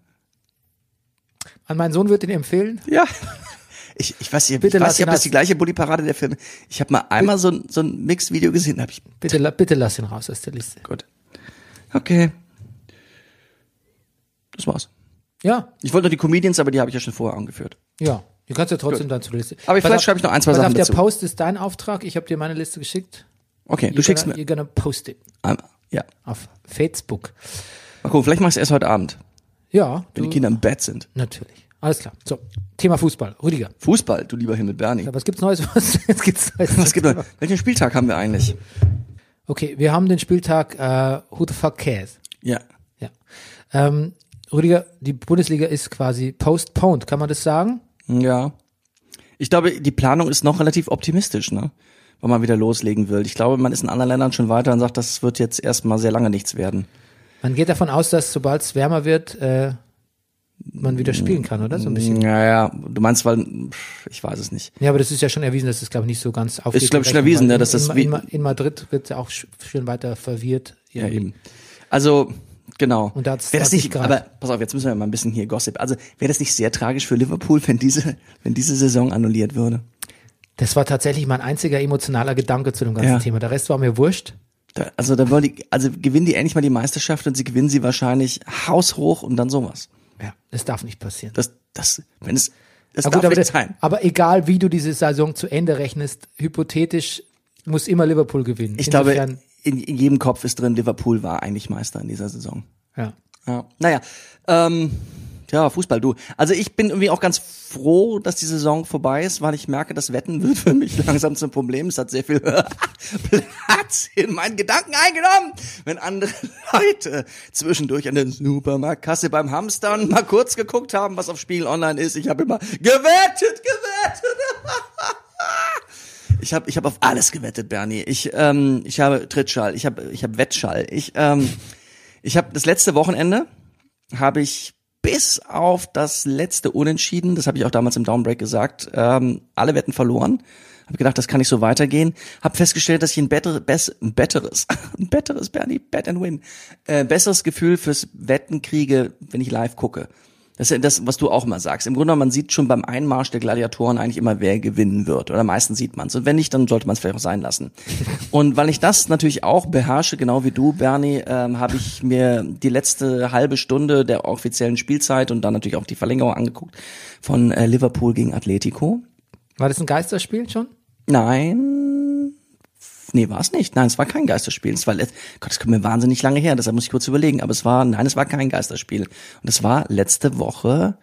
Speaker 1: An meinen Sohn würde ich ihn empfehlen.
Speaker 2: Ja. Ich, ich weiß, nicht, ich
Speaker 1: Bitte lass
Speaker 2: weiß nicht,
Speaker 1: ihn
Speaker 2: ob das
Speaker 1: aus.
Speaker 2: die gleiche Bully Parade der Film. Ich habe mal einmal so ein, so ein Mix-Video gesehen, habe ich.
Speaker 1: Bitte, la- bitte lass ihn raus aus der Liste.
Speaker 2: Gut. Okay. Das war's.
Speaker 1: Ja,
Speaker 2: Ich wollte noch die Comedians, aber die habe ich ja schon vorher angeführt.
Speaker 1: ja. Du kannst ja trotzdem dann zur Liste.
Speaker 2: Aber
Speaker 1: Pass
Speaker 2: vielleicht
Speaker 1: auf-
Speaker 2: schreibe ich noch ein, zwei
Speaker 1: pass
Speaker 2: Sachen
Speaker 1: auf, der
Speaker 2: dazu.
Speaker 1: Post ist dein Auftrag. Ich habe dir meine Liste geschickt.
Speaker 2: Okay, du
Speaker 1: You're
Speaker 2: schickst
Speaker 1: gonna,
Speaker 2: mir.
Speaker 1: You're gonna post it
Speaker 2: Einmal. Ja.
Speaker 1: auf Facebook.
Speaker 2: Mal gucken, vielleicht machst du erst heute Abend,
Speaker 1: Ja,
Speaker 2: wenn
Speaker 1: du,
Speaker 2: die Kinder im Bett sind.
Speaker 1: natürlich. Alles klar. So, Thema Fußball. Rüdiger,
Speaker 2: Fußball, du lieber Himmel [laughs] Bernie.
Speaker 1: was gibt's Neues? [laughs] Was, jetzt gibt's Neues?
Speaker 2: Was gibt noch? Welchen Spieltag haben wir eigentlich?
Speaker 1: Okay, wir haben den Spieltag äh, Who the fuck cares?
Speaker 2: Ja.
Speaker 1: Ja. Ähm, Rüdiger, die Bundesliga ist quasi postponed, kann man das sagen?
Speaker 2: Ja. Ich glaube, die Planung ist noch relativ optimistisch, ne? Wenn man wieder loslegen will. Ich glaube, man ist in anderen Ländern schon weiter und sagt, das wird jetzt erstmal sehr lange nichts werden.
Speaker 1: Man geht davon aus, dass sobald es wärmer wird, äh, man wieder spielen kann, oder? So ein bisschen.
Speaker 2: Naja, du meinst, weil, pff, ich weiß es nicht.
Speaker 1: Ja, aber das ist ja schon erwiesen, dass es, glaube ich, nicht so ganz aufgeht.
Speaker 2: Ist, glaub ich, schon
Speaker 1: Weil
Speaker 2: erwiesen,
Speaker 1: in-
Speaker 2: ne, dass das
Speaker 1: in,
Speaker 2: wie-
Speaker 1: in, Ma- in Madrid wird ja auch sch- schön weiter verwirrt.
Speaker 2: Ja, eben. Also, genau.
Speaker 1: Und da hat's- da
Speaker 2: wäre das
Speaker 1: hat's sich
Speaker 2: nicht,
Speaker 1: grad-
Speaker 2: aber pass auf, jetzt müssen wir mal ein bisschen hier Gossip. Also, wäre das nicht sehr tragisch für Liverpool, wenn diese, wenn diese Saison annulliert würde?
Speaker 1: Das war tatsächlich mein einziger emotionaler Gedanke zu dem ganzen
Speaker 2: Ja.
Speaker 1: Thema. Der Rest war mir wurscht.
Speaker 2: Da, also, da wollen die, also gewinnen die endlich mal die Meisterschaft und sie gewinnen sie wahrscheinlich haushoch und dann sowas.
Speaker 1: Ja, das darf nicht passieren.
Speaker 2: Das, das, wenn es, das
Speaker 1: Na
Speaker 2: darf
Speaker 1: aber,
Speaker 2: nicht
Speaker 1: das-
Speaker 2: sein.
Speaker 1: aber egal, wie du diese Saison zu Ende rechnest, hypothetisch muss immer Liverpool gewinnen.
Speaker 2: Ich glaube,
Speaker 1: Insofern,
Speaker 2: in, in jedem Kopf ist drin, Liverpool war eigentlich Meister in dieser Saison.
Speaker 1: ja.
Speaker 2: Ja. Naja, ähm, ja, Fußball, du. Also ich bin irgendwie auch ganz froh, dass die Saison vorbei ist, weil ich merke, das Wetten wird für mich [laughs] langsam zum Problem. Es hat sehr viel [laughs] Platz in meinen Gedanken eingenommen, wenn andere [laughs] Leute zwischendurch an der Supermarktkasse beim Hamstern mal kurz geguckt haben, was auf Spiel online ist. Ich habe immer gewettet, gewettet. [laughs] Ich habe ich hab auf alles gewettet, Bernie. Ich, ähm, ich habe Trittschall, ich habe ich hab Wettschall. Ich, ähm, ich habe das letzte Wochenende habe ich bis auf das letzte Unentschieden, das habe ich auch damals im Downbreak gesagt, ähm, alle Wetten verloren. Habe gedacht, das kann nicht so weitergehen. Habe festgestellt, dass ich ein, better, bess, ein betteres, [laughs] ein betteres, Bernie, bet and win, äh, besseres Gefühl fürs Wetten kriege, wenn ich live gucke. Das ist ja das, was du auch mal sagst. Im Grunde, genommen, man sieht schon beim Einmarsch der Gladiatoren eigentlich immer, wer gewinnen wird. Oder meistens sieht man es. Und wenn nicht, dann sollte man es vielleicht auch sein lassen. Und weil ich das natürlich auch beherrsche, genau wie du, Bernie, ähm, habe ich mir die letzte halbe Stunde der offiziellen Spielzeit und dann natürlich auch die Verlängerung angeguckt von äh, Liverpool gegen Atletico.
Speaker 1: War das ein Geisterspiel schon?
Speaker 2: Nein. Nee, war es nicht. Nein, es war kein Geisterspiel. Es war letzt Gott, das kommt mir wahnsinnig lange her, deshalb muss ich kurz überlegen. Aber es war, nein, es war kein Geisterspiel. Und es war letzte Woche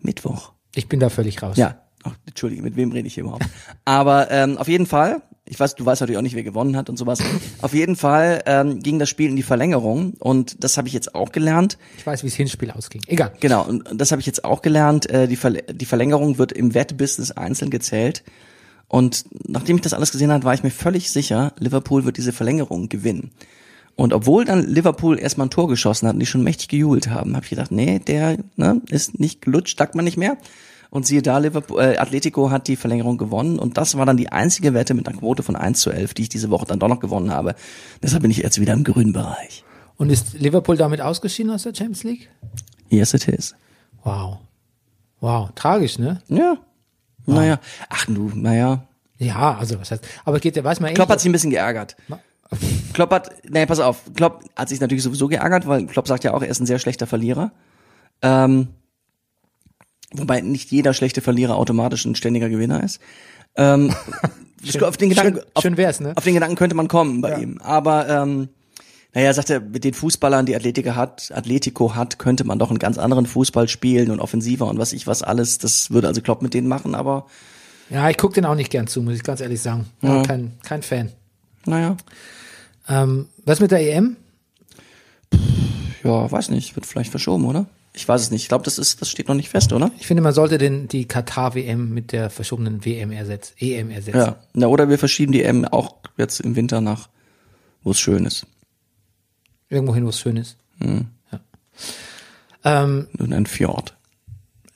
Speaker 2: Mittwoch.
Speaker 1: Ich bin da völlig raus.
Speaker 2: Ja. Ach, Entschuldige, mit wem rede ich hier überhaupt? Aber ähm, auf jeden Fall, Ich weiß, du weißt natürlich auch nicht, wer gewonnen hat und sowas. Auf jeden Fall ähm, ging das Spiel in die Verlängerung und das habe ich jetzt auch gelernt.
Speaker 1: Ich weiß, wie es Hinspiel ausging. Egal.
Speaker 2: Genau, und das habe ich jetzt auch gelernt. Äh, die, Verl die Verlängerung wird im Wettbusiness einzeln gezählt. Und nachdem ich das alles gesehen habe, war ich mir völlig sicher, Liverpool wird diese Verlängerung gewinnen. Und obwohl dann Liverpool erstmal ein Tor geschossen hat und die schon mächtig gejubelt haben, habe ich gedacht, nee, der ne, ist nicht gelutscht, sagt man nicht mehr. Und siehe da, Liverpool, äh, Atletico hat die Verlängerung gewonnen und das war dann die einzige Wette mit einer Quote von 1 zu 11, die ich diese Woche dann doch noch gewonnen habe. Deshalb bin ich jetzt wieder im grünen Bereich.
Speaker 1: Und ist Liverpool damit ausgeschieden aus der Champions League?
Speaker 2: Yes, it is.
Speaker 1: Wow. Wow, tragisch, ne?
Speaker 2: Ja. Naja. Ach du, naja.
Speaker 1: Ja, also was heißt, aber geht ja, weiß man eh
Speaker 2: Klopp hat sich ein bisschen geärgert. Klopp hat, nee, pass auf, Klopp hat sich natürlich sowieso geärgert, weil Klopp sagt ja auch, er ist ein sehr schlechter Verlierer. Ähm, wobei nicht jeder schlechte Verlierer automatisch ein ständiger Gewinner ist.
Speaker 1: [laughs]
Speaker 2: Ähm, auf, den Gedanken,
Speaker 1: schön-
Speaker 2: auf,
Speaker 1: schön wär's, ne?
Speaker 2: auf den Gedanken könnte man kommen bei ihm. Aber ähm, naja, sagt er, mit den Fußballern, die Atletico hat, Atletico hat, könnte man doch einen ganz anderen Fußball spielen und offensiver und was ich was alles. Das würde also Klopp mit denen machen, aber
Speaker 1: Ja, ich guck den auch nicht gern zu, muss ich ganz ehrlich sagen. Ja. Kein, kein Fan.
Speaker 2: naja,
Speaker 1: Ähm, was mit der EM?
Speaker 2: ja, weiß nicht, wird vielleicht verschoben, oder? Ich weiß es nicht. Ich glaube, das ist, das steht noch nicht fest, oder?
Speaker 1: Ich finde, man sollte den, die Katar-WM mit der verschobenen WM ersetzen, EM E ersetzen.
Speaker 2: Ja, na, oder wir verschieben die EM auch jetzt im Winter nach, wo es schön ist.
Speaker 1: Irgendwo hin, wo es schön ist.
Speaker 2: Mhm.
Speaker 1: Ja. Ähm,
Speaker 2: In ein Fjord.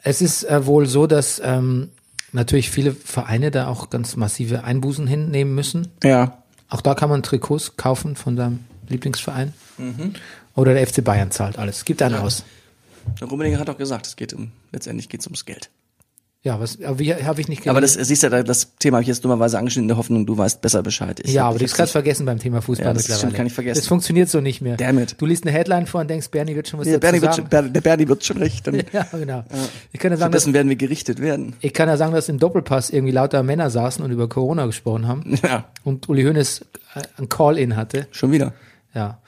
Speaker 1: es ist äh, wohl so, dass ähm, natürlich viele Vereine da auch ganz massive Einbußen hinnehmen müssen.
Speaker 2: Ja.
Speaker 1: Auch da kann man Trikots kaufen von seinem Lieblingsverein.
Speaker 2: Mhm.
Speaker 1: Oder der FC Bayern zahlt alles. Gibt einen aus.
Speaker 2: Der Rummenigge hat auch gesagt, es geht um, letztendlich geht es ums Geld.
Speaker 1: Ja, was aber wie- habe ich nicht gelesen.
Speaker 2: Aber das, siehst du, das Thema habe ich jetzt dummerweise angeschnitten, in der Hoffnung, du weißt besser Bescheid. Ich
Speaker 1: ja,
Speaker 2: hab-
Speaker 1: aber
Speaker 2: ich
Speaker 1: das
Speaker 2: hab's
Speaker 1: kannst du vergessen beim Thema Fußball
Speaker 2: Ja, das
Speaker 1: mittlerweile.
Speaker 2: stimmt, kann ich vergessen.
Speaker 1: Das funktioniert so nicht mehr.
Speaker 2: Damn it.
Speaker 1: Du liest eine Headline vor und denkst, Bernie wird schon was
Speaker 2: nicht- der,
Speaker 1: dazu
Speaker 2: Bernie wird schon,
Speaker 1: sagen.
Speaker 2: Ber- der Bernie wird schon recht. Dann
Speaker 1: [laughs] ja, genau. Ich kann ja sagen, dass,
Speaker 2: stattdessen werden wir gerichtet werden. [laughs]
Speaker 1: ich kann ja sagen, dass im Doppelpass irgendwie lauter Männer saßen und über Corona gesprochen haben.
Speaker 2: [laughs] Ja,
Speaker 1: Und Uli Hoeneß äh, ein Call-In hatte.
Speaker 2: schon wieder.
Speaker 1: Ja.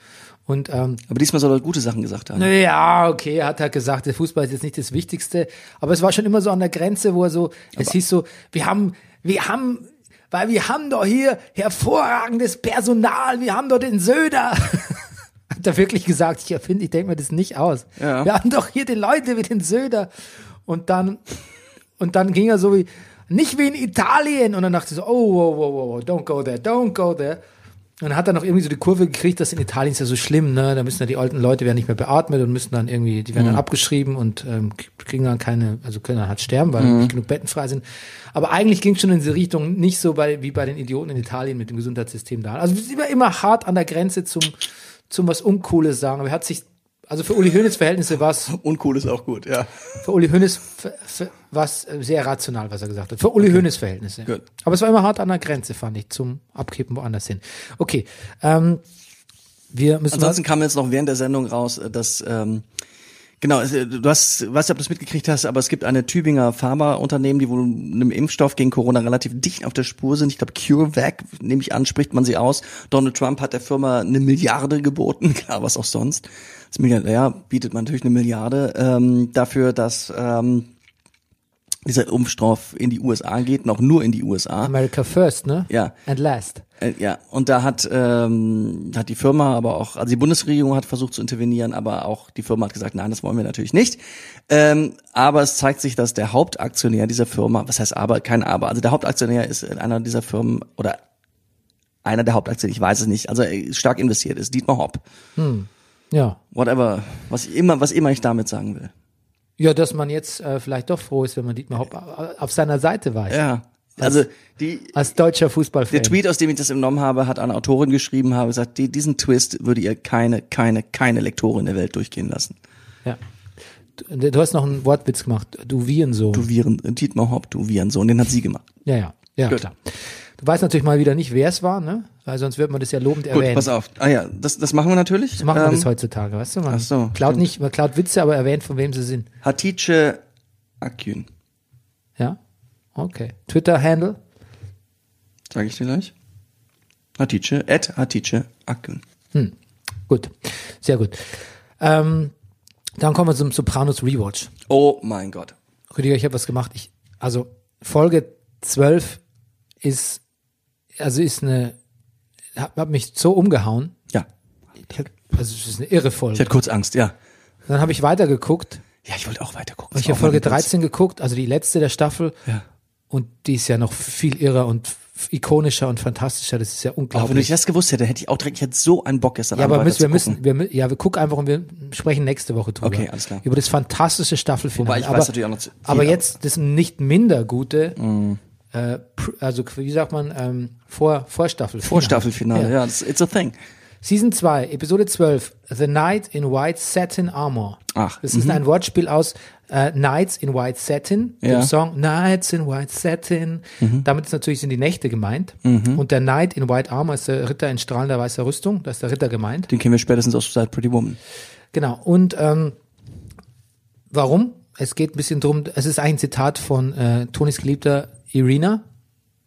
Speaker 1: Und ähm,
Speaker 2: Aber diesmal soll er gute Sachen gesagt haben.
Speaker 1: Ja, okay, er hat halt gesagt, der Fußball ist jetzt nicht das Wichtigste, aber es war schon immer so an der Grenze, wo er so, es hieß so, wir haben, wir haben, weil wir haben doch hier hervorragendes Personal, wir haben doch den Söder. [laughs] hat er wirklich gesagt, ich erfinde, ich denke mir das nicht aus.
Speaker 2: Ja.
Speaker 1: Wir haben doch hier den Leute wie den Söder. Und dann, und dann ging er so wie, nicht wie in Italien. Und dann dachte ich so, oh, wow, wow, wow, wow, don't go there, don't go there. Und dann hat er noch irgendwie so die Kurve gekriegt, dass in Italien ist ja so schlimm, ne? Da müssen ja die alten Leute werden nicht mehr beatmet und müssen dann irgendwie, die werden dann abgeschrieben und ähm, kriegen dann keine, also können dann halt sterben, weil nicht genug Betten frei sind. Aber eigentlich ging es schon in diese Richtung nicht so bei, wie bei den Idioten in Italien mit dem Gesundheitssystem da. Also wir sind immer- immer hart an der Grenze zum, zum was Uncooles sagen. Aber er hat sich, also für Uli Hoeneß Verhältnisse war es
Speaker 2: Uncool ist auch gut, ja.
Speaker 1: für Uli Hoeneß war es sehr rational, was er gesagt hat. Für Uli Hoeneß Verhältnisse.
Speaker 2: Gut.
Speaker 1: Aber es war immer hart an der Grenze, fand ich, zum Abkippen woanders hin. Okay, ähm, wir müssen
Speaker 2: Ansonsten kam jetzt noch während der Sendung raus, äh, dass ähm, genau, es, äh, du hast, weißt du, ob du es mitgekriegt hast, aber es gibt eine Tübinger Pharmaunternehmen, die wohl einem Impfstoff gegen Corona relativ dicht auf der Spur sind. Ich glaube, CureVac, nehme ich an, spricht man sie aus. Donald Trump hat der Firma eine Milliarde geboten, [laughs] klar, was auch sonst. Als Milliardär bietet man natürlich eine Milliarde ähm, dafür, dass ähm, dieser Impfstoff in die USA geht, noch nur in die USA.
Speaker 1: America first, ne?
Speaker 2: Ja.
Speaker 1: And last.
Speaker 2: Äh, Ja, und da hat, ähm, hat die Firma, aber auch, also die Bundesregierung hat versucht zu intervenieren, aber auch die Firma hat gesagt, nein, das wollen wir natürlich nicht. Ähm, aber es zeigt sich, dass der Hauptaktionär dieser Firma, was heißt aber, kein aber, also der Hauptaktionär ist in einer dieser Firmen oder einer der Hauptaktionäre, ich weiß es nicht, also äh, stark investiert ist, Dietmar Hopp.
Speaker 1: Ja.
Speaker 2: Whatever, was ich immer, was immer ich damit sagen will.
Speaker 1: Ja, dass man jetzt äh, vielleicht doch froh ist, wenn man Dietmar Hopp au- auf seiner Seite war.
Speaker 2: Ja. Also die,
Speaker 1: Als deutscher Fußballfan.
Speaker 2: Der Tweet, aus dem ich das entnommen habe, hat eine Autorin geschrieben, habe gesagt, die, diesen Twist würde ihr keine, keine, keine Lektorin der Welt durchgehen lassen.
Speaker 1: Ja. Du, du hast noch einen Wortwitz gemacht. Du Virensohn.
Speaker 2: Du Viren, äh, Dietmar Hopp, du Virensohn, den hat sie gemacht.
Speaker 1: ja, ja. Ja,
Speaker 2: Gut.
Speaker 1: klar. Du weißt natürlich mal wieder nicht, wer es war, ne? Weil sonst wird man das ja lobend
Speaker 2: Gut,
Speaker 1: erwähnen.
Speaker 2: pass auf. Ah ja, das, das machen wir natürlich.
Speaker 1: So machen wir
Speaker 2: Ähm,
Speaker 1: das heutzutage, weißt du? Man
Speaker 2: ach so,
Speaker 1: klaut
Speaker 2: stimmt.
Speaker 1: nicht, man klaut Witze, aber erwähnt, von wem sie sind.
Speaker 2: Hatice Akün,
Speaker 1: Ja? Okay. Twitter-Handle?
Speaker 2: sage ich dir gleich. Hatice, at Hatice Akün.
Speaker 1: Gut. Sehr gut. Ähm, dann kommen wir zum Sopranos Rewatch.
Speaker 2: Oh mein Gott.
Speaker 1: Rüdiger, ich habe was gemacht. Ich, also Folge 12 ist also ist eine, hat, hat mich so umgehauen.
Speaker 2: Ja.
Speaker 1: Ich hab- Also es ist eine irre
Speaker 2: Ich
Speaker 1: Folge.
Speaker 2: hatte kurz Angst, ja.
Speaker 1: Dann habe ich weitergeguckt.
Speaker 2: Ja, ich wollte auch weitergucken.
Speaker 1: Ich
Speaker 2: Das war
Speaker 1: habe
Speaker 2: auch
Speaker 1: Folge
Speaker 2: mal kurz.
Speaker 1: 13 geguckt, also die letzte der Staffel.
Speaker 2: Ja.
Speaker 1: Und die ist ja noch viel irrer und f- ikonischer und fantastischer. Das ist ja
Speaker 2: Auch wenn ich
Speaker 1: unglaublich.
Speaker 2: das gewusst hätte, hätte ich auch direkt, ich hätte so einen Bock gestern
Speaker 1: ja,
Speaker 2: Abend
Speaker 1: aber müssen, wir
Speaker 2: weiterzugucken.
Speaker 1: müssen, wir, mü- ja, wir gucken einfach und wir sprechen nächste Woche drüber.
Speaker 2: Okay, alles klar.
Speaker 1: Über das fantastische Staffelfinale.
Speaker 2: Wobei, ich weiß
Speaker 1: aber,
Speaker 2: natürlich auch noch zu- Mm. viel,
Speaker 1: aber
Speaker 2: aber-
Speaker 1: jetzt das nicht minder gute, äh, pr- also wie sagt man, ähm, vor, Vorstaffel.
Speaker 2: Vorstaffelfinale, ja, it's, it's a thing.
Speaker 1: Season 2, Episode 12, The Knight in White Satin Armor.
Speaker 2: Ach, mhm.
Speaker 1: Das ist ein Wortspiel aus äh, Knights in White Satin,
Speaker 2: Ja.
Speaker 1: dem
Speaker 2: Mhm.
Speaker 1: Song Knights in White Satin. Damit ist natürlich sind die Nächte gemeint. Und der Knight in White Armor ist der Ritter in strahlender weißer Rüstung. Da ist der Ritter gemeint.
Speaker 2: Den kennen wir spätestens aus Side Pretty Woman.
Speaker 1: Genau. Und ähm, warum? Es geht ein bisschen drum, es ist ein Zitat von äh, Tonis Geliebter Irina,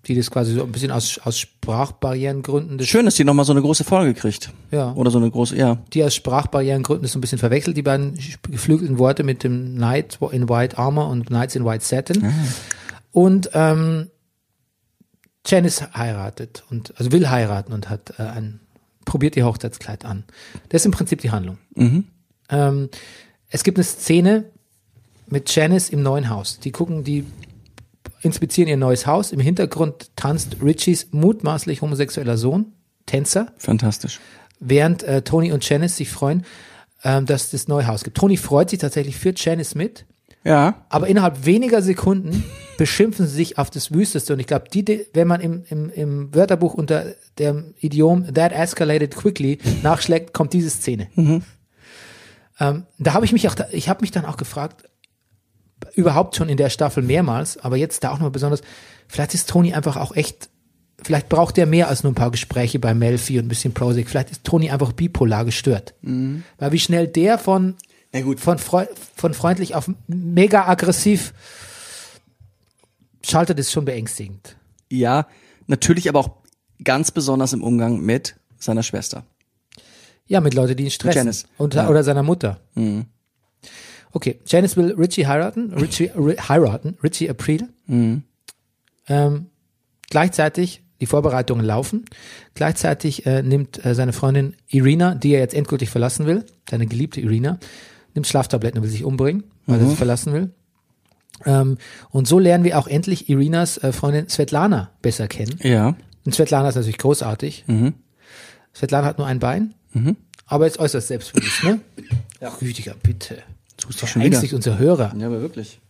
Speaker 1: die das quasi so ein bisschen aus, aus Sprachbarrierengründen des
Speaker 2: Schön, dass die nochmal so eine große Folge kriegt.
Speaker 1: Ja.
Speaker 2: Oder so eine große, ja.
Speaker 1: die aus Sprachbarrierengründen ist so ein bisschen verwechselt, die beiden sp- geflügelten Worte mit dem Knight in White Armor und Knights in White Satin. Und ähm, Janice heiratet und also will heiraten und hat äh, ein probiert ihr Hochzeitskleid an. Das ist im Prinzip die Handlung. Ähm, es gibt eine Szene mit Janice im neuen Haus. Die gucken, die inspizieren ihr neues Haus. Im Hintergrund tanzt Richies mutmaßlich homosexueller Sohn, Tänzer
Speaker 2: Fantastisch.
Speaker 1: während äh, Tony und Janice sich freuen, ähm, dass es das neue Haus gibt. Tony freut sich tatsächlich für Janice mit,
Speaker 2: Ja.
Speaker 1: aber innerhalb weniger Sekunden [laughs] beschimpfen sie sich auf das Wüsteste. Und ich glaube, die, die, wenn man im, im, im Wörterbuch unter dem Idiom that escalated quickly nachschlägt, kommt diese Szene. Ähm, da habe ich mich auch, da- ich habe mich dann auch gefragt, überhaupt schon in der Staffel mehrmals, aber jetzt da auch nochmal besonders, vielleicht ist Tony einfach auch echt, vielleicht braucht er mehr als nur ein paar Gespräche bei Melfi und ein bisschen Prozac, vielleicht ist Tony einfach bipolar gestört. Weil wie schnell der von,
Speaker 2: Na gut.
Speaker 1: von, freu, von freundlich auf mega aggressiv schaltet, ist schon beängstigend.
Speaker 2: Ja. Natürlich aber auch ganz besonders im Umgang mit seiner Schwester.
Speaker 1: Ja, mit Leuten, die ihn stressen.
Speaker 2: Janice.
Speaker 1: Und,
Speaker 2: Ja. Mhm.
Speaker 1: Oder seiner Mutter. Okay, Janice will Richie heiraten,
Speaker 2: [laughs]
Speaker 1: Richie ri- heiraten, Richie April.
Speaker 2: Mhm.
Speaker 1: Ähm, gleichzeitig, die Vorbereitungen laufen, gleichzeitig äh, nimmt äh, seine Freundin Irina, die er jetzt endgültig verlassen will, seine geliebte Irina, nimmt Schlaftabletten und will sich umbringen, weil
Speaker 2: Mhm.
Speaker 1: er sie verlassen will. Ähm, und so lernen wir auch endlich Irinas äh, Freundin Svetlana besser kennen.
Speaker 2: Ja.
Speaker 1: Und Svetlana ist natürlich großartig.
Speaker 2: Mhm.
Speaker 1: Svetlana hat nur ein Bein, aber ist äußerst selbstbewusst, ne? Ach, Rüdiger, bitte.
Speaker 2: Tust du schon wieder.
Speaker 1: Verängstigt unser Hörer.
Speaker 2: Ja, aber wirklich.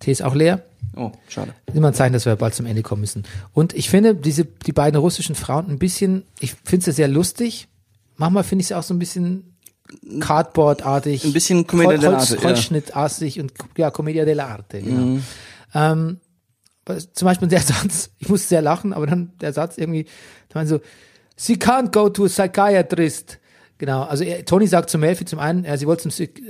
Speaker 1: Tee ist auch leer.
Speaker 2: Oh, schade.
Speaker 1: Ist Immer ein Zeichen, dass wir bald zum Ende kommen müssen. Und ich finde diese, die beiden russischen Frauen ein bisschen, ich finde sie sehr lustig. Manchmal finde ich sie auch so ein bisschen Cardboard-artig.
Speaker 2: Ein bisschen Commedia
Speaker 1: Hol-
Speaker 2: dell'arte,
Speaker 1: Holz-
Speaker 2: ja.
Speaker 1: Holzschnittartig und ja, Commedia dell'arte, genau. Ähm, was- zum Beispiel der [laughs] Satz, ich musste sehr lachen, aber dann der Satz irgendwie, da meinte so, she can't go to a psychiatrist. Genau, also er, Tony sagt zu Melfi zum einen, ja, sie wollte zum, Psych-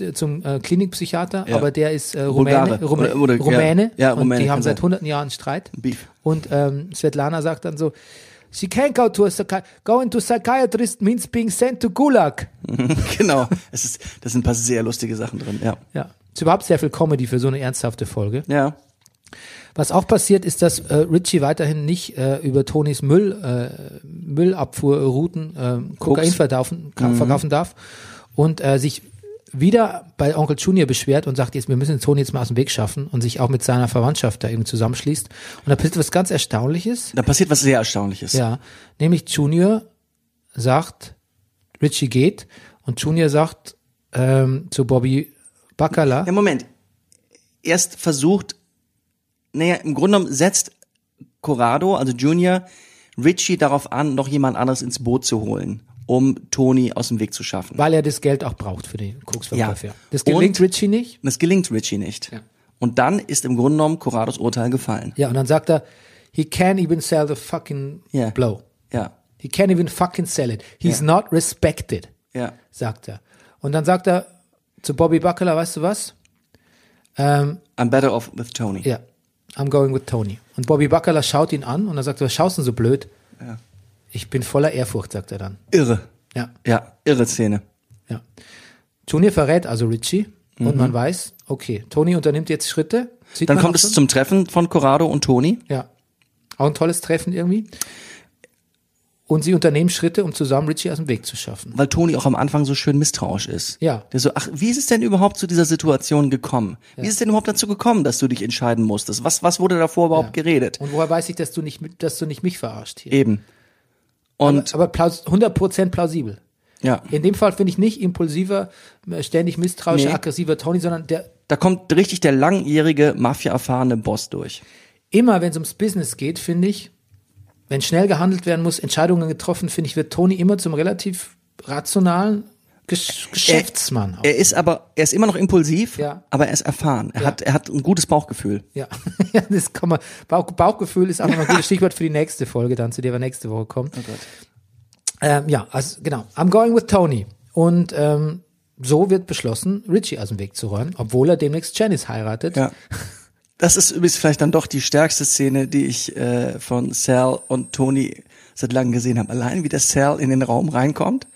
Speaker 1: äh, zum äh, Klinikpsychiater,
Speaker 2: Ja.
Speaker 1: aber der ist äh, Rumäne,
Speaker 2: Bulgare.
Speaker 1: Rumä
Speaker 2: Oder- oder- ja.
Speaker 1: Rumäne,
Speaker 2: Ja,
Speaker 1: und
Speaker 2: Rumäne,
Speaker 1: die haben
Speaker 2: kann
Speaker 1: seit
Speaker 2: sein.
Speaker 1: hunderten Jahren Streit.
Speaker 2: Beef. [laughs]
Speaker 1: Und ähm, Svetlana sagt dann so, she can't go to a psychi going to psychiatrist means being sent to Gulag.
Speaker 2: genau. Es ist, da sind ein paar sehr lustige Sachen drin, ja.
Speaker 1: Ja, ist überhaupt sehr viel Comedy für so eine ernsthafte Folge.
Speaker 2: Ja.
Speaker 1: Was auch passiert, ist, dass äh, Richie weiterhin nicht äh, über Tonys Müll, äh, Müllabfuhrrouten äh, Kokain
Speaker 2: Koks.
Speaker 1: verkaufen,
Speaker 2: Mhm.
Speaker 1: ka- verkaufen darf und äh, sich wieder bei Onkel Junior beschwert und sagt, jetzt, wir müssen den Tony jetzt mal aus dem Weg schaffen und sich auch mit seiner Verwandtschaft da eben zusammenschließt. Und da passiert was ganz Erstaunliches.
Speaker 2: Da passiert was sehr Erstaunliches.
Speaker 1: Ja, nämlich Junior sagt, Richie geht und Junior sagt ähm, zu Bobby Bacala,
Speaker 2: Ja, Moment. Erst versucht, naja, im Grunde genommen setzt Corrado, also Junior, Richie darauf an, noch jemand anderes ins Boot zu holen, um Tony aus dem Weg zu schaffen.
Speaker 1: weil er das Geld auch braucht für den Koksverkauf.
Speaker 2: Ja.
Speaker 1: Ja. Das gelingt
Speaker 2: Und-
Speaker 1: Richie nicht.
Speaker 2: Und es gelingt Richie nicht.
Speaker 1: Ja.
Speaker 2: Und dann ist im Grunde genommen Corrados Urteil gefallen.
Speaker 1: Ja, und dann sagt er, he can't even sell the fucking
Speaker 2: Ja.
Speaker 1: blow.
Speaker 2: Ja,
Speaker 1: He can't even fucking sell it. He's not respected,
Speaker 2: ja.
Speaker 1: sagt er. Und dann sagt er zu Bobby Buckler, weißt du was? Ähm,
Speaker 2: I'm better off with Tony.
Speaker 1: ja, I'm going with Tony. Und Bobby Buckler schaut ihn an und dann sagt er, was schaust du denn so blöd? Ich bin voller Ehrfurcht, sagt er dann.
Speaker 2: Irre.
Speaker 1: Ja,
Speaker 2: Ja, irre Szene.
Speaker 1: ja. Junior verrät also Richie und man weiß, okay, Tony unternimmt jetzt Schritte. Sieht
Speaker 2: Mhm. Dann
Speaker 1: man
Speaker 2: kommt
Speaker 1: auch
Speaker 2: es
Speaker 1: schon?
Speaker 2: zum Treffen von Corrado und Toni.
Speaker 1: Ja. Auch ein tolles Treffen irgendwie. Und sie unternehmen Schritte, um zusammen Richie aus dem Weg zu schaffen.
Speaker 2: weil Toni auch am Anfang so schön misstrauisch ist.
Speaker 1: Ja.
Speaker 2: Der so, ach, wie ist es denn überhaupt zu dieser Situation gekommen? Wie ist es denn überhaupt dazu gekommen, dass du dich entscheiden musstest? Was, was wurde davor überhaupt geredet?
Speaker 1: Und woher weiß ich, dass du nicht, mit- dass du nicht mich verarscht hier?
Speaker 2: Eben. Und,
Speaker 1: Aber plaus 100% plausibel.
Speaker 2: ja.
Speaker 1: In dem Fall finde ich nicht impulsiver, äh, ständig misstrauischer,
Speaker 2: Nee.
Speaker 1: aggressiver Tony, sondern der
Speaker 2: Da kommt richtig der langjährige, mafia-erfahrene Boss durch.
Speaker 1: immer, wenn es ums Business geht, finde ich, wenn schnell gehandelt werden muss, Entscheidungen getroffen, finde ich, wird Tony immer zum relativ rationalen Gesch Geschäftsmann. auch.
Speaker 2: Er ist aber, er ist immer noch impulsiv,
Speaker 1: Oh. Ja.
Speaker 2: aber er ist erfahren. Er hat, er hat ein gutes Bauchgefühl.
Speaker 1: ja, [laughs] Ja, das kann man, Bauch, Bauchgefühl ist auch nochmal ein
Speaker 2: [laughs]
Speaker 1: gutes Stichwort für die nächste Folge, dann zu der wir nächste Woche kommen.
Speaker 2: Oh
Speaker 1: Ähm, ja, also genau. I'm going with Tony. Und ähm, so wird beschlossen, Richie aus dem Weg zu räumen, obwohl er demnächst Janice heiratet.
Speaker 2: Ja. Das ist übrigens vielleicht dann doch die stärkste Szene, die ich äh, von Sal und Tony seit langem gesehen habe. Allein wie der Sal in den Raum reinkommt,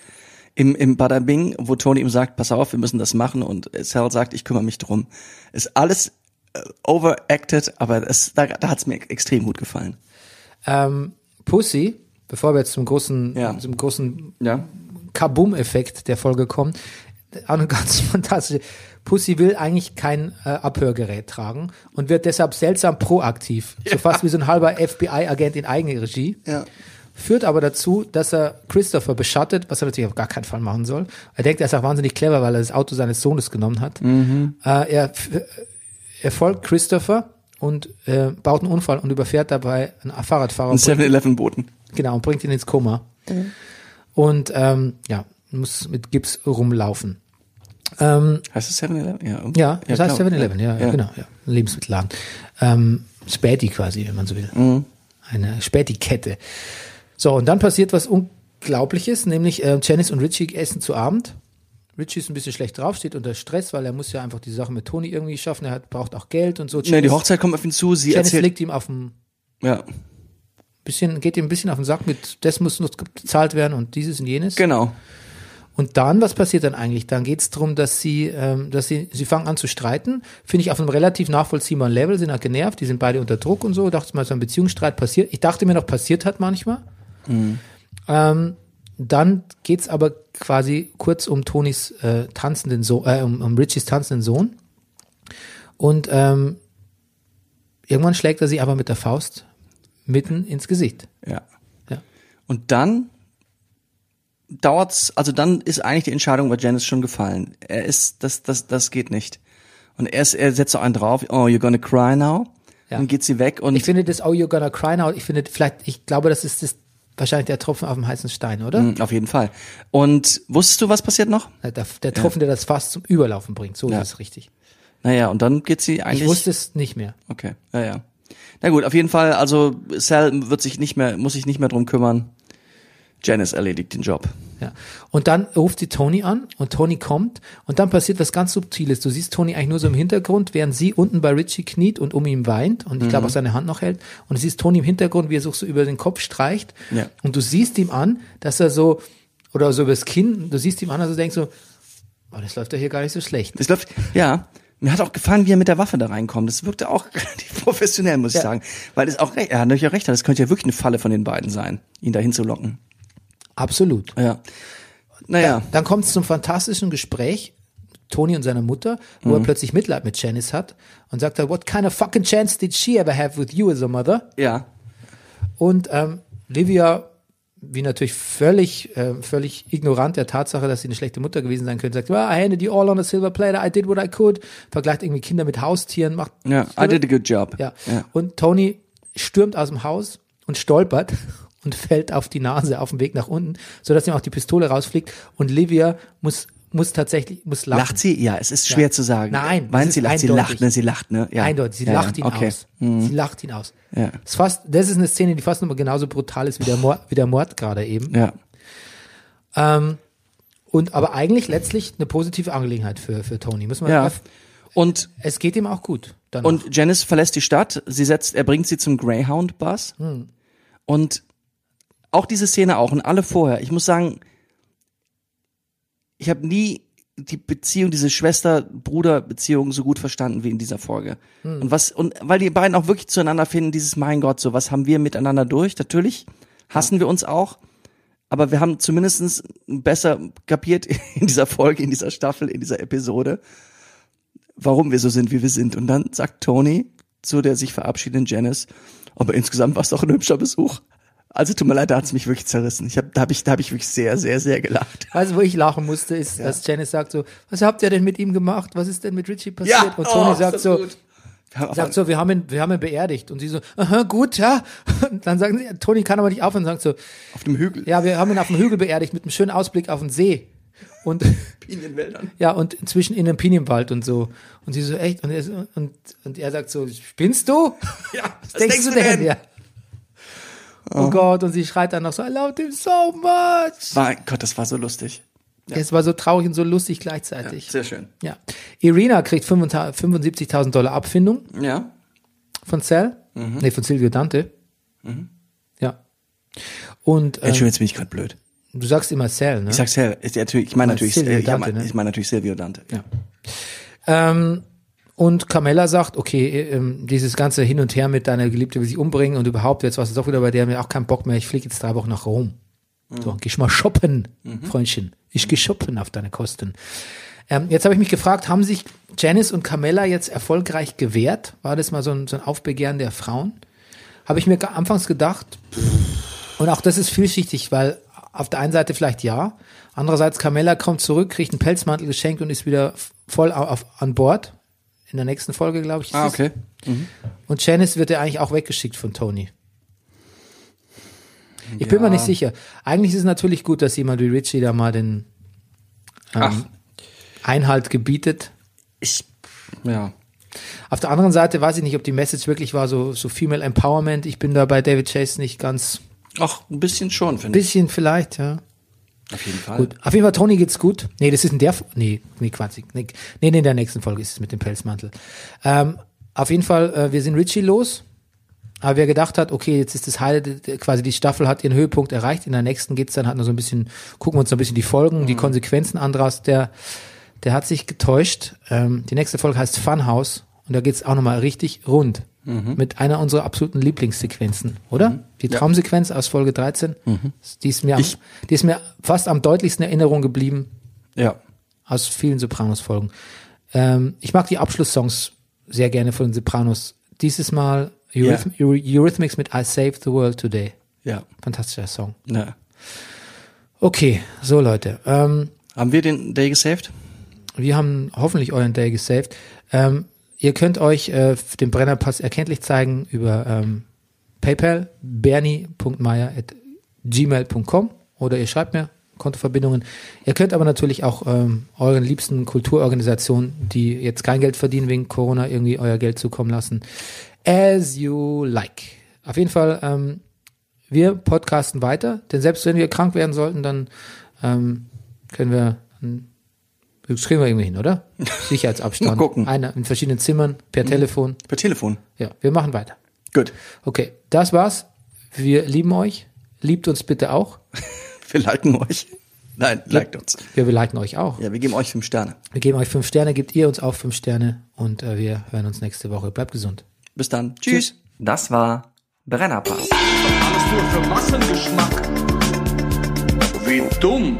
Speaker 2: im, im Bada Bing, wo Tony ihm sagt, pass auf, wir müssen das machen und äh, Sal sagt, ich kümmere mich drum. Ist alles äh, overacted, aber es, da, da hat's mir extrem gut gefallen.
Speaker 1: Ähm, Pussy, bevor wir jetzt zum großen,
Speaker 2: Ja.
Speaker 1: zum großen
Speaker 2: Ja.
Speaker 1: Kaboom-Effekt der Folge kommen. Auch eine [laughs] ganz fantastische. Pussy will eigentlich kein äh, Abhörgerät tragen und wird deshalb seltsam proaktiv. So fast wie so ein halber FBI-Agent in Eigenregie.
Speaker 2: Ja.
Speaker 1: Führt aber dazu, dass er Christopher beschattet, was er natürlich auf gar keinen Fall machen soll. Er denkt, er ist auch wahnsinnig clever, weil er das Auto seines Sohnes genommen hat. Äh, er, f- er folgt Christopher und äh, baut einen Unfall und überfährt dabei einen Fahrradfahrer.
Speaker 2: Ein
Speaker 1: und
Speaker 2: 7-Eleven-Boten.
Speaker 1: Genau, und bringt ihn ins Koma. Und ähm, ja, muss mit Gips rumlaufen. Ähm,
Speaker 2: Heißt es 7-Eleven? Ja, irgendwie.
Speaker 1: ja, das heißt
Speaker 2: klar.
Speaker 1: 7-Eleven, ja, ja, genau. Ja. Ein Lebensmittelladen. Ähm, Späti quasi, wenn man so will.
Speaker 2: Mhm.
Speaker 1: Eine Späti-Kette. So, und dann passiert was Unglaubliches, nämlich äh, Janice und Richie essen zu Abend. Richie ist ein bisschen schlecht drauf, steht unter Stress, weil er muss ja einfach die Sache mit Toni irgendwie schaffen. Er hat, braucht auch Geld und so.
Speaker 2: Nee, die
Speaker 1: Janice-
Speaker 2: Hochzeit kommt auf ihn zu, sie
Speaker 1: Janice
Speaker 2: erzählt.
Speaker 1: liegt ihm auf dem
Speaker 2: Ja,
Speaker 1: bisschen, geht ihm ein bisschen auf den Sack mit, das muss noch bezahlt werden und dieses und jenes.
Speaker 2: genau.
Speaker 1: Und dann, was passiert dann eigentlich? Dann geht's drum, dass sie, ähm, dass sie, sie fangen an zu streiten. Finde ich auf einem relativ nachvollziehbaren Level, sind halt genervt, die sind beide unter Druck und so. Dachte mal, so ein Beziehungsstreit passiert. Ich dachte mir noch, passiert hat manchmal. Ähm, dann geht's aber quasi kurz um Tonis äh, tanzenden Sohn, äh, um, um Richies tanzenden Sohn. Und ähm, irgendwann schlägt er sie aber mit der Faust mitten ins Gesicht.
Speaker 2: Ja.
Speaker 1: Ja.
Speaker 2: Und dann dauert's, also dann ist eigentlich die Entscheidung bei Janice schon gefallen. Er ist, das, das, das geht nicht. Und er, ist, er setzt so einen drauf, oh, you're gonna cry now.
Speaker 1: Ja.
Speaker 2: Dann geht sie weg und
Speaker 1: Ich finde das Oh You're Gonna Cry Now, ich finde vielleicht, ich glaube, das ist das, wahrscheinlich der Tropfen auf dem heißen Stein, oder?
Speaker 2: Hm, auf jeden Fall. Und wusstest du, was passiert noch?
Speaker 1: Der, der Tropfen, der das Fass zum Überlaufen bringt, so
Speaker 2: Ja.
Speaker 1: ist es richtig.
Speaker 2: Naja, und dann geht sie
Speaker 1: Ich
Speaker 2: eigentlich.
Speaker 1: wusste es nicht mehr.
Speaker 2: Okay, ja, ja. Na gut, auf jeden Fall, also Sal wird sich nicht mehr, muss sich nicht mehr drum kümmern. Janice erledigt den Job.
Speaker 1: Ja. Und dann ruft sie Tony an und Tony kommt und dann passiert was ganz Subtiles. Du siehst Tony eigentlich nur so im Hintergrund, während sie unten bei Richie kniet und um ihn weint und ich glaube auch seine Hand noch hält. Und du siehst Tony im Hintergrund, wie er so so über den Kopf streicht.
Speaker 2: Ja.
Speaker 1: Und du siehst ihm an, dass er so, oder so übers Kinn, du siehst ihm an, dass er denkt so, oh, das läuft ja hier gar nicht so schlecht.
Speaker 2: Es läuft, ja. Mir hat auch gefallen, wie er mit der Waffe da reinkommt. Das wirkte auch [laughs] relativ professionell, muss
Speaker 1: Ja.
Speaker 2: ich sagen. Weil es auch, recht- er hat natürlich auch recht, das könnte ja wirklich eine Falle von den beiden sein, ihn dahin zu locken.
Speaker 1: Absolut.
Speaker 2: Ja. Naja.
Speaker 1: Dann kommt es zum fantastischen Gespräch, Tony und seiner Mutter, wo
Speaker 2: Mhm.
Speaker 1: er plötzlich Mitleid mit Janice hat und sagt, er, what kind of fucking chance did she ever have with you as a mother?
Speaker 2: Ja.
Speaker 1: Und ähm, Livia, wie natürlich völlig, äh, völlig ignorant der Tatsache, dass sie eine schlechte Mutter gewesen sein könnte, sagt, well, I handed you all on a silver platter, I did what I could, vergleicht irgendwie Kinder mit Haustieren, macht
Speaker 2: Ja. I did a good job.
Speaker 1: ja.
Speaker 2: ja.
Speaker 1: Und Tony stürmt aus dem Haus und stolpert [laughs] und fällt auf die Nase auf dem Weg nach unten, sodass ihm auch die Pistole rausfliegt. Und Livia muss, muss tatsächlich, muss lachen.
Speaker 2: Lacht sie? Ja, es ist schwer zu sagen.
Speaker 1: Nein,
Speaker 2: Weint
Speaker 1: es
Speaker 2: sie,
Speaker 1: ist
Speaker 2: lacht sie,
Speaker 1: eindeutig.
Speaker 2: lacht, ne, sie lacht, ne? Ja.
Speaker 1: Eindeutig, sie
Speaker 2: ja,
Speaker 1: lacht
Speaker 2: ja.
Speaker 1: ihn
Speaker 2: okay. Mhm.
Speaker 1: aus. Sie lacht ihn aus.
Speaker 2: Ja.
Speaker 1: Ist fast, das ist eine Szene, die fast nochmal genauso brutal ist wie der Mord, wie der Mord gerade eben.
Speaker 2: Ja.
Speaker 1: Ähm, und aber eigentlich letztlich eine positive Angelegenheit für, für Tony. Muss man
Speaker 2: Ja. Und,
Speaker 1: Es geht ihm auch gut. Danach.
Speaker 2: und Janice verlässt die Stadt, sie setzt, er bringt sie zum Greyhound-Bus. Und auch diese Szene auch und alle vorher. Ich muss sagen, ich habe nie die Beziehung, diese Schwester-Bruder-Beziehung so gut verstanden wie in dieser Folge. Und was, und weil die beiden auch wirklich zueinander finden, dieses Mein Gott, so was haben wir miteinander durch? Natürlich hassen wir uns auch, aber wir haben zumindestens besser kapiert [laughs] in dieser Folge, in dieser Staffel, in dieser Episode, warum wir so sind, wie wir sind. Und dann sagt Tony zu der sich verabschiedenden Janice, aber insgesamt war es doch ein hübscher Besuch. Also tut mir leid, da hat's mich wirklich zerrissen. Ich hab, da habe ich, da hab ich wirklich sehr, sehr, sehr gelacht.
Speaker 1: Also, wo ich lachen musste, ist, dass Janice sagt so, was habt ihr denn mit ihm gemacht? Was ist denn mit Richie passiert? und Tony
Speaker 2: Oh,
Speaker 1: sagt so, sagt so, wir haben ihn, wir haben ihn beerdigt. Und sie so, aha, gut, ja. [laughs] Und dann sagen sie, Toni kann aber nicht aufhören und sagt so,
Speaker 2: auf dem Hügel.
Speaker 1: ja, wir haben ihn auf dem Hügel beerdigt mit einem schönen Ausblick auf den See. Und [laughs]
Speaker 2: in den Wäldern.
Speaker 1: ja, und inzwischen in einem Pinienwald und so. Und sie so, echt? Und er, so- und, und er sagt so, spinnst du?
Speaker 2: Ja,
Speaker 1: Was denkst du denn? Ja. Oh Gott, und sie schreit dann noch so, I love him so much.
Speaker 2: Mein Gott, das war so lustig.
Speaker 1: Es war so traurig und so lustig gleichzeitig.
Speaker 2: Sehr schön.
Speaker 1: Ja. Irina kriegt 75.000 Dollar Abfindung
Speaker 2: Ja.
Speaker 1: von Cell.
Speaker 2: Mhm.
Speaker 1: Nee, von Silvio Dante. Ja. Und ähm,
Speaker 2: Entschuldigung, jetzt bin ich gerade blöd.
Speaker 1: du sagst immer Cell, ne?
Speaker 2: Ich sag's her, ist ja natürlich, ich meine
Speaker 1: meinst
Speaker 2: natürlich,
Speaker 1: Silvio
Speaker 2: äh, ich, hab-
Speaker 1: Dante, ne?
Speaker 2: ich meine natürlich Silvio Dante. Ja.
Speaker 1: Ähm, und Carmella sagt, okay, äh, ähm, dieses ganze Hin und Her mit deiner Geliebte will sich umbringen und überhaupt, jetzt warst du doch wieder bei der, mir auch keinen Bock mehr, ich fliege jetzt drei Wochen nach Rom. So, geh ich mal shoppen,
Speaker 2: Mhm.
Speaker 1: Freundchen. Ich geh shoppen auf deine Kosten. Ähm, jetzt habe ich mich gefragt, haben sich Janice und Carmella jetzt erfolgreich gewehrt? War das mal so ein, so ein Aufbegehren der Frauen? Habe ich mir ge- anfangs gedacht, und auch das ist vielschichtig, weil auf der einen Seite vielleicht ja, andererseits Carmella kommt zurück, kriegt einen Pelzmantel geschenkt und ist wieder f- voll au- auf, an Bord. In der nächsten Folge, glaube ich. ist
Speaker 2: Ah,
Speaker 1: es.
Speaker 2: okay.
Speaker 1: Und Janice wird ja eigentlich auch weggeschickt von Tony. Ich bin mir nicht sicher. Eigentlich ist es natürlich gut, dass jemand wie Richie da mal den ähm, Einhalt gebietet.
Speaker 2: Ich, ja.
Speaker 1: Auf der anderen Seite weiß ich nicht, ob die Message wirklich war, so, so Female Empowerment. Ich bin da bei David Chase nicht ganz.
Speaker 2: Ach, ein bisschen schon, finde ich.
Speaker 1: Bisschen vielleicht, ja.
Speaker 2: Auf jeden Fall.
Speaker 1: Gut. Auf jeden Fall, Toni geht's gut. Nee, das ist in der, F- nee, nee, Quatsch. Nee, nee, in der nächsten Folge ist es mit dem Pelzmantel. Ähm, auf jeden Fall, äh, wir sind Richie los. Aber wer gedacht hat, okay, jetzt ist das Heil, quasi die Staffel hat ihren Höhepunkt erreicht. In der nächsten geht's dann halt nur so ein bisschen, gucken wir uns noch ein bisschen die Folgen, die Konsequenzen an draus. Der, der hat sich getäuscht. Ähm, die nächste Folge heißt Funhouse. Und da geht's auch nochmal richtig rund. Mit einer unserer absoluten Lieblingssequenzen, oder? Die Traumsequenz aus Folge 13. Die, ist mir am,
Speaker 2: Ich-
Speaker 1: die ist mir fast am deutlichsten in Erinnerung geblieben
Speaker 2: Ja.
Speaker 1: aus vielen Sopranos-Folgen. Ähm, ich mag die Abschlusssongs sehr gerne von den Sopranos. Dieses Mal Eurythm Eury- Eurythmics mit I Saved the World Today.
Speaker 2: Ja. ne.
Speaker 1: Fantastischer Song.
Speaker 2: Na.
Speaker 1: Okay, so Leute. Ähm,
Speaker 2: Haben wir den Day gesaved?
Speaker 1: wir haben hoffentlich euren Day gesaved. Ähm, ihr könnt euch äh, den Brennerpass erkenntlich zeigen über ähm, PayPal, bernie.meier.gmail.com oder ihr schreibt mir Kontoverbindungen. Ihr könnt aber natürlich auch ähm, euren liebsten Kulturorganisationen, die jetzt kein Geld verdienen wegen Corona, irgendwie euer Geld zukommen lassen. As you like. Auf jeden Fall, ähm, wir podcasten weiter, denn selbst wenn wir krank werden sollten, dann ähm, können wir das kriegen wir irgendwie hin, oder?
Speaker 2: [laughs]
Speaker 1: Sicherheitsabstand.
Speaker 2: Mal gucken. Mhm.
Speaker 1: Einer in verschiedenen Zimmern, per Telefon.
Speaker 2: Per Telefon.
Speaker 1: Ja, wir machen weiter.
Speaker 2: Gut.
Speaker 1: Okay, das war's. Wir lieben euch. Liebt uns bitte auch.
Speaker 2: Wir liken euch. Nein, liked uns.
Speaker 1: Ja, wir liken euch auch.
Speaker 2: Ja, wir geben euch fünf Sterne.
Speaker 1: Wir geben euch fünf Sterne, gebt ihr uns auch fünf Sterne und äh, wir hören uns nächste Woche. Bleibt gesund.
Speaker 2: Bis dann. Tschüss.
Speaker 3: Das war Brennerpass.
Speaker 4: Alles nur für Massengeschmack. Wie dumm.